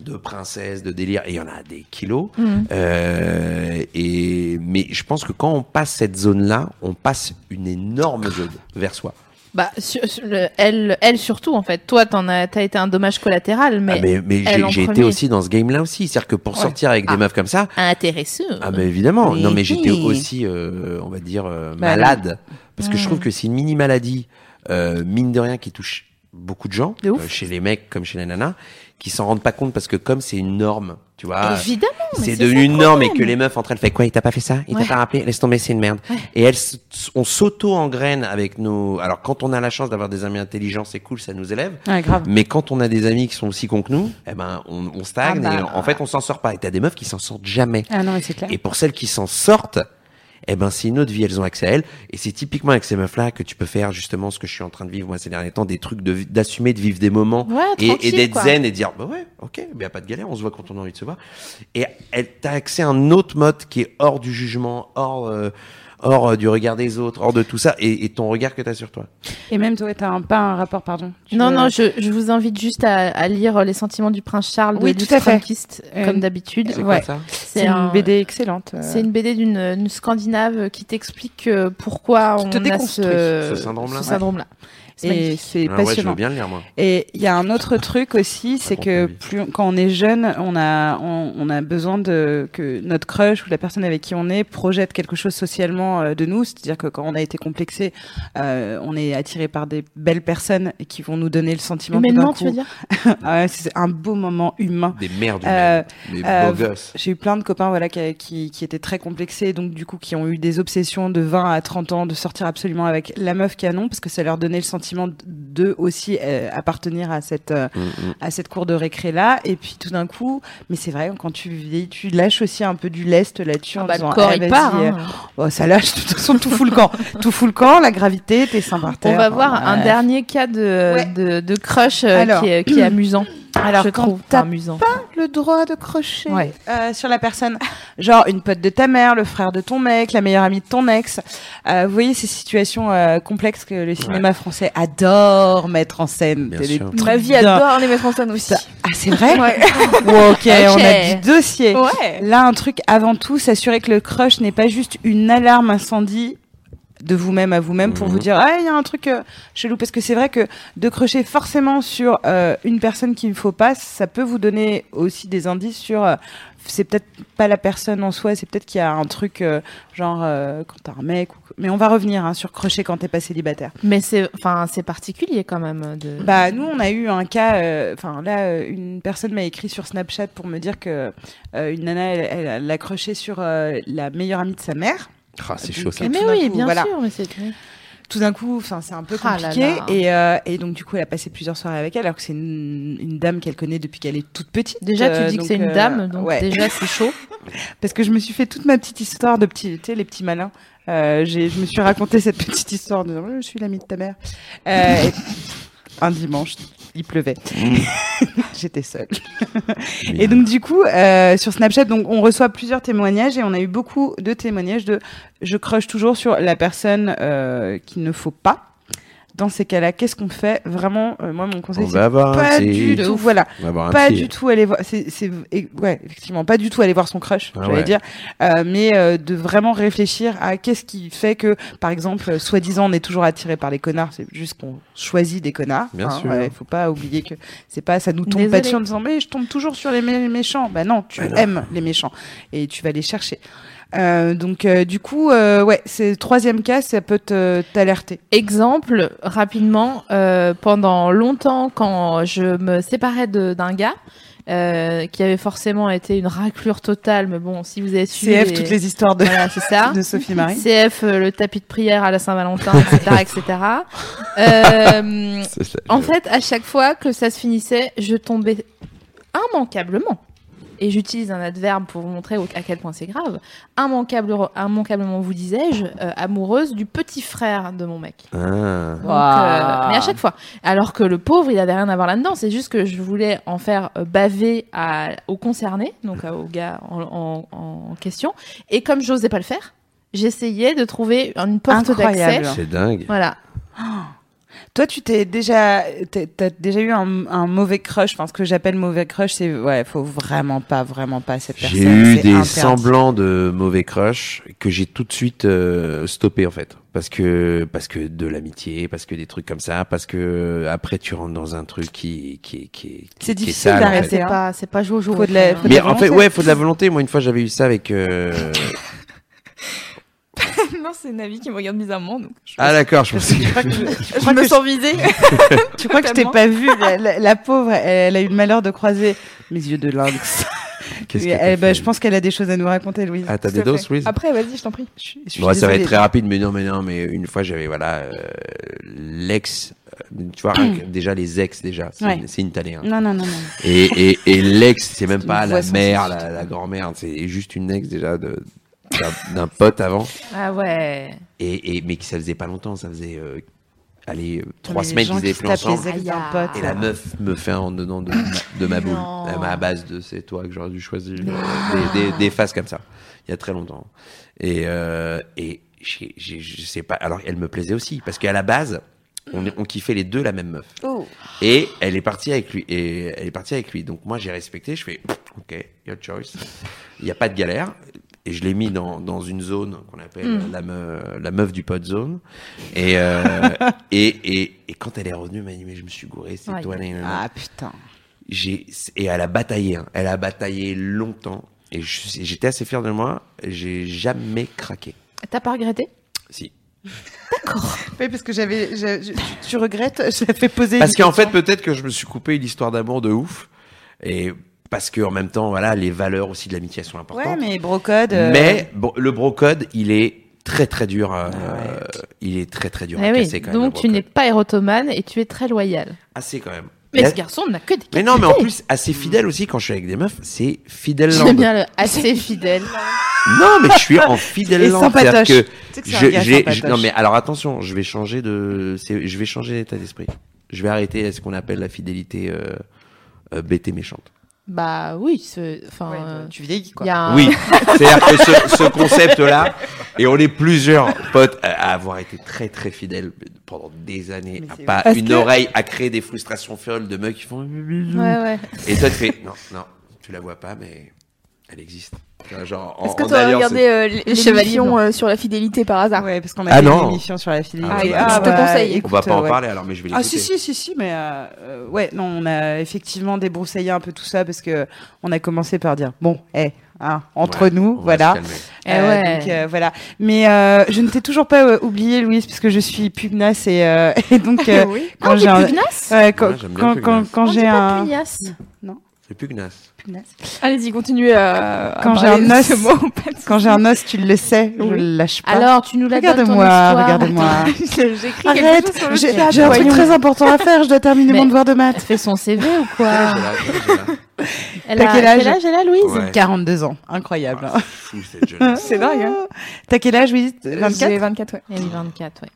de princesse, de délire. Et il y en a des kilos. Mm. Euh, et mais je pense que quand on passe cette zone-là, on passe une Ah. énorme zone vers soi. Bah, sur- sur le- elle, elle surtout, en fait. Toi, t'en as, t'as été un dommage collatéral, mais, Ah, mais mais elle j'ai- en j'ai été premier. aussi dans ce game-là aussi, c'est-à-dire que pour sortir avec des Ah. meufs comme ça, intéressant. Ah bah évidemment. Oui. Non mais j'étais Oui. Bah, aussi, euh, on va dire, euh, Malade. malade. Parce Ah. que je trouve que c'est une mini maladie, euh, mine de rien, qui touche beaucoup de gens, De ouf. euh, chez les mecs comme chez les nanas, qui s'en rendent pas compte parce que comme c'est une norme, tu vois. Évidemment. mais Ah, C'est ça, devenu une norme et quand que même. les meufs entre elles fait quoi Il t'a pas fait ça Il Ouais. t'a pas rappelé Laisse tomber, c'est une merde. Et elles, s- on s'auto engraine avec nos. Alors quand on a la chance d'avoir des amis intelligents, c'est cool, ça nous élève. Ouais, grave. Mais quand on a des amis qui sont aussi cons que nous, eh ben on, on stagne Ah et bah. en fait on s'en sort pas. Et t'as des meufs qui s'en sortent jamais. Ah non, mais c'est clair. Et pour celles qui s'en sortent, eh ben, c'est une autre vie, elles ont accès à elles. Et c'est typiquement avec ces meufs-là que tu peux faire justement ce que je suis en train de vivre moi ces derniers temps, des trucs de vi- d'assumer de, vivre des moments Ouais, et, et tranquille, d'être quoi. zen et de dire, bah ouais, ok, mais y a pas de galère, on se voit quand on a envie de se voir. Et elle, t'as accès à un autre mode qui est hors du jugement, hors, euh, hors euh, du regard des autres, hors de tout ça et, et ton regard que t'as sur toi. Et même toi, t'as un, pas un rapport, pardon. Tu Non, veux- euh, non, je, je vous invite juste à, à lire euh, Les Sentiments du Prince Charles de Oui, Luce tout à fait. Frankist, Euh, comme d'habitude. C'est Ouais. quoi ça? C'est une BD excellente. euh. C'est une BD d'une une Scandinave qui t'explique euh, pourquoi Qui te on a déconstruit. ce, Ce syndrome-là. ce syndrome-là. C'est Et magnifique. c'est Ah ouais, je passionnant. veux bien le lire, moi. Et il y a un autre truc aussi, c'est raconte que ta vie. plus on- quand on est jeune, on a on, on a besoin de que notre crush ou la personne avec qui on est projette quelque chose socialement euh, de nous, c'est-à-dire que quand on a été complexé, euh, on est attiré par des belles personnes et qui vont nous donner le sentiment que d'un Humainement, coup, tu veux dire Ah ouais, c'est un beau moment humain. Des merdes Euh, humaines, des euh, beaux gosses. J'ai eu plein de copains voilà qui, qui, qui étaient très complexés, donc du coup qui ont eu des obsessions de 20 à 30 ans de sortir absolument avec la meuf canon parce que ça leur donnait le sentiment d'eux aussi euh, appartenir à cette euh, Mm, mm. à cette cour de récré là et puis tout d'un coup mais c'est vrai quand tu vieillis tu lâches aussi un peu du lest là-dessus en Ah bah, disant Le corps, eh, il vas-y, part. euh, hein. oh, ça lâche de toute façon tout fout le camp tout fout le camp la gravité t'es sain par terre On va Enfin, voir un ouais. dernier cas de, Ouais. de, de crush euh, Alors. qui, est, qui est amusant. Alors, je quand trouve t'as Enfin, amusant. le droit de crocher Ouais. euh, sur la personne. Genre une pote de ta mère, le frère de ton mec, la meilleure amie de ton ex. Euh, vous voyez ces situations euh, complexes que le cinéma français adore mettre en scène. Bien T'es des sûr. trucs Ma vie d'un- adore les mettre en scène aussi. Ah, c'est vrai Ouais. Wow, ok, on a Ok. du dossier. Ouais. Là, un truc avant tout, s'assurer que le crush n'est pas juste une alarme incendie de vous-même à vous-même pour Mhm. vous dire ah il y a un truc euh, chelou parce que c'est vrai que de crocher forcément sur euh, une personne qu'il ne faut pas ça peut vous donner aussi des indices sur euh, c'est peut-être pas la personne en soi c'est peut-être qu'il y a un truc euh, genre euh, quand t'as un mec ou... mais on va revenir hein, sur crocher quand t'es pas célibataire Mais c'est enfin, c'est particulier quand même. De... bah nous on a eu un cas, euh, enfin là euh, une personne m'a écrit sur Snapchat pour me dire que euh, une nana elle, elle, elle accrochait sur euh, la meilleure amie de sa mère. Ah, c'est chaud ça. Et mais tout d'un oui, coup, bien voilà. sûr. Mais c'est... Tout d'un coup, enfin c'est un peu Ah là compliqué là. et euh, et donc du coup elle a passé plusieurs soirées avec elle alors que c'est une, une dame qu'elle connaît depuis qu'elle est toute petite. Déjà, Euh, tu dis que donc, c'est une euh, dame, donc ouais. déjà, c'est chaud. parce que je me suis fait toute ma petite histoire de petits, tu sais, les petits malins. oh, Euh, j'ai- je me suis raconté cette petite histoire de je suis l'ami de ta mère. Euh, et- un dimanche, il pleuvait. Mm. J'étais seule. Et donc du coup, euh, sur Snapchat, donc on reçoit plusieurs témoignages et on a eu beaucoup de témoignages de je crush toujours sur la personne euh, qu'il ne faut pas. Dans ces cas-là, qu'est-ce qu'on fait Vraiment, euh, moi mon conseil On c'est va avoir un pas du petit. tout. Voilà, On va avoir un pas petit. du tout aller voir. C'est, c'est- et- ouais, effectivement, pas du tout aller voir son crush, Ah j'allais ouais. dire, Euh, mais euh, de vraiment réfléchir à qu'est-ce qui fait que, par exemple, euh, soi-disant, on est toujours attiré par les connards. C'est juste qu'on choisit des connards. hein, Bien sûr. ouais, faut pas oublier que c'est pas, ça nous tombe pas Désolée. dessus en disant mais je tombe toujours sur les, mé- les méchants. Bah non, tu aimes les méchants et tu vas les chercher. Euh, donc euh, du coup, euh, ouais, c'est troisième cas, ça peut te- t'alerter. Exemple, rapidement, euh, pendant longtemps, quand je me séparais de- d'un gars, euh, qui avait forcément été une raclure totale, mais bon, si vous avez suivi... CF, toutes les histoires de, Voilà, c'est ça. de Sophie Marie. CF, euh, le tapis de prière à la Saint-Valentin, etc., etc. Euh, C'est ça, en je- fait, à chaque fois que ça se finissait, je tombais immanquablement. Et j'utilise un adverbe pour vous montrer au- à quel point c'est grave. Immanquable, immanquablement, vous disais-je, euh, amoureuse du petit frère de mon mec. Ah. Donc, Waouh. euh, mais à chaque fois. Alors que le pauvre, il avait rien à voir là-dedans. C'est juste que je voulais en faire euh, baver à, aux concernés, donc euh, aux gars en, en- en question. Et comme j'osais pas le faire, j'essayais de trouver une porte Incroyable. d'accès. C'est dingue. Voilà. Toi, tu t'es déjà, t'es- t'as déjà eu un, un mauvais crush. Enfin, ce que j'appelle mauvais crush, c'est ouais, faut vraiment pas, vraiment pas cette personne. J'ai eu c'est des interdit. semblants de mauvais crush que j'ai tout de suite euh, stoppé en fait, parce que parce que de l'amitié, parce que des trucs comme ça, parce que euh, après tu rentres dans un truc qui qui qui, qui C'est qui est difficile sale, en fait. d'arrêter, C'est hein. pas, c'est pas Jojo. Faut de la- enfin. faut de Mais la en fait, volonté. ouais, faut de la volonté. Moi, une fois, j'avais eu ça avec. euh, non, c'est Navi qui me regarde bizarrement. Donc je Ah d'accord, je pensais. que- je me sens visée. Tu crois que je t'ai pas vu la, la- la pauvre, elle, elle a eu le malheur de croiser mes yeux de lynx. Qu'est-ce Oui, que t'as elle- bah, fait je pense qu'elle a des choses à nous raconter, Louise. Ah, t'as Tout des à fait. doses, Louise Après, vas-y, je t'en prie. Je suis- je suis Ouais, ça va désolée. être très rapide, mais non, mais non, mais une fois j'avais voilà euh, l'ex, euh, tu vois rien que- déjà les ex déjà, c'est Ouais. une- c'est une tannée, hein. Non, non, non, non. Et, et, et l'ex, c'est même une pas la voix mère, sensitive. la, la grand-mère, hein, c'est juste une ex déjà de d'un- d'un pote avant, Ah ouais. et, et mais qui ça faisait pas longtemps, ça faisait euh, allez euh, trois Mais les semaines gens qu'ils étaient qui plus se tapent ensemble. les ex Ah. Aïe, d'un aïe. pote. Et la meuf me fait en dedans de, de ma boule. Non. Elle m'a à base de c'est toi que j'aurais dû choisir. Des, des, des phases comme ça. Il y a très longtemps. Et, euh, et j'ai- j'ai- je sais pas. Alors, elle me plaisait aussi. Parce qu'à la base, on, on kiffait les deux la même meuf. Et elle est partie avec lui. Et elle est partie avec lui. Donc, moi, j'ai respecté. Je fais OK, your choice. Il n'y a pas de galère. Et je l'ai mis dans, dans une zone qu'on appelle la, me- la meuf du pod zone. Et, euh, et, et, et quand elle est revenue, elle m'a dit, mais je me suis gouré, c'est Aïe. toi. nanana. Ah putain. J'ai et elle a bataillé. hein. Elle a bataillé longtemps. Et je- j'étais assez fier de moi. J'ai jamais craqué. T'as pas regretté Si. Oui, parce que j'avais, j'a- je- tu- tu regrettes, je l'avais posé. Parce une qu'en fait, peut-être que je me suis coupé une histoire d'amour de ouf. Et parce que en même temps, voilà, les valeurs aussi de l'amitié sont question. Ouais, importantes. mais brocode. euh, Mais bon, le brocode, il est très très dur. à- Ah Il est très très dur à Eh oui. casser quand même. Donc le tu n'es brocode. pas érotomane et tu es très loyal. assez quand même. Mais Et- ce garçon n'a que des mais non, mais en plus assez fidèle aussi quand je suis avec des meufs, c'est fidèle. J'aime land. bien le assez fidèle. Non, mais je suis en fidèle Et lente, sympatoche. c'est-à-dire Tu sais que que c'est un je, gars j'ai- je- sympatoche. non mais alors attention, je vais changer de, c'est- je vais changer d'état d'esprit. Je vais arrêter ce qu'on appelle la fidélité euh, euh, bête et méchante. Bah oui, ce- enfin. ouais, euh, Tu vieillis quoi. il y a un- Oui, c'est-à-dire que ce, ce concept-là, et on est plusieurs potes à à avoir été très très fidèles pendant des années, Mais à c'est pas vrai. une Parce que- oreille, à créer des frustrations folles de mecs qui font. Ouais, ouais. Et toi tu fais non non, tu la vois pas mais elle existe. Tu vois, Genre, en- Est-ce que en tu as alliance, regardé euh, les- les Chevalier émissions blanc. euh, sur la fidélité par hasard Ouais, parce qu'on Ah a fait non. une émission sur la fidélité. Ah, bah, je te conseille. on va écoute, pas en ouais. parler alors mais je vais Ah l'écouter. si si si si mais euh, euh, ouais non on a effectivement débroussaillé un peu tout ça parce que on a commencé par dire bon eh hein, entre Ouais, on nous va voilà se calmer. Eh Euh, ouais. donc, euh, voilà mais euh, je ne t'ai toujours pas euh, oublié Louise puisque je suis pugnace et, euh, et donc euh, Ah, quand on dit j'ai un pugnace ouais, quand, Ouais, j'aime bien quand, quand, pugnace. quand On dit j'ai pas un Hein pugnace. C'est plus Gnas. Allez-y, continuez à. à Quand j'ai parler un de os. ce mot, pas de- quand j'ai un os tu le sais je Oui. le lâche pas Alors, tu nous la donnes ton regarde-moi histoire. regarde-moi J'écris arrête quelque chose sur le j'ai chat. j'ai un truc Voyons. très important à faire je dois terminer Mais- mon devoir de maths Elle fait son CV ou quoi Ah, j'ai là, j'ai là. Elle T'as a quel âge elle a, Louise Ouais. 42 ans incroyable Ah, c'est fou cette jeunesse. C'est dingue, hein. T'as quel âge, Louise J'ai 24 24, ouais. Elle est 24, ouais.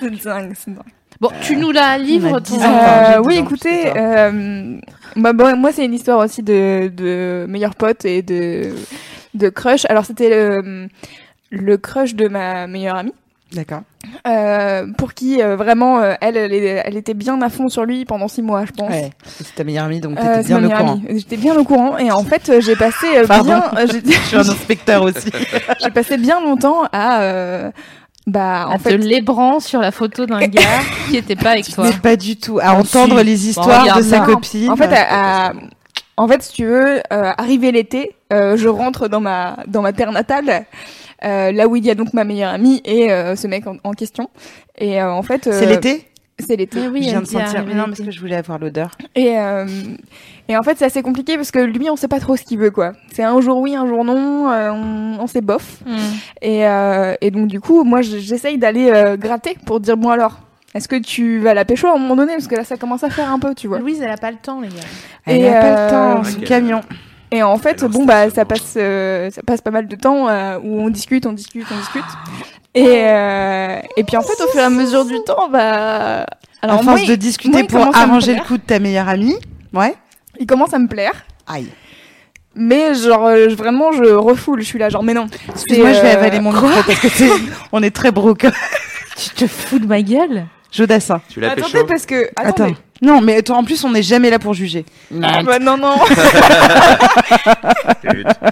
C'est dingue, c'est dingue. Bon, tu Euh, nous la livres, a ton... dix ans. Euh, Attends, j'ai Euh, oui, dix ans, écoutez, je sais pas. euh, bah, bon, moi c'est une histoire aussi de, de meilleur pote et de, de crush. Alors c'était le, le crush de ma meilleure amie. D'accord. euh, pour qui euh, vraiment euh, elle, elle est- elle était bien à fond sur lui pendant six mois je pense Ouais. C'est ta meilleure amie, donc Euh, t'étais c'est bien ma au meilleure courant. amie. j'étais bien au courant et en fait euh, j'ai passé euh, Pardon. bien euh, j'ai- Je suis un inspecteur aussi. j'ai passé bien longtemps à euh, bah en en fait te lébrant sur la photo d'un gars qui était pas avec toi. Mais pas du tout. À entendre Si. les Bon, histoires de regarde sa là. copine. En fait, à- euh, à- en fait, si tu veux, euh, arrivé l'été, euh, je rentre dans ma dans ma terre natale, euh, là où il y a donc ma meilleure amie et euh, ce mec en, en question. Et euh, en fait, euh, c'est l'été C'est l'été. Mais oui, Je elle viens de dit, ah, sentir. Mais non, parce mais- que je voulais avoir l'odeur. Et euh, et en fait, c'est assez compliqué parce que lui, on sait pas trop ce qu'il veut, quoi. C'est un jour oui, un jour non. euh, on, on sait bof. Mm. Hmm. Et euh, et donc du coup, moi, je- j'essaye d'aller euh, gratter pour dire bon alors. Est-ce que tu vas la pécho à un moment donné parce que là ça commence à faire un peu tu vois Louise, elle a pas le temps, les gars. Elle Et, n'a pas euh, le temps, son Ok. camion. Et en fait, Alors, bon bah ça stationnement. passe, euh, ça passe pas mal de temps euh, où on discute, on discute, on discute. Ah. Et euh, et puis en fait, au fur et à mesure du temps, bah alors à moi, force de il, moi, discuter il pour commence à me arranger le plaire. coup de ta meilleure amie. Ouais. il commence à me plaire, Aïe. mais genre euh, je- vraiment je refoule, je suis là genre mais non. Excuse-moi, C'est, je vais euh, avaler mon micro parce que c'est- on est très broca. Tu te fous de ma gueule Jodassin. Tu l'as pécho Attendez parce que Attends. attendez. Non, mais toi, en plus, on n'est jamais là pour juger. Ah, bah, non non.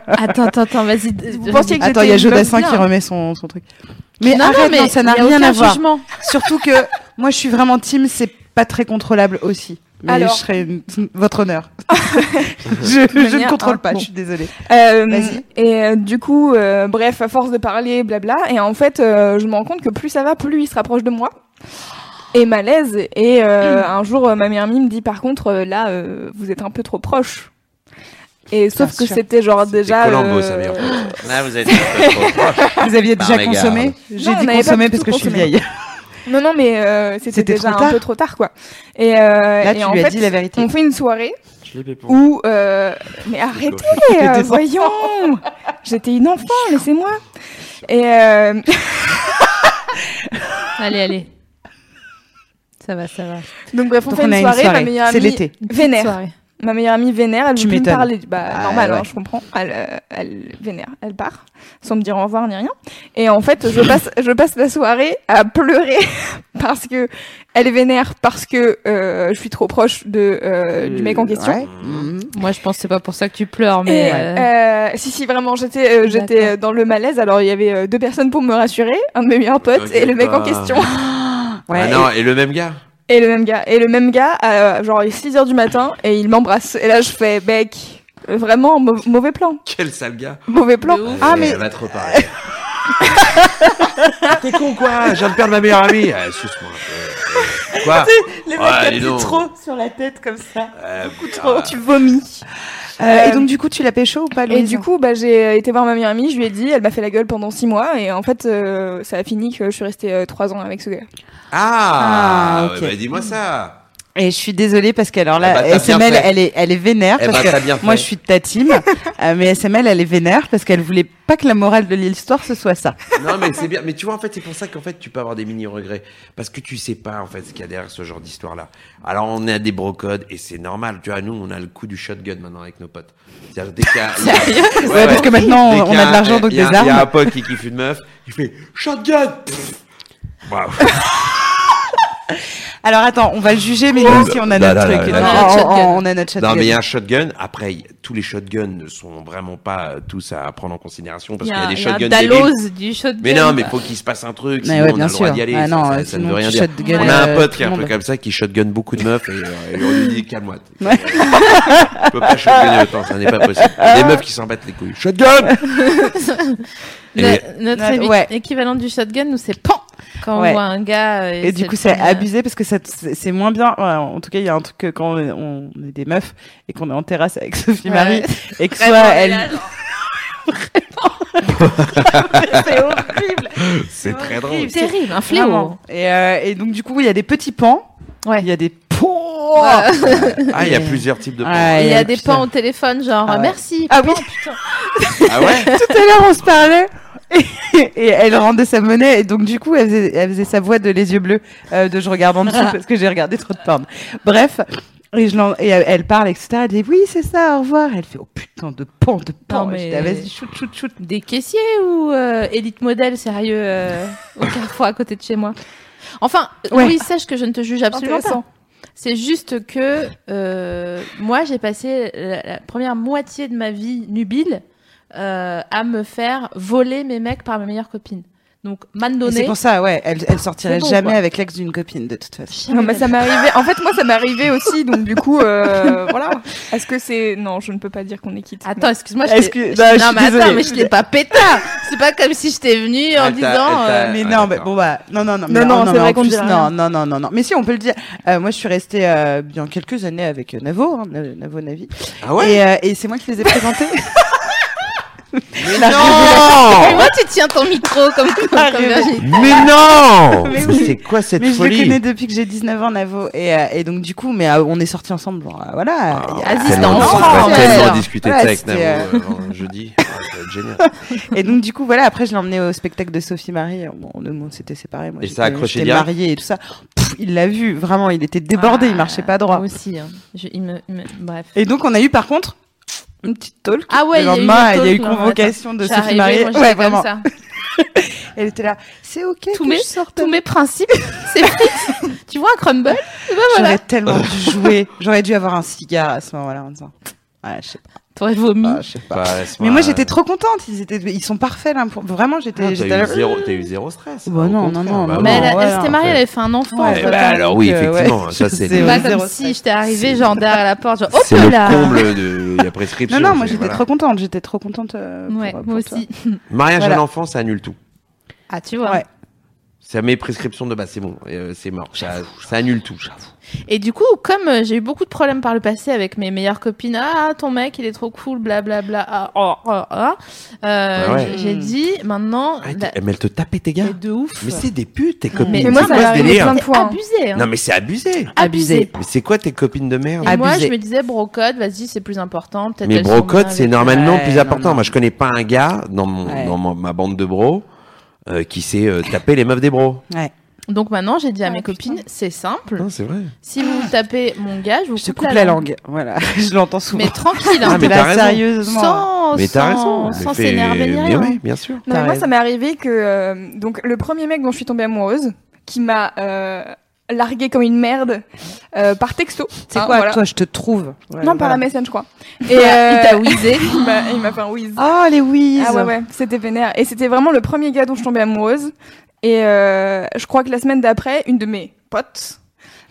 Attends, attends, attends, vas-y. Vous pensiez que Attends, il y a j'étais une Jodassin meuf qui bien. remet son, son truc. Mais non, arrête, non, mais non, ça n'a il y a rien aucun à voir. jugement. Surtout que moi, je suis vraiment team, c'est pas très contrôlable aussi. Mais Alors. je serais une- votre honneur. je je ne manière, contrôle hein, pas, bon. je suis désolée. Euh, Vas-y. et euh, du coup, euh, bref, à force de parler, blabla, et en fait, euh, je me rends compte que plus ça va, plus il se rapproche de moi. Et malaise. Et euh, un jour, euh, ma meilleure amie me dit, par contre, euh, là, euh, vous êtes un peu trop proche. Et sauf Bien que sûr. c'était genre C'était déjà. Colombo, euh, ça vient. Là, vous êtes un peu trop proche. Vous aviez Bah, déjà regarde. consommé Ah, on J'ai dit n'avait pas consommé du parce tout que je suis consommé. vieille. Non, non, mais euh, c'était C'était déjà trop un tard. peu trop tard, quoi. Et, euh, Là, et tu en lui fait, as dit la vérité. on fait une soirée Je l'ai fait pour. où. euh, mais arrêtez, euh, enfants. voyons J'étais une enfant, laissez-moi Et. euh, Allez, allez. Ça va, ça va. Donc bref, on Donc fait on une a une soirée, ma soirée. meilleure C'est amie l'été. vénère. Soirée. Ma meilleure amie vénère, elle Tu veut plus me m'étonnes. parler. Bah Ah, normal, hein, ouais. je comprends. Elle, euh, elle vénère, elle part sans me dire au revoir ni rien. Et en fait, je passe, je passe la soirée à pleurer parce que elle est vénère, parce que euh, je suis trop proche de euh, du mec en question. Ouais. Mm. Mhm. Moi, je pense que c'est pas pour ça que tu pleures, mais. Et, euh, euh, si si vraiment j'étais euh, j'étais D'accord. euh, dans le malaise alors il y avait euh, deux personnes pour me rassurer un de mes meilleurs potes et le mec en T'inquiète pas. question Ouais. Ah non, et le même gars Et le même gars. Et le même gars, euh, genre, il est 6 heures du matin et il m'embrasse. Et là, je fais, mec, euh, vraiment, mau- mauvais plan. Quel sale gars Mauvais plan. Ah, mais. Elle va trop parler. Ah, T'es con, quoi Je viens de perdre ma meilleure amie Ah, suce-moi un peu. Euh, Quoi Les mecs, Ouais, dis donc. trop sur la tête comme ça. Euh, putain. Tu vomis. Euh, et donc du coup, tu l'as pécho ou pas, Et Louise du coup, bah, j'ai été voir ma meilleure amie, je lui ai dit, elle m'a fait la gueule pendant 6 mois. Et en fait, euh, ça a fini que je suis restée 3 ans avec ce gars. Ah, Ah, ok. ouais, bah, Dis-moi ça Et je suis désolée parce que alors là, Eh ben, t'as bien SML, fait. elle est, elle est vénère Eh parce ben, que t'as bien moi, fait. je suis de ta team, euh, mais SML, elle est vénère parce qu'elle voulait pas que la morale de l'histoire ce soit ça. Non, mais c'est bien. Mais tu vois, en fait, c'est pour ça qu'en fait, tu peux avoir des mini-regrets. Parce que tu sais pas, en fait, ce qu'il y a derrière ce genre d'histoire-là. Alors, on a des brocodes, et c'est normal. Tu vois, nous, on a le coup du shotgun maintenant avec nos potes. C'est-à-dire, dès qu'il y a- Ouais, Ouais, parce que maintenant, Dès on- on qu'il y a de l'argent, donc il y a- des Il y a un armes. pote qui kiffe une meuf, il fait shotgun Pff. Waouh. Alors attends, on va le juger, mais nous aussi, on a Oh, Là, notre là, là, truc. là, Non, là. on- Shotgun. on- On a notre shotgun. Oh, Non, mais il y a un shotgun. Après, y- tous les shotguns ne sont vraiment pas euh, tous à prendre en considération parce il qu'il y a des il y a un shotguns débiles. Dalloz du shotgun. Mais non, mais faut qu'il se passe un truc, Mais sinon ouais, on bien a le droit sûr. d'y aller. ça, Ah non, ça- euh, ça ne sinon, veut rien tu dire. shotgun, on a un euh, pote tout qui est le un peu monde. comme ça, qui shotgun beaucoup de meufs et, euh, et on lui dit calme-moi. Tu peux pas shotgunner autant, ça n'est pas possible. Il y a Des meufs qui s'en battent les couilles. Shotgun Et- No- notre Notre- évi- ouais. équivalent du shotgun, nous, c'est pan quand Ouais. on voit un gars. euh, Et du le coup, c'est premier- hein. abusé parce que ça t- c'est c'est moins bien. Ouais, en tout cas, il y a un truc que quand on est, on est des meufs et qu'on est en terrasse avec Sophie Ouais. Marie et que soit Vraiment, elle. là, C'est horrible. C'est très C'est drôle. terrible, un fléau. Vraiment. Et, euh, et donc, du coup, il y a des petits pans. Ouais. Il y a des. Ouais. Ah, il y a plusieurs types de Ouais. points. Il y euh, a des putain. pans au téléphone, genre Ah ouais. merci. Ah oui. Ah ouais Tout à l'heure, on se parlait. Et et elle rendait sa monnaie. Et donc, du coup, elle faisait, elle faisait sa voix de les yeux bleus, euh, de je regarde en dessous parce que j'ai regardé trop de porn. Bref. Et, je l'en- et elle elle parle, etc. Elle dit oui, c'est ça, au revoir. Elle fait oh putain de pan, de pan. Non, Et mais- j'étais, ah, Vas-y, shoot, shoot, shoot. Des caissiers ou euh, élite modèle, sérieux, euh, au carrefour à côté de chez moi. Enfin, euh, Ouais. oui, sache que je ne te juge absolument pas. Intéressant. C'est juste que euh, moi, j'ai passé la, la première moitié de ma vie nubile euh, à me faire voler mes mecs par mes meilleures copines. Donc, man Et C'est donné. pour ça, ouais, elle, elle sortirait C'est bon, jamais quoi. avec l'ex d'une copine, de toute façon. Non, mais ça m'est arrivé. En fait, moi, ça m'est arrivé aussi. Donc, du coup, euh, voilà. Est-ce que c'est. Non, je ne peux pas dire qu'on est quitte. Attends, excuse-moi. je Excuse- t'ai- non, bah, je suis mais attends, désolée. mais je t'ai pas pétard. C'est pas comme si je t'ai venu en Elle t'a- disant. elle t'a- euh, Mais Ouais, non, mais ah, d'accord. bon bah non non non Non, non, c'est mais vrai en qu'on plus, dira non rien. non non non non mais si on peut le dire. Euh, moi je suis restée euh, bien quelques années avec euh, Navo, hein, Na- Navo Navi Ah ouais et, euh, et c'est moi qui les ai présentés. Mais moi, tu tiens ton micro comme, comme, La comme révélation. Virginie. Mais non Mais Mais oui. C'est quoi cette mais je le connais folie depuis que j'ai 19 ans Navo et, euh, et donc du coup mais euh, on est sortis ensemble bon, euh, voilà. il y a- Aziz, Ah, Tellement- t'es en on va France, tellement alors. discuter Ouais, Bah, de ça c'était, avec Navo euh, en- jeudi. Ah, ça va être génial. Et donc du coup voilà après je l'ai emmené au spectacle de Sophie Marie. Euh, Bon, on, on s'était séparés moi. Et j'étais- ça a accroché j'étais direct mariée et tout ça. Pff, il l'a vu vraiment il était débordé Ah. il marchait pas droit. Moi aussi. hein. Je- il me- il me- bref. Et donc on a eu par contre une petite talk. Ah ouais, le il y a eu lendemain, une il y a eu talk, là, convocation de J'ai Sophie arrivé, Marie. moi, j'étais ouais, comme vraiment. ça. Elle était là. C'est ok. Tous que mes- je sorte. Tous mes principes, c'est frites. tu vois un crumble Eh ben J'aurais voilà. tellement dû jouer. J'aurais dû avoir un cigare à ce moment-là en disant. Ouais, je sais T'aurais vomi. pas, je sais pas. Bah, laisse-moi- Mais moi j'étais trop contente. Ils étaient, ils sont parfaits là. Pour... Vraiment, j'étais, Ah, j'étais T'as eu là- zéro- t'as eu zéro stress. Bah au non, non, contraire, non, bah non, oui. Mais elle, voilà, elle s'était mariée, elle avait fait un enfant. Ouais, elle Eh voit ben pas. alors oui, Donc, euh, effectivement, ça, c'est- Zéro- Pas comme zéro si stress. j'étais arrivée genre derrière la porte, Oh, genre C'est hop le là. comble de la prescription. Non, non, c'est- moi j'étais voilà. trop contente. J'étais trop contente. euh, pour- Ouais, pour moi toi. aussi. Mariage Voilà. à l'enfant, ça annule tout. Ah, tu vois. Ouais. Ça met prescription de bah c'est bon, euh, c'est mort. Ça, ça annule tout, j'avoue. Et du coup, comme euh, j'ai eu beaucoup de problèmes par le passé avec mes meilleures copines, ah ton mec il est trop cool, blablabla, ah, oh, oh, oh, euh, Ah ouais. j'ai- j'ai dit maintenant, Ah, la- t'es- Mais elle te tapait tes gars. c'est de ouf. Mais c'est des putes, tes copines. Mais C'est Bah. moi, ça quoi m'est ce arrivé délire plein de fois. hein. abusé. hein. Non, mais c'est abusé. abusé. Mais c'est quoi tes copines de merde Et moi, Abusé. je me disais brocode, vas-y, c'est plus important. peut-être Mais elles sont brocode, bien c'est avec- normalement Ouais, plus euh, non, important. non. Moi, je connais pas un gars dans, mon, Ouais. dans mon- ma bande de bros euh, qui s'est euh, tapé les meufs des bros. Ouais. Donc maintenant, j'ai dit à Ah, mes putain. copines, c'est Mm. simple. Non, c'est vrai. Si vous tapez mon gars, je vous Je te coupe la langue. Voilà. Je l'entends Mais souvent. tranquille, Ah, hein. mais Là, t'as raison. sérieusement. sans, mais t'as sans, raison. sans Mais fais- s'énerver ni mais rien. oui, bien sûr. Non, T'as mais moi, raison. ça m'est arrivé que euh, donc le premier mec dont je suis tombée amoureuse, qui m'a euh, largué comme une merde euh, par texto. C'est Hein, quoi voilà. Toi, je te trouve. Ouais, Non, voilà. par la MSN, je crois. Et Et euh, il t'a whizzé. il m'a- il m'a fait un whiz. Oh les whiz. Ah ouais, ouais, c'était vénère. Et c'était vraiment le premier gars dont je tombais amoureuse. Et euh, je crois que la semaine d'après, une de mes potes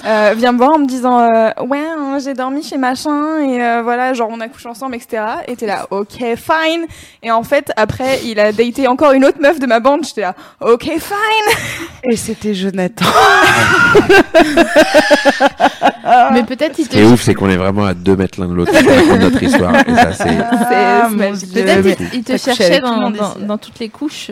euh, vient me voir en me disant euh, Ouais, hein, j'ai dormi chez machin, et euh, voilà, genre on a couché ensemble, etc. Et t'es là, ok, fine. Et en fait, après, il a daté encore une autre meuf de ma bande, j'étais là, ok, fine. Et c'était Jonathan. Mais peut-être il te Ce qui est ouf, c'est qu'on est vraiment à deux mètres l'un de l'autre pour raconter notre histoire. Et ça, c'est. C'est- Ah, c'est mon magique. Dieu. Peut-être Mais- il- il te T'as couché cherchait avec tout le dans, monde dans, ici. dans toutes les couches.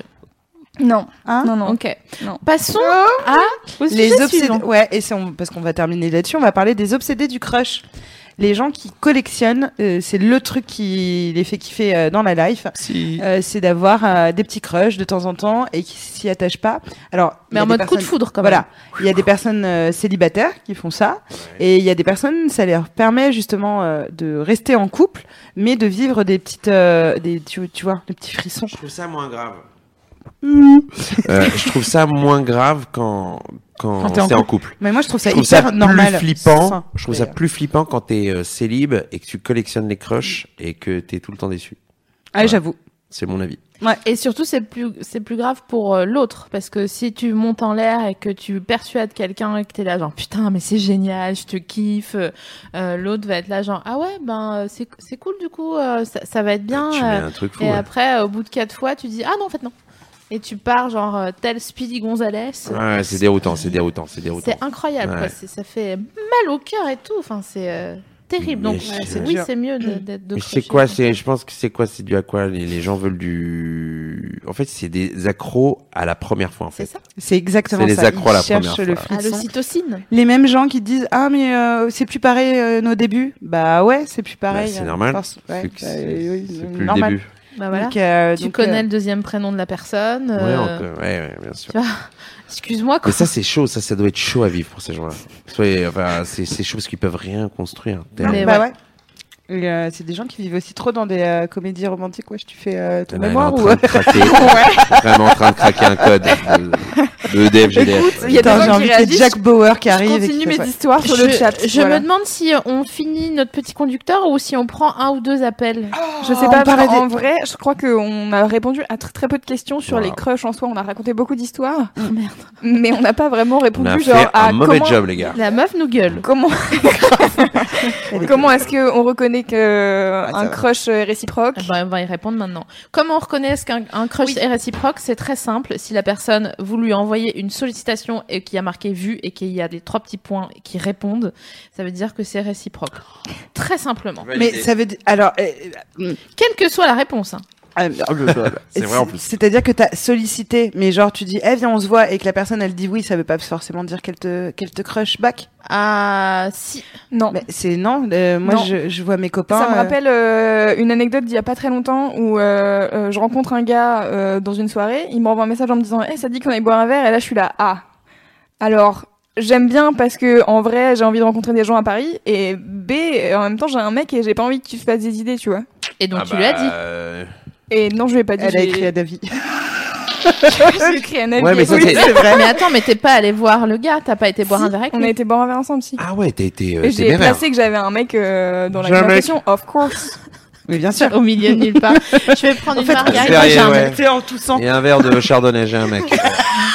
Non, Hein non, non. Ok. Non. Passons à Oh. Ah, les obsédés. obsédants. Ouais, et c'est on- parce qu'on va terminer là-dessus, on va parler des obsédés du crush. Les gens qui collectionnent, euh, c'est le truc qui les fait kiffer euh, dans la life. Si. Euh, c'est d'avoir euh, des petits crushs de temps en temps et qui s'y attachent pas. Alors, il y Mais a en des mode coup de personnes- foudre, quand même. Voilà, il y a des personnes euh, célibataires qui font ça, et il y a des personnes, ça leur permet justement euh, de rester en couple, mais de vivre des petites, euh, des, tu, tu vois, des petits frissons. trouve ça moins grave. Euh, je trouve ça moins grave quand, quand, Quand t'es en c'est en couple. Mais moi, je trouve ça je trouve hyper ça plus normal. flippant. Sain, je trouve ça d'ailleurs. plus flippant quand t'es euh, célib et que tu collectionnes les crushs et que t'es tout le temps déçu. Ah, j'avoue. C'est mon avis. Et surtout, c'est plus, c'est plus grave pour euh, l'autre. Parce que si tu montes en l'air et que tu persuades quelqu'un et que t'es là, genre, putain, mais c'est génial, je te kiffe. euh, l'autre va être là, genre, ah ouais, ben, euh, c'est, c'est cool, du coup, euh, ça, ça va être bien. tu mets euh, un truc fou. hein. et ouais. après, au bout de quatre fois, tu dis, ah non, en fait, non. Et tu pars, genre, euh, tel Speedy Gonzales. Ouais, c'est déroutant, c'est déroutant, c'est déroutant. C'est incroyable, Ouais. quoi. C'est- ça fait mal au cœur et tout. Enfin, c'est euh, terrible. Mais Donc, c'est- oui, c'est oui, dur. c'est mieux Mm. de- d'être de Mais c'est crochet. quoi C'est, je pense que c'est quoi C'est dû à quoi les, les gens veulent du. En fait, c'est des accros à la première fois. En C'est fait. ça. C'est exactement C'est les ça. accros Ils la cherchent première le fois. À frisson. Ah, l'ocytocine. Les mêmes gens qui disent ah mais euh, c'est plus pareil euh, nos débuts. Bah ouais, c'est plus pareil. Bah, c'est euh, normal. force- ouais, C'est que bah, c'est- oui, oui, c'est oui, plus normal. le début. Bah voilà. Donc, euh, tu donc, connais euh, le deuxième prénom de la personne. Ouais, euh, encore, ouais, ouais, bien sûr. Excuse-moi. Mais quoi. ça, c'est chaud. Ça, ça doit être chaud à vivre pour ces gens-là. Soyez- enfin, c'est c'est chaud parce qu'ils peuvent rien construire. Mais bah ouais. Et, euh, c'est des gens qui vivent aussi trop dans des euh, comédies romantiques. Ouais, je tu fais euh, ton Là, elle Bah, est en mémoire ou train de craquer. Elle est Vraiment en train de craquer un code. Le E EDF, Écoute, GDF. il y a des Putain, gens j'ai qui envie qu'il y ait réagissent. Jack Bauer qui Je arrive. et continue qui fait mes ça. histoires sur je le chat. je voilà. me demande si on finit notre petit conducteur ou si on prend un ou deux appels. Je sais Oh, pas, on parlait parce qu'en des- vrai, je crois qu'on a répondu à très très peu de questions sur Wow. les crushs en soi. On a raconté beaucoup d'histoires. Mais on n'a pas vraiment On a répondu genre fait à un mauvais comment, job, les gars. La meuf nous gueule. comment, Ah, comment est-ce qu'on reconnaît que Ah, ça un va. crush est réciproque Ah bah, on va y répondre maintenant. Comment on reconnaît ce qu'un un crush est réciproque C'est très simple. Si la personne, vous lui envoyez une sollicitation et qui a marqué vu et qu'il y a les trois petits points qui répondent, ça veut dire que c'est réciproque. Très simplement. Mais ça veut dire. Alors, euh, euh, Quelle que soit la réponse. hein. euh, C'est vrai en plus. C'est-à-dire que t'as sollicité, mais genre tu dis, eh viens, on se voit, et que la personne elle dit oui, ça veut pas forcément dire qu'elle te, qu'elle te crush back. Ah, si. Non. Mais c'est non. euh, moi, Non. Je, je vois mes copains. Ça me euh, rappelle euh, une anecdote d'il y a pas très longtemps où euh, euh, je rencontre un gars euh, dans une soirée, il m'envoie un message en me disant "Eh, ça te dit qu'on aille boire un verre" et là je suis là "Ah." Alors, j'aime bien parce que en vrai, j'ai envie de rencontrer des gens à Paris et B euh, en même temps, j'ai un mec et j'ai pas envie que tu te fasses des idées, tu vois. Ah Et Ah donc tu lui bah, bah, as dit. euh, Et non, je lui ai pas dit. euh, Elle a j'ai- écrit à David. j'ai écrit à Navi. Ouais, mais ça, Oui, c'est- C'est vrai. Mais attends, mais t'es pas allé voir le gars, t'as pas été boire si, un verre avec On a lui. été boire un verre ensemble, si. Ah ouais, t'as été euh, et j'ai téméraire. placé que j'avais un mec euh, dans la J'ai un mec. conversation, of course. Mais bien sûr. Au milieu de nulle part. Je vais prendre une margarine. Perrier, j'ai un- ouais. C'est en tout sens. Et un verre de chardonnay, j'ai un mec.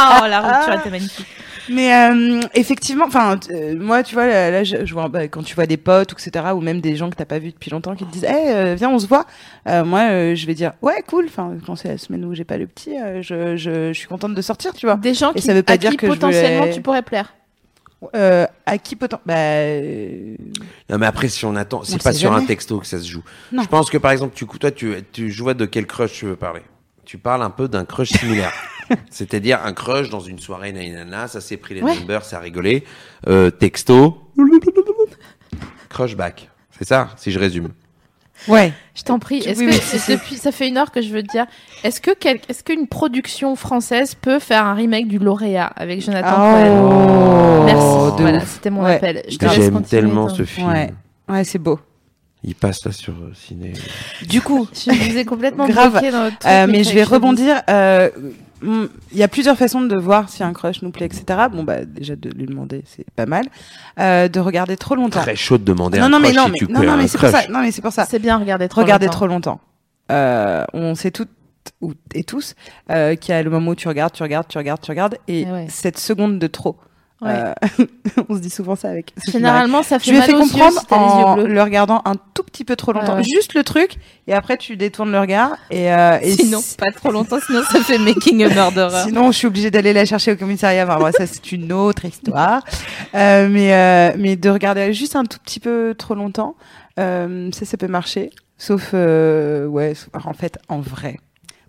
Ah, oh, la rupture était magnifique. Mais euh, effectivement, enfin, t- euh, moi, tu vois, là, là, je, je vois bah, quand tu vois des potes, etc., ou même des gens que t'as pas vu depuis longtemps qui te disent, eh, euh, viens, on se voit. Euh, moi, euh, je vais dire, ouais, cool. Enfin, quand c'est la semaine où j'ai pas le petit, euh, je, je, je suis contente de sortir, tu vois. Des gens Et qui, ça veut pas à dire qui que je potentiellement voulais- tu pourrais plaire. Euh, à qui peut Bah, euh, Non, mais après, si on attend, On c'est le pas sait sur un jamais. texto que ça se joue. Non. Je pense que par exemple, tu, toi, tu, tu, je vois de quel crush tu veux parler. Tu parles un peu d'un crush similaire. C'est-à-dire un crush dans une soirée, nanana, ça s'est pris les Ouais. numbers, ça a rigolé. Euh, texto. crush back. C'est ça, si je résume. ouais. Je t'en prie. Est-ce Oui, que oui, si, si. depuis ça fait une heure que je veux te dire, est-ce que quel- est-ce qu'une production française peut faire un remake du lauréat avec Jonathan Cohen Oh, Merci. de Voilà, ouf. c'était mon Ouais. appel. Je te laisse J'aime continuer, tellement toi. ce film. Ouais. Ouais, c'est beau. Il passe là sur euh, ciné. Du coup, Je vous ai complètement Grave. bloqué dans notre truc, Euh, mais je vais te dis- rebondir. euh, mm, Il y a plusieurs façons de voir si un crush nous plaît, etc. Bon, bah, déjà de lui demander, c'est pas mal. Euh, de regarder trop longtemps. Très chaud de demander non, un non, mais crush non, si mais, tu non, peux non, un mais c'est pour crush. ça. Non, mais c'est pour ça. C'est bien regarder trop. Regarder longtemps. trop longtemps. Euh, on sait toutes ou- et tous euh, qu'il y a le moment où tu regardes, tu regardes, tu regardes, tu regardes, et Eh ouais. cette seconde de trop. Ouais. euh, on se dit souvent ça avec. Généralement, ça fait Je lui ai mal fait aux yeux comprendre si t'as les yeux en bleus. le regardant un tout petit peu trop longtemps, Ouais, ouais. juste le truc, et après tu détournes le regard et, euh, et Sinon, si- pas trop longtemps, sinon ça fait making a murderer. Sinon, je suis obligée d'aller la chercher au commissariat. Enfin, bon, ça, c'est une autre histoire. Euh, mais, euh, mais de regarder juste un tout petit peu trop longtemps, euh, ça, ça peut marcher. Sauf, euh, ouais, sauf- alors, en fait, en vrai.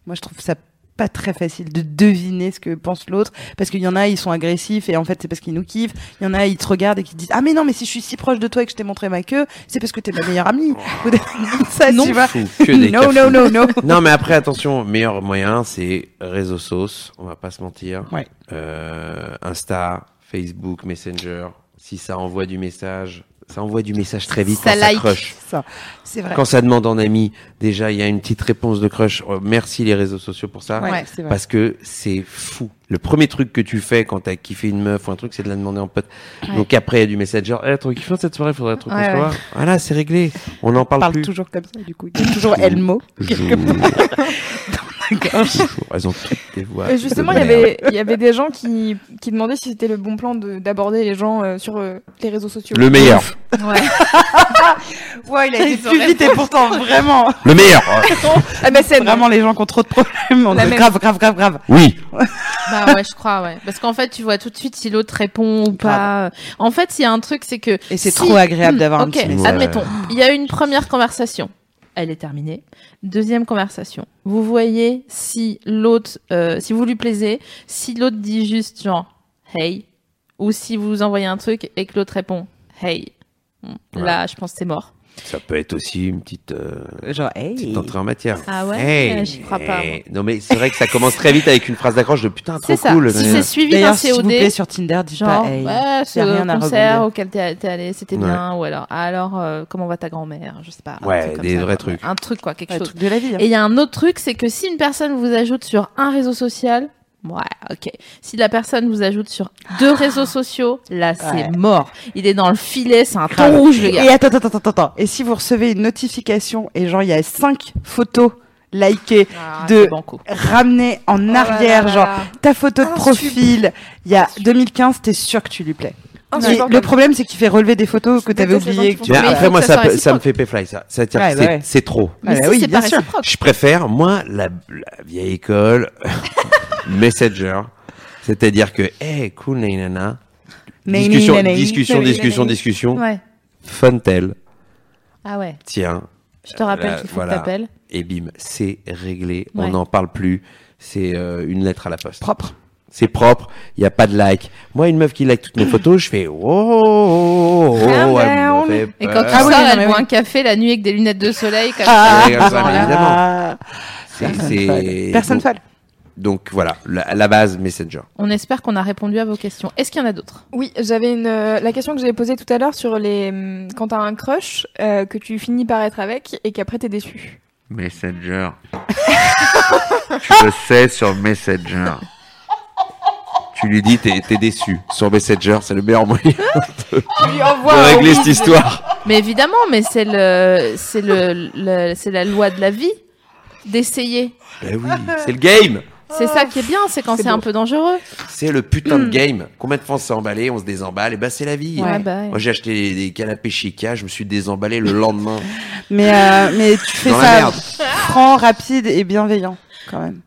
Moi, je trouve ça pas très facile de deviner ce que pense l'autre. Parce qu'il y en a, ils sont agressifs et en fait, c'est parce qu'ils nous kiffent. Il y en a, ils te regardent et qui te disent Ah, mais non, mais si je suis si proche de toi et que je t'ai montré ma queue, c'est parce que t'es ma meilleure amie. Ou des- ça, Non, tu vois. fou, Oh. que des non, non, cafous. non, non. Non, mais après, attention, meilleur moyen, c'est réseaux sauce, on va pas se mentir. Ouais. Euh, Insta, Facebook, Messenger. Si ça envoie du message, ça envoie du message très vite Ça quand like. ça crush. Ça, c'est vrai. Quand ça demande en ami, déjà, il y a une petite réponse de crush. Oh, Merci les réseaux sociaux pour ça. Ouais, c'est vrai. Parce que c'est fou. Le premier truc que tu fais quand t'as kiffé une meuf ou un truc, c'est de la demander en pote. Ouais. Donc après, il y a du messenger. Eh, trop kiffant cette soirée, faudrait trop qu'on Ouais, se ouais. voit. Voilà, c'est réglé. On en parle, parle plus. toujours comme ça, du coup. Il y a toujours Elmo. Jour. Jour. Elles ont toutes des voix. Euh, Justement, de il y merde. avait, il y avait des gens qui, qui demandaient si c'était le bon plan de- d'aborder les gens euh, sur euh, les réseaux sociaux. Le meilleur. Ouais. Ouais, il a Ils été ont plus vite et pourtant, vraiment. Le meilleur. Ah, mais c'est Vraiment, les gens qui ont trop de problèmes. On La dit même. grave, grave, grave, grave. Oui. Bah ouais, je crois, ouais. Parce qu'en fait, tu vois tout de suite si l'autre répond ou pas. En fait, il y a un truc, c'est que. Et c'est si- trop agréable d'avoir un Ok, petit message. message. admettons. Il y a une première conversation. Elle est terminée. Deuxième conversation. Vous voyez si l'autre, euh, si vous lui plaisez, si l'autre dit juste genre hey, ou si vous envoyez un truc et que l'autre répond hey. Bon, Ouais. Là, je pense que c'est mort. Ça peut être aussi une petite, euh, Genre, hey. petite entrée en matière. Ah ouais Hey, J'y crois pas. hey. Non, mais c'est vrai que ça commence très vite avec une phrase d'accroche de putain, Ah, trop C'est ça. cool. Si hein, c'est suivi d'un D'ailleurs, s'il vous plaît, COD, sur Tinder, dis genre, pas hey. ouais, Y c'est a un rien à concert rebondir. auquel t'es t'es allé, c'était Ouais. bien, ou alors, ah, alors, euh, comment va ta grand-mère, je sais pas. un Ouais, truc comme des ça, vrais quoi. trucs. Un truc, quoi, quelque Ouais, chose. truc de la vie. hein. Et il y a un autre truc, c'est que si une personne vous ajoute sur un réseau social, ouais, ok. Si la personne vous ajoute sur deux réseaux sociaux, là, c'est mort. Il est dans le filet, c'est un Grave. ton rouge, le gars. Et attends, attends, attends, attends, attends. Et si vous recevez une notification et genre il y a cinq photos likées, Ah, de- c'est banco. ramenées Oh en arrière, genre ta photo de Ah, profil, il y a 2015, t'es sûr que tu lui plais. Mais le problème c'est qu'il fait relever des photos que Je t'avais déteste les gens oubliées. qui que font tu- Mais Mais il faut après, que moi, ça ça, soit peut- ça me réciproque. fait payfly, ça. ça veut dire Ouais, que bah c'est- ouais. c'est trop. Ah bah si oui, c'est bien pas sûr. réciproque. Je préfère, moi, la, la vieille école, Messenger. C'est-à-dire que, hey, cool, nanana. Nani, Discussion, nani. discussion, Nani, discussion, nani. discussion. Ouais. Funtel. Ah ouais. Tiens. Je te rappelle Là, qu'il faut voilà. que t'appelles. Et bim, c'est réglé. On Ouais. n'en parle plus. C'est euh, une lettre à la poste. Propre. C'est propre. Il n'y a pas de like. Moi, une meuf qui like toutes mes photos, je fais, oh, oh, oh, oh, elle Ah, me down. fait Et quand peur. tu Ah oui, sors, non, elle mais boit oui. un café la nuit avec des lunettes de soleil, comme Ah, ça. comme ça, mais évidemment. Ah, C'est- personne c'est- folle. Personne donc- folle. Donc voilà, la, la base Messenger. On espère qu'on a répondu à vos questions. Est-ce qu'il y en a d'autres Oui, j'avais une euh, la question que j'avais posée tout à l'heure sur les hum, quand t'as un crush euh, que tu finis par être avec et qu'après t'es déçu. Messenger. tu le sais sur Messenger. Tu lui dis, t'es t'es déçu. Sur Messenger, c'est le meilleur moyen Tu lui envoies de un régler oui. cette histoire. Mais évidemment, mais c'est le, c'est le, le- c'est la loi de la vie d'essayer. Eh Ben oui, c'est le game. C'est Ah. ça qui est bien, c'est quand C'est c'est beau. un peu dangereux. C'est le putain de game. Combien de fois on s'est emballé, on se désemballe, et ben c'est la vie. Ouais, bah ouais. Moi j'ai acheté des canapés Chica, je me suis désemballé le lendemain. Mais, euh, mais tu fais Dans la ça merde. franc, rapide et bienveillant quand même.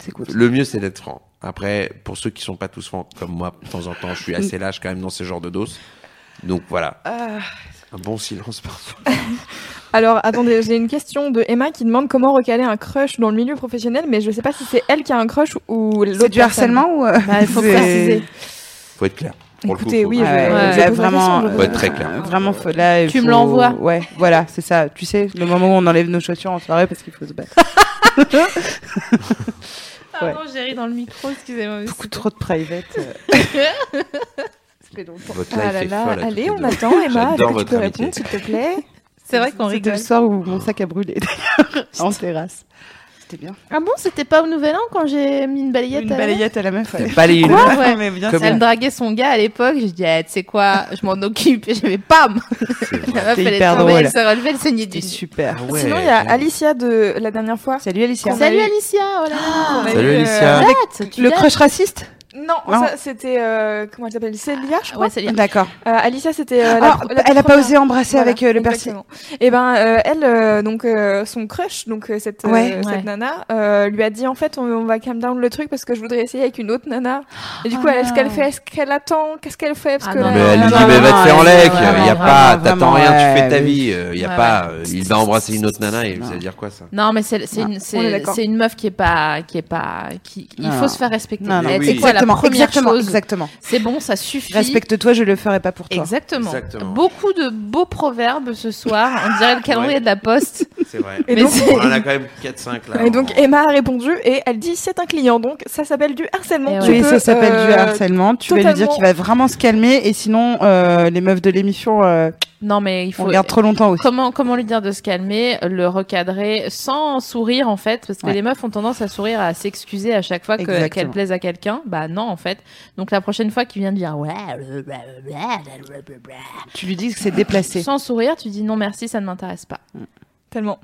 C'est cool. Le mieux, c'est d'être franc. Après, pour ceux qui sont pas tous francs, comme moi, de temps en temps, je suis assez lâche quand même dans ce genre de doses. Donc voilà. Ah. Un bon silence parfois. Alors attendez, j'ai une question de Emma qui demande comment recaler un crush dans le milieu professionnel, mais je sais pas si c'est elle qui a un crush ou l'autre. C'est du personne. harcèlement ou euh, Bah, il faut c'est- préciser. Faut être clair. Pour le coup, Écoutez, faut- oui, Ouais, je- ouais, je pose la vraiment, question, je- Faut être très clair. Euh, Vraiment, faut, là, il Tu me faut- l'envoies. Ouais, voilà, c'est ça. Tu sais, le moment où on enlève nos chaussures en soirée parce qu'il faut se battre. Pardon, j'ai ri dans le micro, excusez-moi. mais Beaucoup c'est- trop de private. euh. Votre life Ah là est là, folle à allez, toutes les on deux. attend Emma, est-ce J'adore que tu votre peux amitié. répondre s'il te plaît C'est vrai qu'on C'était rigole. le soir où mon sac a brûlé, d'ailleurs, en terrasse. C'était bien. Ah bon, c'était pas au Nouvel An quand j'ai mis une balayette Une à la- balayette à la meuf, ouais. T'as pas les une. Quoi Ouais. mais bien Comme- sûr. Elle me draguait son gars à l'époque, j'ai dit, ah, tu sais quoi, je m'en occupe, et j'avais pam! La meuf, C'est elle est hyper tombée, drôle. elle s'est relevée, elle saignait du C'était nez. super. Ah ouais, Sinon, il y a clairement. Alicia de la dernière fois. Salut Alicia. Qu'on a Salut eu- Alicia, oh là là! Salut, Euh, Ah, Alicia. Arrête, tu Le l'as- crush raciste Non, Non. ça, c'était euh, comment elle s'appelle Célia, je crois. Ouais, salut. D'accord. Euh, Alicia, c'était. euh, la Alors, pr- la Ah, elle a pas première. osé embrasser Voilà, avec euh, le persil. exactement. Et ben, euh, elle, euh, donc euh, son crush, donc euh, cette, euh, Ouais. cette Ouais. nana, euh, lui a dit en fait, on, on va calm down le truc parce que je voudrais essayer avec une autre nana. Et du coup, elle, est-ce qu'elle fait, est-ce qu'elle attend, qu'est-ce qu'elle fait parce Ah que non, Mais là- elle lui dit, non, mais va non, te faire en ouais, lec. ouais, Il y a vraiment, pas, t'attends vraiment, rien, tu ouais, fais ta oui. vie. euh, Il y a Ouais, pas, euh, il va embrasser une autre nana et Non. ça veut dire quoi ça Non, mais c'est c'est Non, une, on est c'est d'accord. c'est une meuf qui est pas, qui est pas, qui, il Non, faut non. se faire respecter. Non, non, Eh, oui. C'est quoi la exactement, première exactement, chose? exactement. C'est bon, ça suffit. Respecte-toi, je le ferai pas pour toi. Exactement. Exactement. Beaucoup de beaux proverbes ce soir. On dirait le calendrier Ouais. de la poste. C'est vrai. Et Mais donc, c'est- On en a quand même 4-5 là. et donc Emma a répondu et elle dit c'est un client donc ça s'appelle du Et harcèlement. ouais. Tu Oui, peux, Eh ça s'appelle du euh, harcèlement. Tu vas lui dire totalement- qu'il va vraiment se calmer et sinon, euh, les meufs de l'émission, euh, Non, mais il on faut. regarde trop longtemps aussi. Comment, comment lui dire de se calmer, le recadrer sans sourire en fait, parce que Ouais. les meufs ont tendance à sourire, à s'excuser à chaque fois que- qu'elles Exactement. plaisent à quelqu'un. Bah non en fait. Donc la prochaine fois qu'il vient de dire ouais, euh, blablabla, blablabla, Tu lui dis que c'est déplacé. sans sourire, tu dis non merci, ça ne m'intéresse pas. Tellement.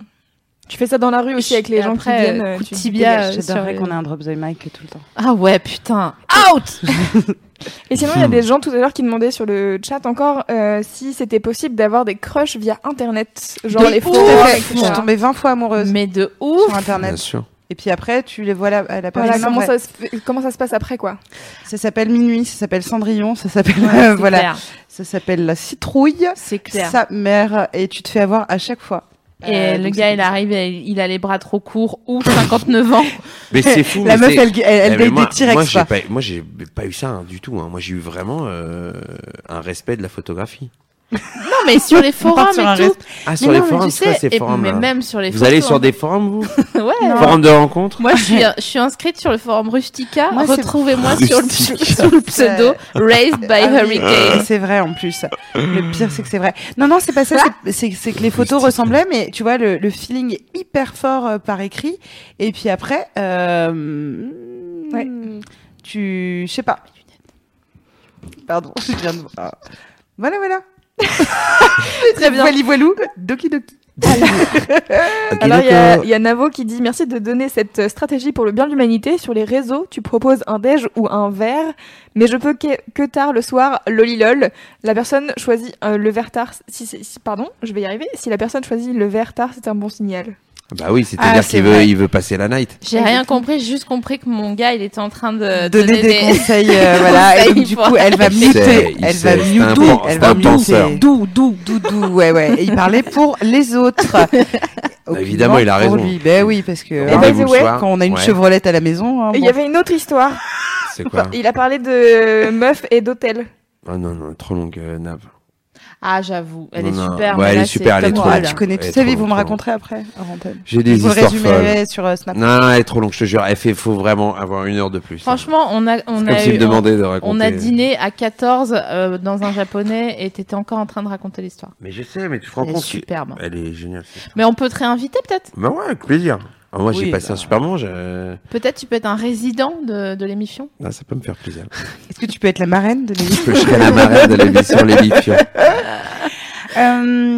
Tu fais ça dans la rue aussi avec les Et gens après, qui viennent. euh, euh, coup de tu- tibia. bien, euh, J'adorerais sur- qu'on ait un drop the mic tout le temps. Ah ouais putain. Out. Et sinon, il y a des gens tout à l'heure qui demandaient sur le chat encore euh, si c'était possible d'avoir des crushs via Internet, genre De les ouf. photos, Tout à fait. etc. Je suis tombée 20 fois amoureuse Mais de sur ouf. Bien Internet. sûr. Et puis après, tu les vois là- à la Voilà, personne. comment, ouais. ça se, comment ça se passe après, quoi Ça s'appelle Minuit, ça s'appelle Cendrillon, ça s'appelle euh, C'est voilà, clair. ça s'appelle la citrouille, C'est clair. sa mère, et tu te fais avoir à chaque fois. Et Euh, le donc gars, c'est- il arrive, il il a les bras trop courts ou 59 ans. Mais c'est fou. La mais meuf, c'est- elle, elle, elle Eh, mais date moi, des T-Rex. Moi, j'ai quoi. pas, moi, j'ai pas eu ça hein, du tout. hein. Moi, j'ai eu vraiment euh, un respect de la photographie. non, mais sur les forums part sur et un tout. reste. Ah, Mais sur les non, mais forums, tu c'est quoi sais, ces et- forums mais là même sur les Vous allez photos, hein. sur des forums, vous ouais. Forums de rencontres Moi, je suis, je suis inscrite sur le forum Rustica. Moi, c'est- Retrouvez-moi sur le, Rustica. sous le pseudo Raised by Ah oui. euh, Hurricane. C'est vrai en plus. Le pire, c'est que c'est vrai. Non, non, c'est pas ça. c'est- C'est c'est que les photos ressemblaient, mais tu vois, le, le feeling est hyper fort euh, par écrit. Et puis après, euh, Ouais. tu. Je sais pas. Pardon, je viens de voir. Voilà, voilà. Très bien. Voili voilou, doki doki. Ah, Ok, bah, Alors, il y, a- d'accord. il y a Navo qui dit Merci de donner cette euh, stratégie pour le bien de l'humanité. Sur les réseaux, tu proposes un déj ou un verre, mais je peux que, que tard le soir, lolilol. La personne choisit euh, le verre tard. Si, si- si- pardon, je vais y arriver. Si la personne choisit le verre tard, c'est un bon signal. Bah oui, c'est-à-dire Ah, c'est qu'il veut, vrai. il veut passer la night. J'ai rien compris, j'ai juste compris que mon gars, il était en train de Donner des conseils, euh, voilà. Et conseils donc, du pour- coup, elle va Il sait, muter. il Elle sait, va c'est muter. un pan- Elle c'est va un penseur. muter. Doux, doux, doux, doux. Ouais, ouais. Et il parlait pour les autres. Évidemment, il a Aucunement pour raison. lui. Ben oui, parce que. Et hein, by the way, quand on a une chevrolette à la maison. hein, Et Il bon. y avait une autre histoire. C'est quoi Il a parlé de meufs et d'hôtels. Ah non, non, trop longue, euh, Nav. Ah, j'avoue, elle Non, est non. super. Ouais, mais elle là, est super, c'est elle est top trop Ah, moral. bien. tu connais tout Elle est ça, trop mais vous me longue. raconterez après. hors antenne. J'ai Je des vous histoires folles. résumerez sur euh, Snap. Non, non, elle est trop longue, je te jure. Elle fait, faut vraiment avoir une heure de plus. hein. Franchement, on a, on comme a s'il me eu, on, demandait de raconter. on a dîné à 14 euh, dans un japonais et t'étais encore en train de raconter l'histoire. Mais je sais, mais tu te rends Elle est compte. que- superbe. Elle est géniale. Mais on peut te réinviter peut-être. Bah ouais, avec plaisir. Ah, moi, j'ai Oui, passé bah. un super moment. je- Peut-être tu peux être un résident de, de l'émission. Ah, ça peut me faire plaisir. Est-ce que tu peux être la marraine de l'émission que je serai la marraine de l'émission Les Bifions.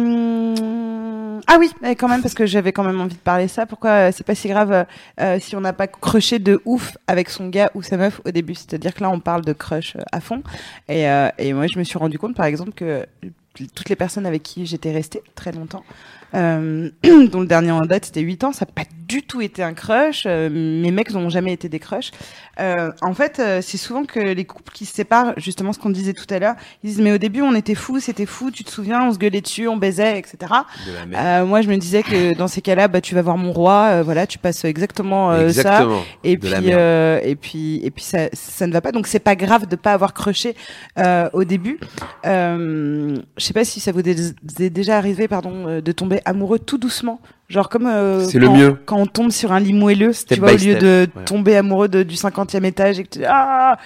Euh, Ah oui, eh, quand même, parce que j'avais quand même envie de parler ça. Pourquoi euh, c'est pas si grave euh, euh, si on n'a pas crushé de ouf avec son gars ou sa meuf au début C'est-à-dire que là, on parle de crush euh, à fond. Et, euh, et moi, je me suis rendu compte, par exemple, que toutes les personnes avec qui j'étais restée très longtemps, euh, dont le dernier en date c'était 8 ans, ça n'a pas du tout été un crush. euh, mes mecs n'ont jamais été des crushs. Euh, en fait, euh, c'est souvent que les couples qui se séparent, justement ce qu'on disait tout à l'heure, ils disent mais au début on était fous, c'était fou, tu te souviens, on se gueulait dessus, on baisait, etc. De la merde. Euh, moi je me disais que dans ces cas-là, bah tu vas voir mon roi, euh, voilà, tu passes exactement, euh, ça. Exactement. Et de puis, la merde. euh, et puis, et puis, ça, ça ne va pas. Donc, c'est pas grave de pas avoir crushé euh, au début. Euh, je sais pas si ça vous dé- est déjà arrivé, pardon, euh, de tomber amoureux tout doucement, genre comme euh, C'est le quand- mieux. quand on tombe sur un lit moelleux, Step tu vois, au by lieu step, de ouais. tomber amoureux de- du 50e étage et que tu ah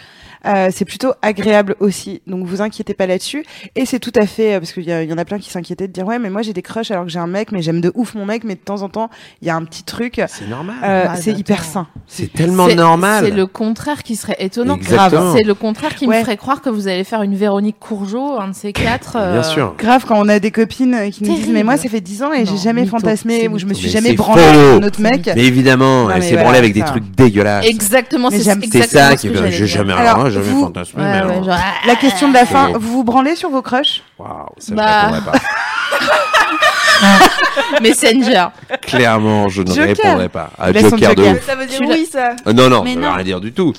euh, c'est plutôt agréable aussi. Donc vous inquiétez pas là-dessus. Et c'est tout à fait euh, parce qu'il y, a- il y en a plein qui s'inquiétaient de dire ouais mais moi j'ai des crushs alors que j'ai un mec mais j'aime de ouf mon mec mais de temps en temps il y a un petit truc. Euh, C'est normal. bah, c'est attends. hyper sain. c'est tellement C'est- normal. C'est le contraire qui serait étonnant. Exactement. C'est le contraire qui me Ouais. ferait croire que vous allez faire une Véronique Courgeot, un de ces quatre. euh, Bien sûr. Grave quand on a des copines euh, qui nous disent Terrible. mais moi ça fait 10 ans et Non, j'ai jamais mytho, fantasmé c'est ou je me mytho. suis Mais jamais c'est branlé faux. avec un autre mec. Mais évidemment, Non, elle mais s'est voilà, branlée avec des ça. trucs dégueulasses. Exactement, Mais c'est j'aime- C'est exactement ça ce qui que veut. j'allais J'ai dire. jamais, Alors, rien, jamais vous- fantasmé. Ouais, mais ouais, alors, genre, ah, La question de la fin, Zéro. vous vous branlez sur vos crushs Waouh, ça Bah. je répondrai pas. ah, Messenger. Clairement, je ne Joker. répondrai pas. À Laisse son Joker de Joker. ouf. Ça veut dire Tu l'as- oui, ça. Euh, Non, non, Mais ça non. veut rien dire du tout.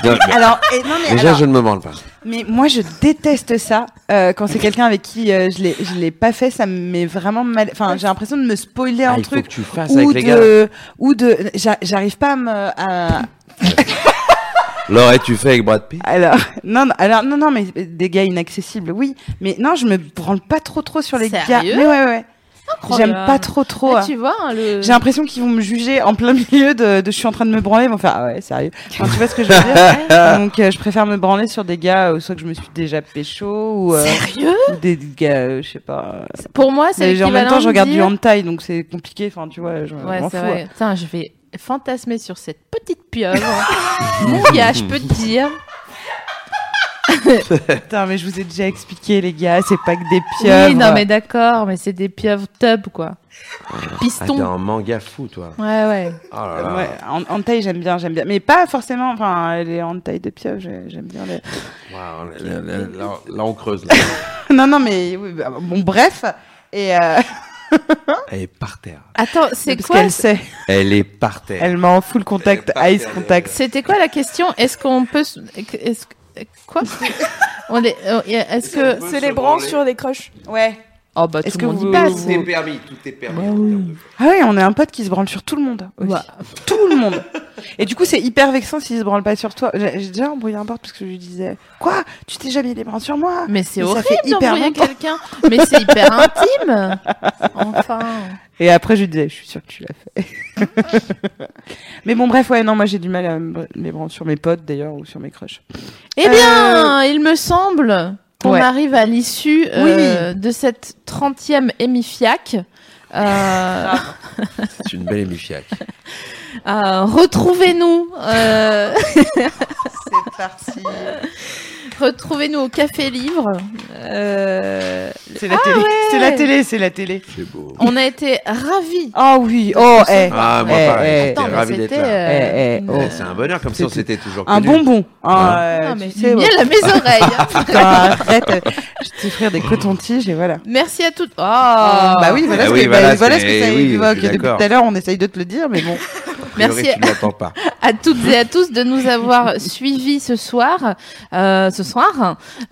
Sinon, je- Alors, et non, mais Déjà, alors- je ne me branle pas. Mais moi, je déteste ça. Euh, quand c'est quelqu'un avec qui euh, je l'ai, je l'ai pas fait, ça me met vraiment mal. Enfin, j'ai l'impression de me spoiler Ah, un il faut truc. que tu fasses Ou avec les gars. de, ou de, j'a- j'arrive pas à me, à- L'aurais-tu fait avec Brad Pitt alors, non, non, alors, non, non, mais des gars inaccessibles, oui. Mais non, je me branle pas trop, trop sur les gars. Sérieux Mais ouais, ouais. Incroyable. Oh J'aime pas trop, trop. Ah, hein. tu vois, hein, le... J'ai l'impression qu'ils vont me juger en plein milieu de, de je suis en train de me branler, ils vont faire ah ouais sérieux. Enfin, tu vois ce que je veux dire Donc euh, je préfère me branler sur des gars, euh, soit que je me suis déjà pécho ou, euh, Sérieux ou des gars, euh, je sais pas. euh, Pour moi, c'est Mais en l'équivalent même temps, de je regarde dire- du hentai, donc c'est compliqué. Enfin, tu vois, je Ouais, m'en fous. hein. c'est vrai. Putain, je vais fantasmer sur cette petite pieuvre. Mon gars, je peux te dire. Putain, mais je vous ai déjà expliqué, les gars, c'est pas que des pieuvres. Oui, non, mais d'accord, mais c'est des pieuvres tub, quoi. Ah, t'es Piston. un manga fou, toi. Ouais, ouais. Oh là là. Ouais, en hentai, j'aime bien, j'aime bien, mais pas forcément. Enfin, les hentai de pieuvres, j'ai- j'aime bien les. Waouh, là, là, là, là, on creuse. là. non, non, mais oui, bah, bon, bref. Et euh, Elle est par terre. Attends, c'est parce quoi qu'elle sait, Elle est par terre. elle m'en fout le Elle contact, est pas eyes fière contact. C'était quoi la question Est-ce qu'on peut. se- Est-ce... Quoi On est... Est-ce que. Célébrant sur des croches. Ouais. Oh bah tout Est-ce le que monde y vous- passe. Tout est permis, tout est permis. en termes de- Ah oui, on a un pote qui se branle sur tout le monde. aussi. Ouais. Tout le monde. Et du coup, c'est hyper vexant s'il se branle pas sur toi. J'ai j'ai déjà embrouillé un pote parce que je lui disais Quoi Tu t'es jamais mis les bras sur moi Mais c'est Mais ça horrible fait hyper d'embrouiller longtemps. quelqu'un. Mais c'est hyper intime. Enfin. Et après, je lui disais Je suis sûre que tu l'as fait. Mais bon, bref, ouais, non, moi j'ai du mal à me br- les branler sur mes potes d'ailleurs ou sur mes crushs. Eh bien, il me semble qu'on Ouais. arrive à l'issue euh, de cette 30e émifiac. Euh, Ah. C'est une belle émifiaque. euh, Retrouvez-nous. euh, C'est parti. Retrouvez-nous au Café Livre. Euh, C'est la, télé. C'est la télé, c'est la télé. C'est beau. on a été ravis. Oh oui, oh, Parce que eh. Ah, moi, Eh, pareil, eh, j'étais Attends, mais ravi d'être c'était, là. euh, Eh, eh, une- oh. Ouais, C'est un bonheur, comme si on s'était toujours Un connus. bonbon. Ah, Ah, euh, mais tu du sais, miel à mes oreilles. hein. Putain, arrête, euh, je vais t'offrir des cotons-tiges et voilà. Merci à toutes. Oh. bah oui, voilà, Ah ce, oui, que, voilà, bah, voilà ce c'est- que ça eh oui, je suis évoque. Depuis d'accord. tout à l'heure, on essaye de te le dire, mais bon. A priori, Merci. Tu ne l'entends pas. à toutes et à tous de nous avoir suivis ce soir. Euh, ce soir,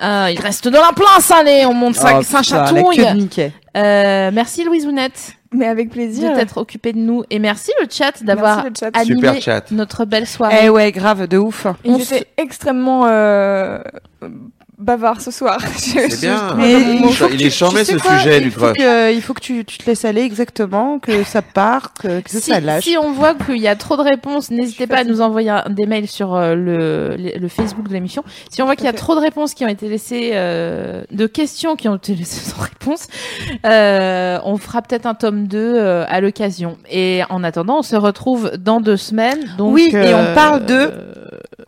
Euh, il reste de la place, allez, on monte ça, Oh, ça putain, la chatouille. queue de Mickey. Euh, merci Louise Ounette Mais avec de plaisir. t'être occupée de nous et merci le chat d'avoir Merci le chat. animé Super chat. notre belle soirée. Eh ouais, grave, de ouf. Et Ah, on J'étais extrêmement euh, bavard ce soir. C'est bien. Mais Il faut est que tu- charmé, tu ce sais quoi, sujet, Il du faut, crush. que, euh, il faut que tu, tu te laisses aller exactement, que ça part, que, que Si, ça lâche. si on voit qu'il y a trop de réponses, n'hésitez pas à nous envoyer un- des mails sur euh, le, le, le Facebook de l'émission. Si on voit qu'il y a Ok. trop de réponses qui ont été laissées, euh, de questions qui ont été laissées sans réponse, euh, on fera peut-être un tome 2 euh, à l'occasion. Et en attendant, on se retrouve dans deux semaines. Donc, euh, Oui, et on euh, parle de-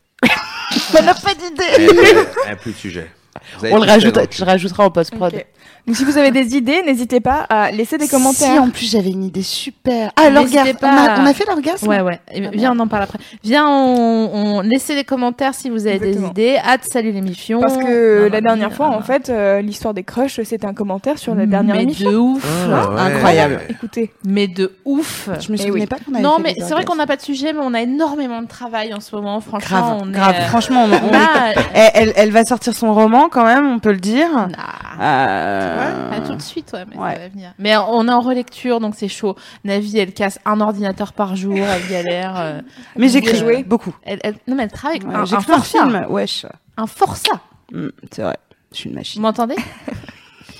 on n'a pas d'idée. Eh, eh, eh, plus de sujet. Vous avez On le tout rajoute, fait dans je le rajouterai en post-prod. Ok. Donc si vous avez des idées, n'hésitez pas à laisser des Si, commentaires. en plus, j'avais une idée super. Ah, l'orgasme. N'hésitez On, pas a- à- on a fait l'orgasme Ouais, ouais. Ah, Et Viens, on en parle après. Viens, on, on laissez les commentaires si vous avez Exactement. des idées. Hâte, salut l'émission. Parce que Nanana, la dernière fois, en nanana. fait, euh, l'histoire des crushs, c'était un commentaire sur la dernière Mais émission. de ouf. Ah, ouais. Incroyable. Écoutez, Mais de ouf. Je me Eh souvenais oui. pas qu'on avait Non, fait mais des c'est vrai qu'on orgasmes. n'a pas de sujet, mais on a énormément de travail en ce moment. Franchement, Grave, on grave. est. euh, Franchement, on, on- là, Eh, elle, elle va sortir son roman quand même, on peut le dire. nah, Euh, Pas tout de suite, ouais, mais Ah. Ouais. ça va venir. Mais on est en relecture, donc c'est chaud. Navi, elle casse un ordinateur par jour, elle galère. euh, Mais j'écris Jouer. beaucoup. Elle, elle- Non, mais elle travaille. avec Ouais, un, un j'écris un forçat. film, wesh. Un forçat. Hmm, c'est vrai, je suis une Vous machine. m'entendez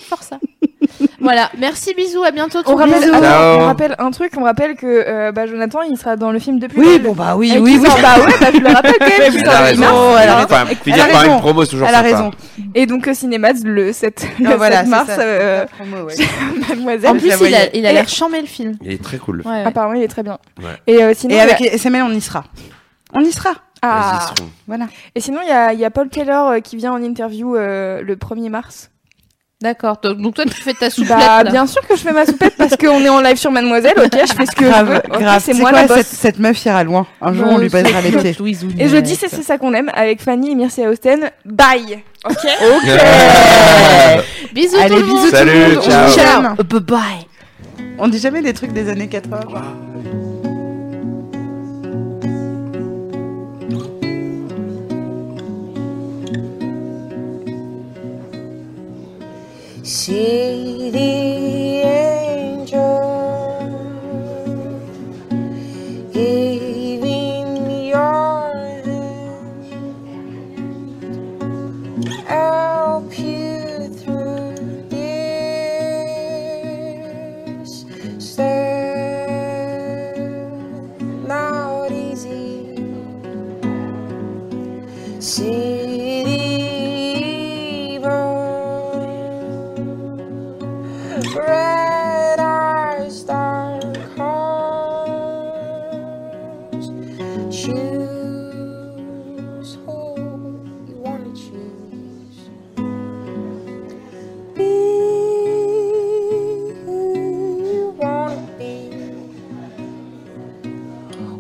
Forçat. voilà. Merci, bisous, à bientôt. tout on le monde. rappelle, Bisous. attends, Ciao. on rappelle un truc, on rappelle que euh, bah, Jonathan, il sera dans le Ah, film depuis. Oui, bon bah oui, oui, oui. Bah ouais, bah, je le rappelle quand même. Elle qu'il a sort le raison. 8 mars. Elle Oh, elle a a pas- Elle a finir par une raison. promo, c'est toujours Elle a sympa. raison. Et donc euh, Cinémas le 7, le Ah, voilà, 7 c'est mars, ça, euh, c'est la promo, ouais. Mademoiselle. En Je la Eh. Ah, plus, il a voyais. il a l'air chambé le film. Il est très cool. Ouais, ouais. Apparemment, il est très bien. Ouais. Et euh, sinon, Et il y a- avec SML, on y sera. On y sera. Ah. Vas-y, serons. Voilà. Et sinon, il y a, il y a Paul Keller euh, qui vient en interview euh, le 1er mars. D'accord. Donc donc toi, tu fais ta souplette. Bah, là. bien sûr que je fais ma soupette parce qu'on est en live sur Mademoiselle, ok, je fais ce que je veux. grave, Ok, Ah, grave. c'est C'est moi quoi la boss. cette, cette meuf ira loin. Un jour, on lui baisera les pieds. Et je dis, c'est c'est ça qu'on aime, avec Fanny et Mircea Austen. Bye Ok Bisous Allez, tout le bisous monde. tout le Salut, monde. ciao. On t'aime. Bye bye. On dit jamais des trucs des années 80. See the angel giving your hand. Help you through this. Stand not easy. City Red eyes, dark hearts Choose who you want to choose Be who you want to be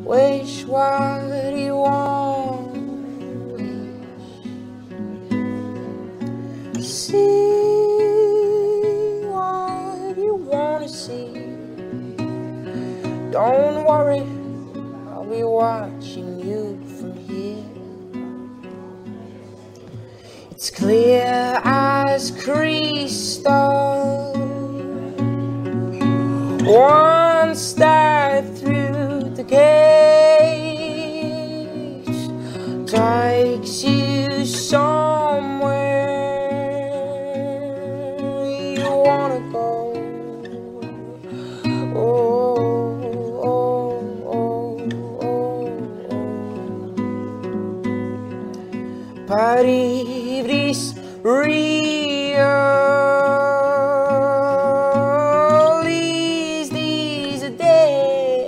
Wish what you want. wish. See what you wanna see. Don't worry, I'll be watching you from here. It's clear as crystal. One step through the gate takes you somewhere you wanna go. Oh, oh, oh, oh, oh. Paris, Rio. These, these days,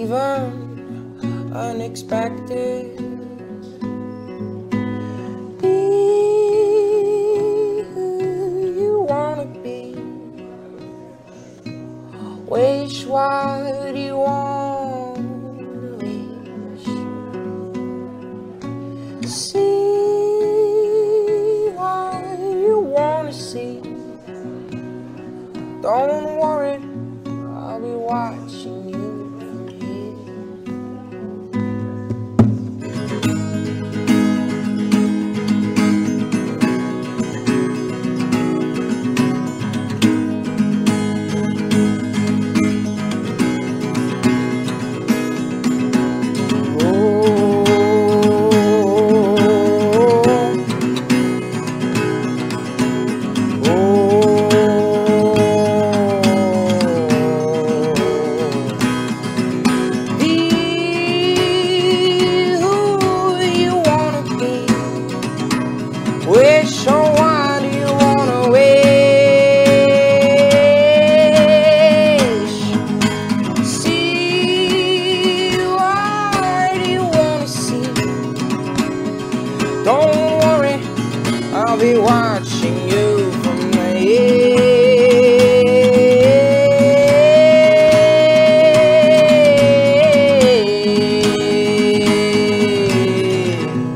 even unexpected. Be who you wanna be. Wish what you want to wish see what you wanna see. Don't worry, I'll be watching you from here. Be who you wanna be. Wish on what you wanna wish. See what you wanna see. Don't worry, I'll be watching you from here.